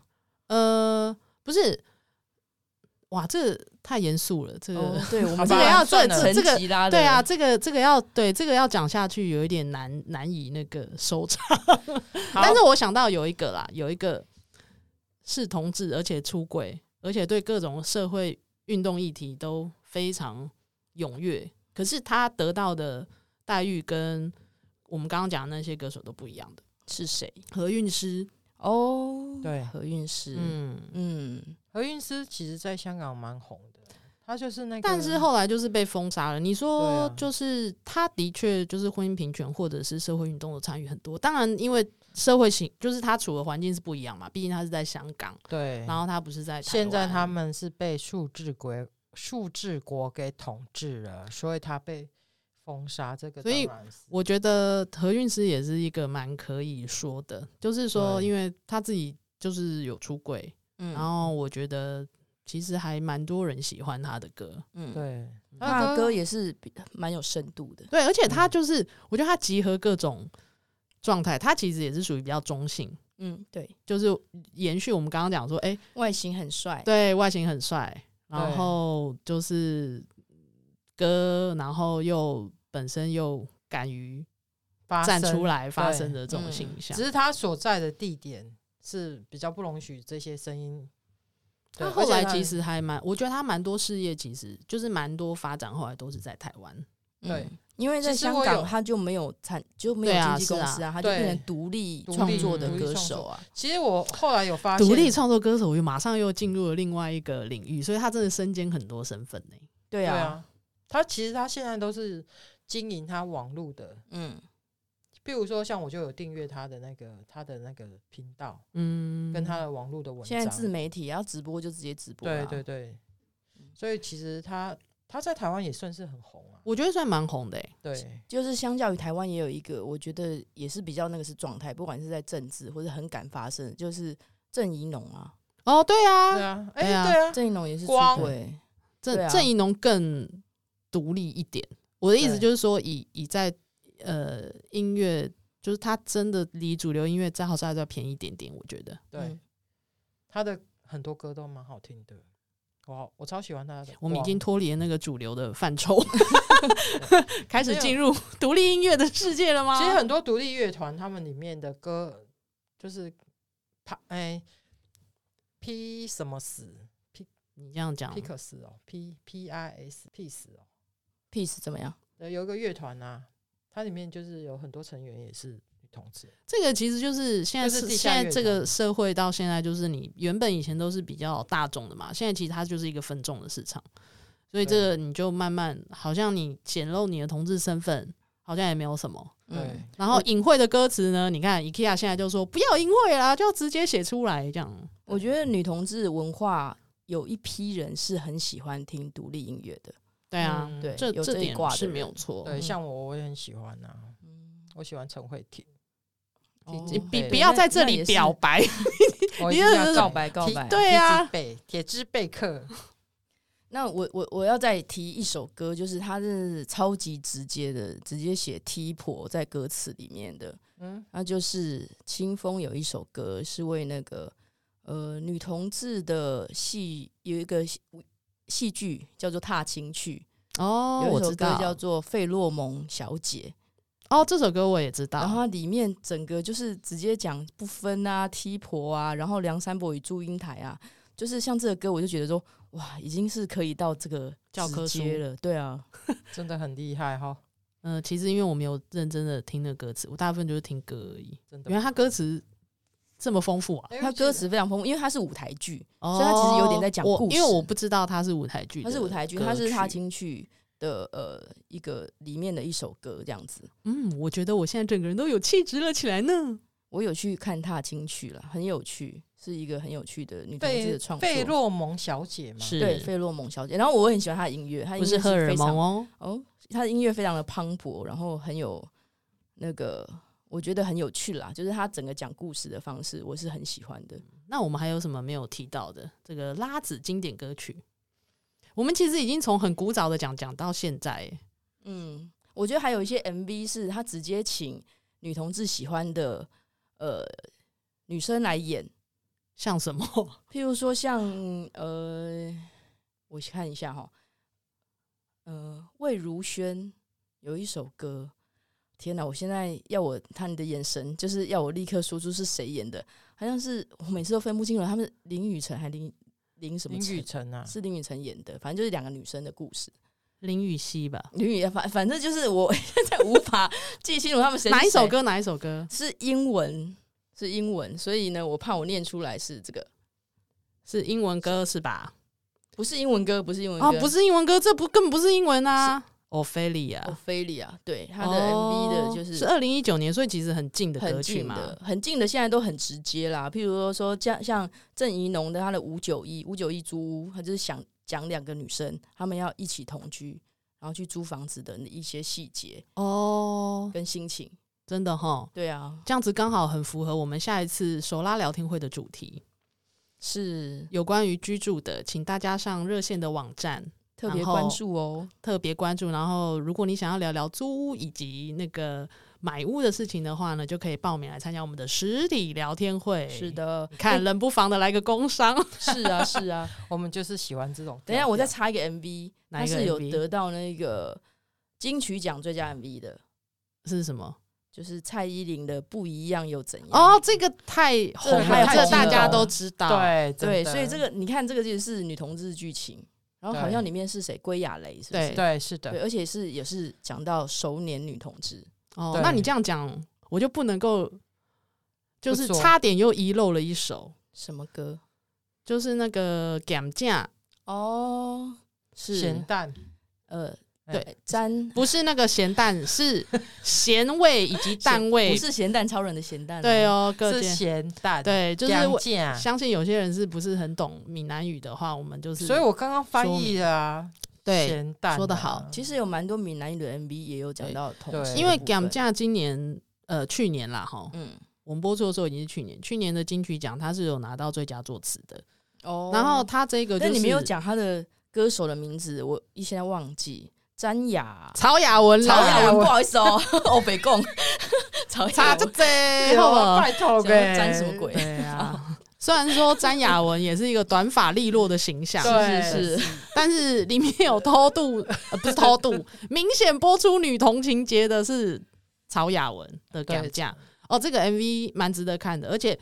[SPEAKER 9] 呃，不是，哇，这太严肃了，这个。
[SPEAKER 3] 哦，对，我
[SPEAKER 8] 好
[SPEAKER 9] 啊这
[SPEAKER 3] 们
[SPEAKER 8] 吧
[SPEAKER 9] 个要这
[SPEAKER 8] 算
[SPEAKER 9] 这
[SPEAKER 8] 了
[SPEAKER 9] 这个
[SPEAKER 3] 层级拉的
[SPEAKER 9] 对啊，这个这个要对这个要讲下去有一点难难以那个收场， 但是我想到有一个啦，有一个是同志，而且出轨，而且对各种社会运动议题都非常踊跃，可是他得到的待遇跟我们刚刚讲的那些歌手都不一样的。
[SPEAKER 3] 是谁？
[SPEAKER 9] 何韵诗，
[SPEAKER 3] 哦，
[SPEAKER 8] 对
[SPEAKER 3] 何韵诗，嗯
[SPEAKER 9] 嗯，
[SPEAKER 8] 何韵诗其实在香港蛮红的，她就是那个，
[SPEAKER 9] 但是后来就是被封杀了。你说
[SPEAKER 8] 对啊，
[SPEAKER 9] 就是他的确就是婚姻平权或者是社会运动的参与很多。当然，因为社会形就是他处的环境是不一样嘛，毕竟他是在香港，
[SPEAKER 8] 对，
[SPEAKER 9] 然后他不是在台湾
[SPEAKER 8] 现在他们是被数字国数字国给统治了，所以他被封杀。这个
[SPEAKER 9] 所以
[SPEAKER 8] 当然是
[SPEAKER 9] 我觉得何韵诗也是一个蛮可以说的，就是说，
[SPEAKER 8] 对
[SPEAKER 9] 因为他自己就是有出轨，
[SPEAKER 3] 嗯
[SPEAKER 9] 然后我觉得其实还蛮多人喜欢他的歌，
[SPEAKER 3] 嗯，
[SPEAKER 8] 对
[SPEAKER 3] 他
[SPEAKER 8] 的
[SPEAKER 3] 的歌也是比蛮有深度的，
[SPEAKER 9] 对，而且
[SPEAKER 8] 嗯
[SPEAKER 9] 他就是、我觉得他集合各种状态，他其实也是属于比较中性。
[SPEAKER 3] 嗯，对，
[SPEAKER 9] 就是延续我们刚刚讲说，哎、
[SPEAKER 3] 外形很帅，
[SPEAKER 9] 对外形很帅，然
[SPEAKER 8] 对
[SPEAKER 9] 后就是歌，然后又本身又敢于
[SPEAKER 8] 发
[SPEAKER 9] 站
[SPEAKER 8] 生
[SPEAKER 9] 出，来发
[SPEAKER 8] 对
[SPEAKER 9] 生的这种
[SPEAKER 3] 嗯
[SPEAKER 9] 形象
[SPEAKER 8] 只。是他所在的地点是比较不容许这些声音。对
[SPEAKER 9] 他后来其。
[SPEAKER 8] 而且
[SPEAKER 9] 实还蛮，我觉得他蛮多事业，其实就是蛮多发展，后来都是在台湾。
[SPEAKER 3] 嗯
[SPEAKER 8] 对，
[SPEAKER 3] 因为在
[SPEAKER 8] 其实
[SPEAKER 3] 香
[SPEAKER 8] 我
[SPEAKER 3] 港
[SPEAKER 8] 有
[SPEAKER 3] 他就没有参就没
[SPEAKER 9] 对
[SPEAKER 3] 有
[SPEAKER 9] 啊
[SPEAKER 3] 经纪公司
[SPEAKER 9] 是
[SPEAKER 3] 啊，他就
[SPEAKER 8] 对
[SPEAKER 3] 变成独立
[SPEAKER 8] 独立
[SPEAKER 3] 创作的
[SPEAKER 9] 嗯
[SPEAKER 3] 歌手啊
[SPEAKER 8] 他，其实我后来有发现，
[SPEAKER 9] 独立创作歌手又马上又进入了另外一个领域，所以他真的身兼很多身份呢、
[SPEAKER 3] 对
[SPEAKER 8] 对
[SPEAKER 3] 啊，
[SPEAKER 8] 啊，他其实他现在都是经营他网络的，
[SPEAKER 3] 嗯，
[SPEAKER 8] 譬如说像我就有订阅他的那个他的那个频道，
[SPEAKER 9] 嗯，
[SPEAKER 8] 跟他的网络的文章。
[SPEAKER 3] 现在自媒体要直播就直接直播啊
[SPEAKER 8] 对
[SPEAKER 3] 啦，
[SPEAKER 8] 对对，所以其实他他在台湾也算是很红啊。
[SPEAKER 9] 我觉得算蛮红的、欸。
[SPEAKER 8] 对
[SPEAKER 3] 就是相较于台湾也有一个，我觉得也是比较那个是状态，不管是在政治或者很敢发声的，就是郑怡农啊，
[SPEAKER 9] 哦，对啊，
[SPEAKER 8] 对啊，哎
[SPEAKER 9] 对啊
[SPEAKER 8] 对啊，
[SPEAKER 3] 郑怡农也是出
[SPEAKER 8] 光
[SPEAKER 3] 轨，
[SPEAKER 9] 郑
[SPEAKER 3] 对啊
[SPEAKER 9] 郑宜农更独立一点。我的意思
[SPEAKER 8] 对
[SPEAKER 9] 就是说以，以在呃音乐，就是他真的离主流音乐账号稍微要便宜一点点，我觉得。
[SPEAKER 8] 对
[SPEAKER 3] 嗯，
[SPEAKER 8] 他的很多歌都蛮好听的，我好我超喜欢他的。
[SPEAKER 9] 我们已经脱离了那个主流的范 畴， 开始
[SPEAKER 8] 没有
[SPEAKER 9] 进入独立音乐的世界了吗？
[SPEAKER 8] 其实很多独立乐团他们里面的歌就是啪哎 P 什么死
[SPEAKER 9] 你这样讲
[SPEAKER 8] P，可死哦 P P I S P 死哦，
[SPEAKER 3] peace 怎么样？
[SPEAKER 8] 呃有一个乐团啊，它里面就是有很多成员也是女同志。
[SPEAKER 9] 这个其实就是现在
[SPEAKER 8] 就是地
[SPEAKER 9] 现
[SPEAKER 8] 下乐
[SPEAKER 9] 在这个社会到现在，就是你原本以前都是比较大众的嘛，现在其实它就是一个分众的市场，所以这个你就慢慢好像你显露你的同志身份，好像也没有什么。
[SPEAKER 8] 对
[SPEAKER 3] 嗯，，
[SPEAKER 9] 然后隐晦的歌词呢，你看 IKEA 现在就说不要隐晦啦，就直接写出来这样。
[SPEAKER 3] 我觉得女同志文化有一批人是很喜欢听独立音乐的，
[SPEAKER 9] 对啊，
[SPEAKER 8] 嗯
[SPEAKER 3] 对
[SPEAKER 9] 这
[SPEAKER 3] 有
[SPEAKER 9] 这
[SPEAKER 3] 这一
[SPEAKER 9] 点
[SPEAKER 3] 挂的
[SPEAKER 9] 是
[SPEAKER 3] 人嗯
[SPEAKER 9] 没有错。
[SPEAKER 8] 对，
[SPEAKER 9] 嗯
[SPEAKER 8] 像我我也很喜欢啊，我喜欢陈慧婷。
[SPEAKER 3] 哦
[SPEAKER 8] 你
[SPEAKER 9] 比
[SPEAKER 8] 对
[SPEAKER 9] 不要在这
[SPEAKER 3] 那
[SPEAKER 9] 里
[SPEAKER 3] 也是
[SPEAKER 9] 表白，
[SPEAKER 8] 我一
[SPEAKER 9] 你
[SPEAKER 8] 定
[SPEAKER 9] 这
[SPEAKER 8] 要
[SPEAKER 9] 是
[SPEAKER 8] 告
[SPEAKER 3] 告白告
[SPEAKER 8] 提
[SPEAKER 3] 白。
[SPEAKER 9] 对
[SPEAKER 8] 铁
[SPEAKER 9] 啊
[SPEAKER 8] 之贝铁之贝克，
[SPEAKER 3] 那我我我要再提一首歌，就是它是超级直接的，直接写 T 婆在歌词里面的。
[SPEAKER 8] 嗯，
[SPEAKER 3] 那就是清风有一首歌是为那个呃女同志的戏有一个戏戏剧叫做《踏青去》，
[SPEAKER 9] 哦，
[SPEAKER 3] 有
[SPEAKER 9] 我
[SPEAKER 3] 一首
[SPEAKER 9] 知
[SPEAKER 3] 歌叫
[SPEAKER 9] 道。
[SPEAKER 3] 做《费洛蒙小姐》，
[SPEAKER 9] 哦，这首歌我也知
[SPEAKER 3] 然后
[SPEAKER 9] 道。
[SPEAKER 3] 它里面整个就是直接讲不分啊、踢婆啊，然后梁山伯与祝英台啊，就是像这个歌，我就觉得说哇，已经是可以到这个
[SPEAKER 9] 教科
[SPEAKER 3] 直接
[SPEAKER 9] 书
[SPEAKER 3] 了，对啊，
[SPEAKER 8] 真的很厉害哈。
[SPEAKER 9] 呃，其实因为我没有认真的听那歌词，我大部分就是听歌而已。
[SPEAKER 8] 真的哎
[SPEAKER 9] 原来他歌词这么丰富啊！
[SPEAKER 8] 因为
[SPEAKER 3] 他
[SPEAKER 8] 我觉
[SPEAKER 3] 歌
[SPEAKER 8] 得
[SPEAKER 3] 词非常丰富，因为他是舞台剧，
[SPEAKER 9] 哦
[SPEAKER 3] 所以他其实有点在讲
[SPEAKER 9] 我
[SPEAKER 3] 故事
[SPEAKER 9] 因为我不知道他是舞台剧的
[SPEAKER 3] 他
[SPEAKER 9] 歌曲，
[SPEAKER 3] 是舞台剧，他是踏青曲的呃一个里面的一首歌这样子。
[SPEAKER 9] 嗯，我觉得我现在整个人都有气质了起来呢。
[SPEAKER 3] 我有去看踏青曲了，很有趣，是一个很有趣的女同志
[SPEAKER 8] 费
[SPEAKER 3] 的创作。
[SPEAKER 8] 费洛蒙小姐嘛，
[SPEAKER 9] 是
[SPEAKER 3] 对费洛蒙小姐，然后我很喜欢她的音乐，她的
[SPEAKER 9] 不
[SPEAKER 3] 音
[SPEAKER 9] 是
[SPEAKER 3] 乐
[SPEAKER 9] 荷尔
[SPEAKER 3] 非
[SPEAKER 9] 蒙
[SPEAKER 3] 常
[SPEAKER 9] 哦，
[SPEAKER 3] 哦，他的音乐非常的磅礴，然后很有那个，我觉得很有趣啦，就是他整个讲故事的方式，我是很喜欢的。
[SPEAKER 9] 那我们还有什么没有提到的？这个拉子经典歌曲，我们其实已经从很古早的讲讲到现在耶，
[SPEAKER 3] 嗯，我觉得还有一些 MV 是他直接请女同志喜欢的呃女生来演，
[SPEAKER 9] 像什么？
[SPEAKER 3] 譬如说像呃，我看一下哈，呃，魏如萱有一首歌，天哪！我现在要我看你的眼神，就是要我立刻说出是谁演的，好像是我每次都分不清楚，他们是林雨晨还林林什么
[SPEAKER 8] 林
[SPEAKER 3] 晨
[SPEAKER 8] 雨晨啊，
[SPEAKER 3] 是林雨晨演的，反正就是两个女生的故事。
[SPEAKER 9] 林雨熙吧？
[SPEAKER 3] 林雨反反正就是我 现在无法记清楚他们谁是
[SPEAKER 9] 哪一首
[SPEAKER 3] 谁
[SPEAKER 9] 歌？哪一首歌？
[SPEAKER 3] 是英文，是英文，所以呢，我怕我念出来是这个，
[SPEAKER 9] 是英文歌是吧？
[SPEAKER 3] 不是英文歌，不是英文歌，
[SPEAKER 9] 啊，不是英文歌，这不根本不是英文啊！奥菲利亚，
[SPEAKER 3] 哦，菲利亚，对他的 MV 的就是是
[SPEAKER 9] 哦二零一九年，所以其实很近的
[SPEAKER 3] 很
[SPEAKER 9] 歌曲
[SPEAKER 3] 近
[SPEAKER 9] 嘛。
[SPEAKER 3] 的，很近的，现在都很直接啦。譬如说说像像郑怡农的他的五九一五九一租屋，他就是想讲两个女生她们要一起同居，然后去租房子的一些细节
[SPEAKER 9] 哦，
[SPEAKER 3] 跟心情。
[SPEAKER 9] 真的哈，
[SPEAKER 3] 对啊，
[SPEAKER 9] 这样子刚好很符合我们下一次手拉聊天会的主题，
[SPEAKER 3] 是
[SPEAKER 9] 有关于居住的，请大家上热线的网站
[SPEAKER 3] 特别
[SPEAKER 9] 然后
[SPEAKER 3] 关注哦。
[SPEAKER 9] 特别关注。然后，如果你想要聊聊租屋以及那个买屋的事情的话呢，就可以报名来参加我们的实体聊天会。
[SPEAKER 3] 是，的，哎
[SPEAKER 9] 你看冷不防的来个工商，
[SPEAKER 3] 是啊，是啊。
[SPEAKER 8] 我们就是喜欢这种调调。
[SPEAKER 3] 等一下，我再插一个 MV，
[SPEAKER 9] 哪
[SPEAKER 3] 它
[SPEAKER 9] 一个
[SPEAKER 3] 是有
[SPEAKER 9] MV
[SPEAKER 3] 得到那个金曲奖最佳 MV 的，
[SPEAKER 9] 是什么？
[SPEAKER 3] 就是蔡依林的《不一样又怎样》。
[SPEAKER 9] 哦，这个太红
[SPEAKER 3] 太
[SPEAKER 9] 了，
[SPEAKER 3] 红
[SPEAKER 9] 这个大
[SPEAKER 3] 了
[SPEAKER 9] 家都知道。，
[SPEAKER 8] 对
[SPEAKER 3] 对，
[SPEAKER 8] 真的
[SPEAKER 3] 所以这个你看，这个就是女同志剧情，然后好像里面是谁？归亚蕾是不是？
[SPEAKER 8] 对是
[SPEAKER 3] 对，
[SPEAKER 8] 的，
[SPEAKER 3] 而且是也是讲到熟年女同志，
[SPEAKER 9] 哦，
[SPEAKER 8] 对
[SPEAKER 9] 那你这样讲，我就不能够，就
[SPEAKER 8] 不
[SPEAKER 9] 是
[SPEAKER 8] 说
[SPEAKER 9] 差点又遗漏了一首，
[SPEAKER 3] 什么歌？
[SPEAKER 9] 就是那个减价，
[SPEAKER 3] 哦，
[SPEAKER 8] 咸
[SPEAKER 3] 是
[SPEAKER 8] 蛋
[SPEAKER 3] 呃，
[SPEAKER 8] 对
[SPEAKER 3] 对，詹
[SPEAKER 9] 不是那个咸蛋，是咸味以及蛋味
[SPEAKER 3] 不。是咸蛋超人的咸蛋，啊
[SPEAKER 9] 对，哦，各
[SPEAKER 8] 是
[SPEAKER 9] 界
[SPEAKER 8] 咸蛋，，
[SPEAKER 9] 对，就是我
[SPEAKER 8] 酱。
[SPEAKER 9] 相信有些人是不是很懂闽南语的话，我们就是
[SPEAKER 8] 所以我刚刚翻译了啊，
[SPEAKER 9] 对，
[SPEAKER 8] 咸蛋啊
[SPEAKER 9] 说得好
[SPEAKER 3] 其实有蛮多闽南语的 MV 也有讲到同志，
[SPEAKER 8] 对
[SPEAKER 9] 因为
[SPEAKER 3] 讲
[SPEAKER 9] 减，价今年呃去年啦哈，
[SPEAKER 3] 嗯，
[SPEAKER 9] 我们播出的时候已经是去年，去年的金曲奖它是有拿到最佳作词的，
[SPEAKER 3] 哦，
[SPEAKER 9] 然后它这个就
[SPEAKER 3] 但
[SPEAKER 9] 是
[SPEAKER 3] 你没有讲他的歌手的名字，我一现在忘记，詹雅，
[SPEAKER 9] 曹雅文啦，
[SPEAKER 3] 曹雅文，不好意思哦， 我北贡，曹
[SPEAKER 9] 差
[SPEAKER 3] 雅
[SPEAKER 9] 就
[SPEAKER 3] 文， 啊
[SPEAKER 9] 这，好不
[SPEAKER 8] 哦
[SPEAKER 9] 好？
[SPEAKER 8] 拜托
[SPEAKER 3] 想
[SPEAKER 8] 呗，
[SPEAKER 3] 说沾什么鬼
[SPEAKER 8] 对啊，
[SPEAKER 9] 虽然说詹雅文也是一个短发利落的形象，
[SPEAKER 8] 对
[SPEAKER 3] 是是是，
[SPEAKER 9] 但是里面有偷渡， 呃，不是偷渡，明显播出女同情节的是曹雅文的
[SPEAKER 8] 对
[SPEAKER 9] 感价。哦，这个 MV 蛮值得看的，而且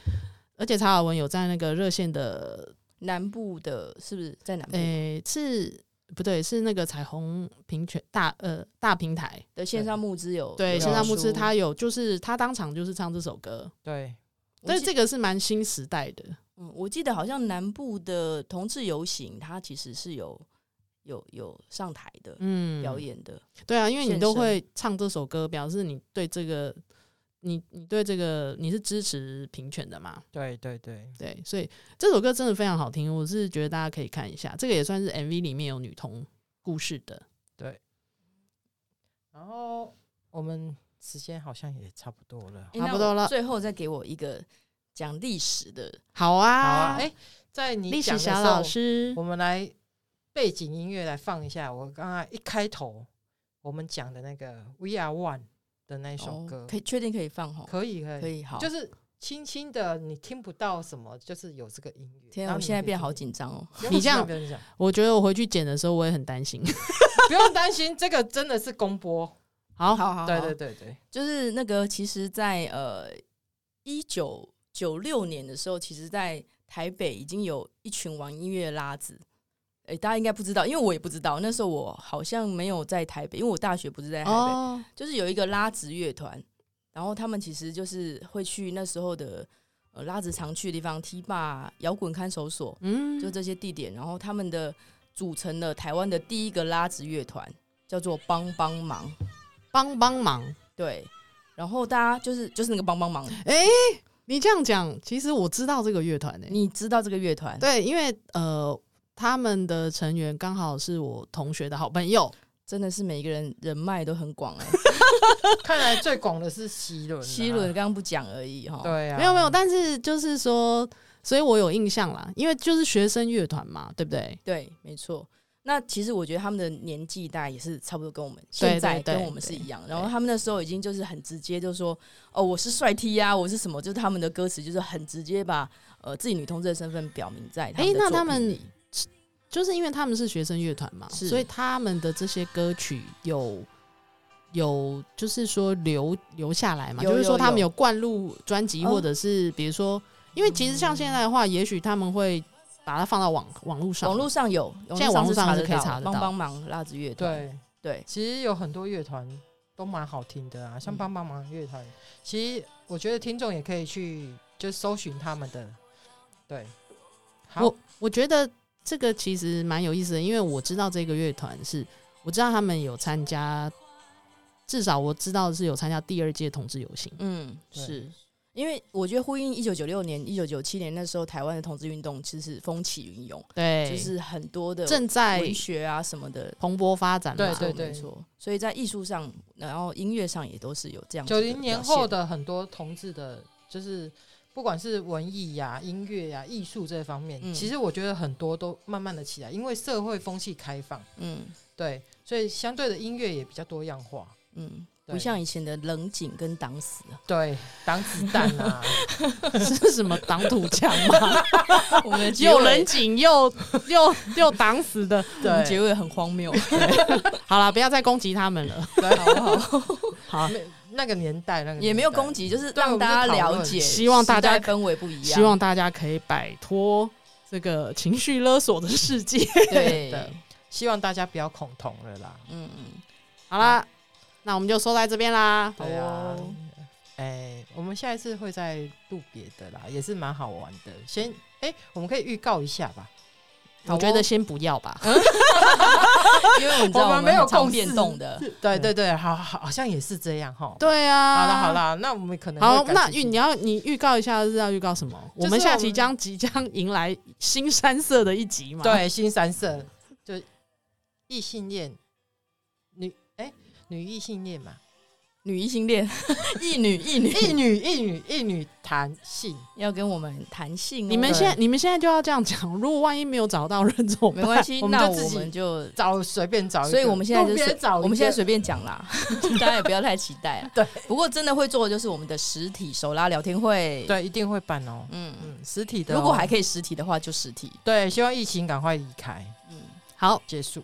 [SPEAKER 9] 而且曹雅文有在那个热线的，
[SPEAKER 3] 南部的，是不是在南部
[SPEAKER 9] 诶、是不对，是那个彩虹平权大呃大平台，
[SPEAKER 3] 的线上募资有？
[SPEAKER 9] 对，
[SPEAKER 8] 有
[SPEAKER 9] 线上募资
[SPEAKER 3] 有
[SPEAKER 9] 他有，就是他当场就是唱这首歌，
[SPEAKER 8] 对，
[SPEAKER 3] 我
[SPEAKER 9] 但
[SPEAKER 3] 记
[SPEAKER 9] 这个是蛮新时代的。
[SPEAKER 3] 嗯，我记得好像南部的同志游行，它其实是有有有上台的、
[SPEAKER 9] 嗯，
[SPEAKER 3] 表演的，
[SPEAKER 9] 对啊，因为你
[SPEAKER 3] 现
[SPEAKER 9] 都
[SPEAKER 3] 身
[SPEAKER 9] 会唱这首歌，表示你对这个，你你对这个你是支持平权的嘛？
[SPEAKER 8] 对对对，
[SPEAKER 9] 对，所以这首歌真的非常好听，我是觉得大家可以看一下。这个也算是 MV 里面有女童故事的，
[SPEAKER 8] 然后我们时间好像也差不多了。
[SPEAKER 3] 诶
[SPEAKER 9] 差不
[SPEAKER 3] 那我
[SPEAKER 9] 多了
[SPEAKER 3] 最后再给我一个讲历史的，哦
[SPEAKER 9] 好
[SPEAKER 8] 好啊
[SPEAKER 9] 啊，，
[SPEAKER 8] 哎，在你
[SPEAKER 9] 历史
[SPEAKER 8] 讲的
[SPEAKER 9] 小
[SPEAKER 8] 时候
[SPEAKER 9] 老师
[SPEAKER 8] 我们来背景音乐来放一下。我刚刚一开头我们讲的那个《We Are One》的那一首
[SPEAKER 3] 哦
[SPEAKER 8] 歌，
[SPEAKER 3] 可以确哦定可以放吼，
[SPEAKER 8] 可以可以
[SPEAKER 3] 可以好，
[SPEAKER 8] 就是轻轻的，你听不到什么，就是有这个音乐。
[SPEAKER 3] 天
[SPEAKER 8] 然
[SPEAKER 3] 啊，
[SPEAKER 8] 后
[SPEAKER 3] 我
[SPEAKER 8] 你
[SPEAKER 3] 现在
[SPEAKER 8] 可以
[SPEAKER 3] 变
[SPEAKER 8] 听
[SPEAKER 3] 好，紧张哦，
[SPEAKER 8] 不用
[SPEAKER 9] 你这样
[SPEAKER 8] 不用讲，
[SPEAKER 9] 我觉得我回去剪的时候我也很担心。
[SPEAKER 8] 不用担心，这个真的是公播。
[SPEAKER 9] 好，
[SPEAKER 3] 好好，
[SPEAKER 8] 对
[SPEAKER 3] 好
[SPEAKER 8] 对对对，
[SPEAKER 3] 就是那个，其实在，呃一九九六年的时候，其实，在台北已经有一群玩音乐的拉子，哎、哎、大家应该不知道，因为我也不知道，那时候我好像没有在台北，因为我大学不是在台北，
[SPEAKER 9] 哦，
[SPEAKER 3] 就是有一个拉直乐团，然后他们其实就是会去那时候的呃拉直常去的地方，T 吧、摇滚看守所，
[SPEAKER 9] 嗯，
[SPEAKER 3] 就这些地点，然后他们的组成了台湾的第一个拉直乐团，叫做帮帮忙，
[SPEAKER 9] 帮帮忙。
[SPEAKER 3] 对，然后大家就是就是那个帮帮忙，
[SPEAKER 9] 哎、你这样讲，其实我知道这个乐团诶。
[SPEAKER 3] 你知道这个乐团？
[SPEAKER 9] 对，因为呃，他们的成员刚好是我同学的好朋友，
[SPEAKER 3] 真的是每一个人人脉都很广哎、
[SPEAKER 8] 看来最广的是西轮啊，
[SPEAKER 3] 七轮刚刚不讲而已哈。
[SPEAKER 8] 对啊，
[SPEAKER 9] 没有没有，但是就是说，所以我有印象啦，因为就是学生乐团嘛，对不对？
[SPEAKER 3] 对，没错。那其实我觉得他们的年纪大概也是差不多跟我们
[SPEAKER 9] 对
[SPEAKER 3] 现在
[SPEAKER 9] 对
[SPEAKER 3] 跟
[SPEAKER 9] 对
[SPEAKER 3] 我们是一样，
[SPEAKER 9] 对
[SPEAKER 3] 然后他们那时候已经就是很直接，就说哦我是帅 T 啊，我是什么，就是他们的歌词就是很直接把呃自己女同志的身份表明在他
[SPEAKER 9] 哎、
[SPEAKER 3] 们的
[SPEAKER 9] 那
[SPEAKER 3] 作
[SPEAKER 9] 他
[SPEAKER 3] 品
[SPEAKER 9] 们
[SPEAKER 3] 里
[SPEAKER 9] 就是因为他们是学生乐团嘛，
[SPEAKER 3] 是
[SPEAKER 9] 所以他们的这些歌曲有有就是说留留下来嘛，
[SPEAKER 3] 有
[SPEAKER 9] 就是说
[SPEAKER 3] 有
[SPEAKER 9] 他们
[SPEAKER 3] 有
[SPEAKER 9] 有灌入专辑，
[SPEAKER 3] 哦
[SPEAKER 9] 或者是比如说，因为其实像现在的话，也许他们会把它放到网网络上嘛，
[SPEAKER 3] 嗯网络上有，
[SPEAKER 9] 现在网络上是可以查得
[SPEAKER 3] 帮
[SPEAKER 9] 到
[SPEAKER 3] 帮忙拉子乐团，
[SPEAKER 8] 对，
[SPEAKER 3] 对
[SPEAKER 8] 其实有很多乐团都蛮好听的啊，像
[SPEAKER 3] 嗯
[SPEAKER 8] 帮帮忙乐团，其实我觉得听众也可以去就搜寻他们的，对，好，
[SPEAKER 9] 我觉得这个其实蛮有意思的，因为我知道这个乐团是，我知道他们有参加，至少我知道是有参加第二届同志游行。
[SPEAKER 3] 嗯，
[SPEAKER 8] 对
[SPEAKER 3] 是因为我觉得呼应一九九六年、一九九七年那时候台湾的同志运动其实风起云涌，
[SPEAKER 9] 对，
[SPEAKER 3] 就是很多的
[SPEAKER 9] 正在
[SPEAKER 3] 文学啊什么的
[SPEAKER 9] 蓬勃发展嘛。
[SPEAKER 8] 对
[SPEAKER 3] 没错没错，所以在艺术上，然后音乐上也都是有这样子
[SPEAKER 8] 九
[SPEAKER 3] 的
[SPEAKER 8] 零年
[SPEAKER 3] 表现
[SPEAKER 8] 后的很多同志的，就是不管是文艺呀、音乐呀、艺术这方面，
[SPEAKER 3] 嗯
[SPEAKER 8] 其实我觉得很多都慢慢的起来，因为社会风气开放，
[SPEAKER 3] 嗯
[SPEAKER 8] 对，所以相对的音乐也比较多样化。
[SPEAKER 3] 嗯，
[SPEAKER 8] 对
[SPEAKER 3] 不像以前的冷井跟党死啊了，
[SPEAKER 8] 对，挡子弹啊，
[SPEAKER 9] 是什么挡土墙吗？
[SPEAKER 3] 我们的结尾
[SPEAKER 9] 又冷井又又又挡死的。
[SPEAKER 3] 我们结尾很荒 谬，
[SPEAKER 9] 好了，不要再攻击他们了。
[SPEAKER 8] 对，
[SPEAKER 3] 好不好？
[SPEAKER 9] 好，
[SPEAKER 8] 没那个年代，那个
[SPEAKER 3] 啊也没有
[SPEAKER 8] 年代
[SPEAKER 3] 攻击，就是
[SPEAKER 8] 对我
[SPEAKER 3] 让
[SPEAKER 8] 们
[SPEAKER 3] 大家
[SPEAKER 8] 就讨论
[SPEAKER 3] 了解，
[SPEAKER 9] 希望大家
[SPEAKER 3] 时代氛围不一样，
[SPEAKER 9] 希望大家可以摆脱这个情绪勒索的世界。
[SPEAKER 3] 对，
[SPEAKER 8] 的希望大家不要恐同了啦。
[SPEAKER 3] 嗯 嗯，
[SPEAKER 9] 好啦，那我们就说在这边啦。
[SPEAKER 8] 对啊
[SPEAKER 3] 好哦，
[SPEAKER 8] 哎、我们下一次会再录别的啦，也是蛮好玩的。先，哎、我们可以预告一下吧。
[SPEAKER 9] 我觉得先不要吧。
[SPEAKER 3] 因为你知道
[SPEAKER 8] 我们没有
[SPEAKER 3] 很常
[SPEAKER 8] 共识
[SPEAKER 3] 变动的，
[SPEAKER 8] 对对对，好好，好像也是这样哈。
[SPEAKER 9] 对啊，
[SPEAKER 8] 好了好，了，那我们可能
[SPEAKER 9] 好，
[SPEAKER 8] 会改
[SPEAKER 9] 那
[SPEAKER 8] 进
[SPEAKER 9] 预你要你预告一下是要预告什么？
[SPEAKER 8] 就是
[SPEAKER 9] 我们下
[SPEAKER 8] 我
[SPEAKER 9] 期
[SPEAKER 8] 们
[SPEAKER 9] 将即将迎来新山色的一集嘛？，
[SPEAKER 8] 对新三色就异性恋女哎、女异性恋 嘛，
[SPEAKER 3] 女异性恋， 一女一女
[SPEAKER 8] 一女一女一女谈性，
[SPEAKER 3] 要跟我们谈性哦，
[SPEAKER 9] 你们
[SPEAKER 8] 对
[SPEAKER 9] 现在你们现在就要这样讲，如果万一没有找到人怎么
[SPEAKER 3] 没
[SPEAKER 9] 办？
[SPEAKER 3] 关系，
[SPEAKER 8] 我们
[SPEAKER 3] 那
[SPEAKER 8] 就自
[SPEAKER 3] 我
[SPEAKER 8] 己
[SPEAKER 3] 们就。
[SPEAKER 8] 找随便找一个，
[SPEAKER 3] 所以我们现在就
[SPEAKER 8] 路
[SPEAKER 3] 是
[SPEAKER 8] 边找一个，
[SPEAKER 3] 我们现在随便 讲啦，大家也不要太期待啊。
[SPEAKER 8] 对，
[SPEAKER 3] 不过真的会做的就是我们的实体手拉聊天会。，
[SPEAKER 8] 对一定会办哦。
[SPEAKER 3] 嗯，
[SPEAKER 8] 嗯，实体的哦、
[SPEAKER 3] 如果还可以实体的话，就实体。
[SPEAKER 8] 对，希望疫情赶快离开
[SPEAKER 3] 嗯，
[SPEAKER 9] 好，
[SPEAKER 8] 结束。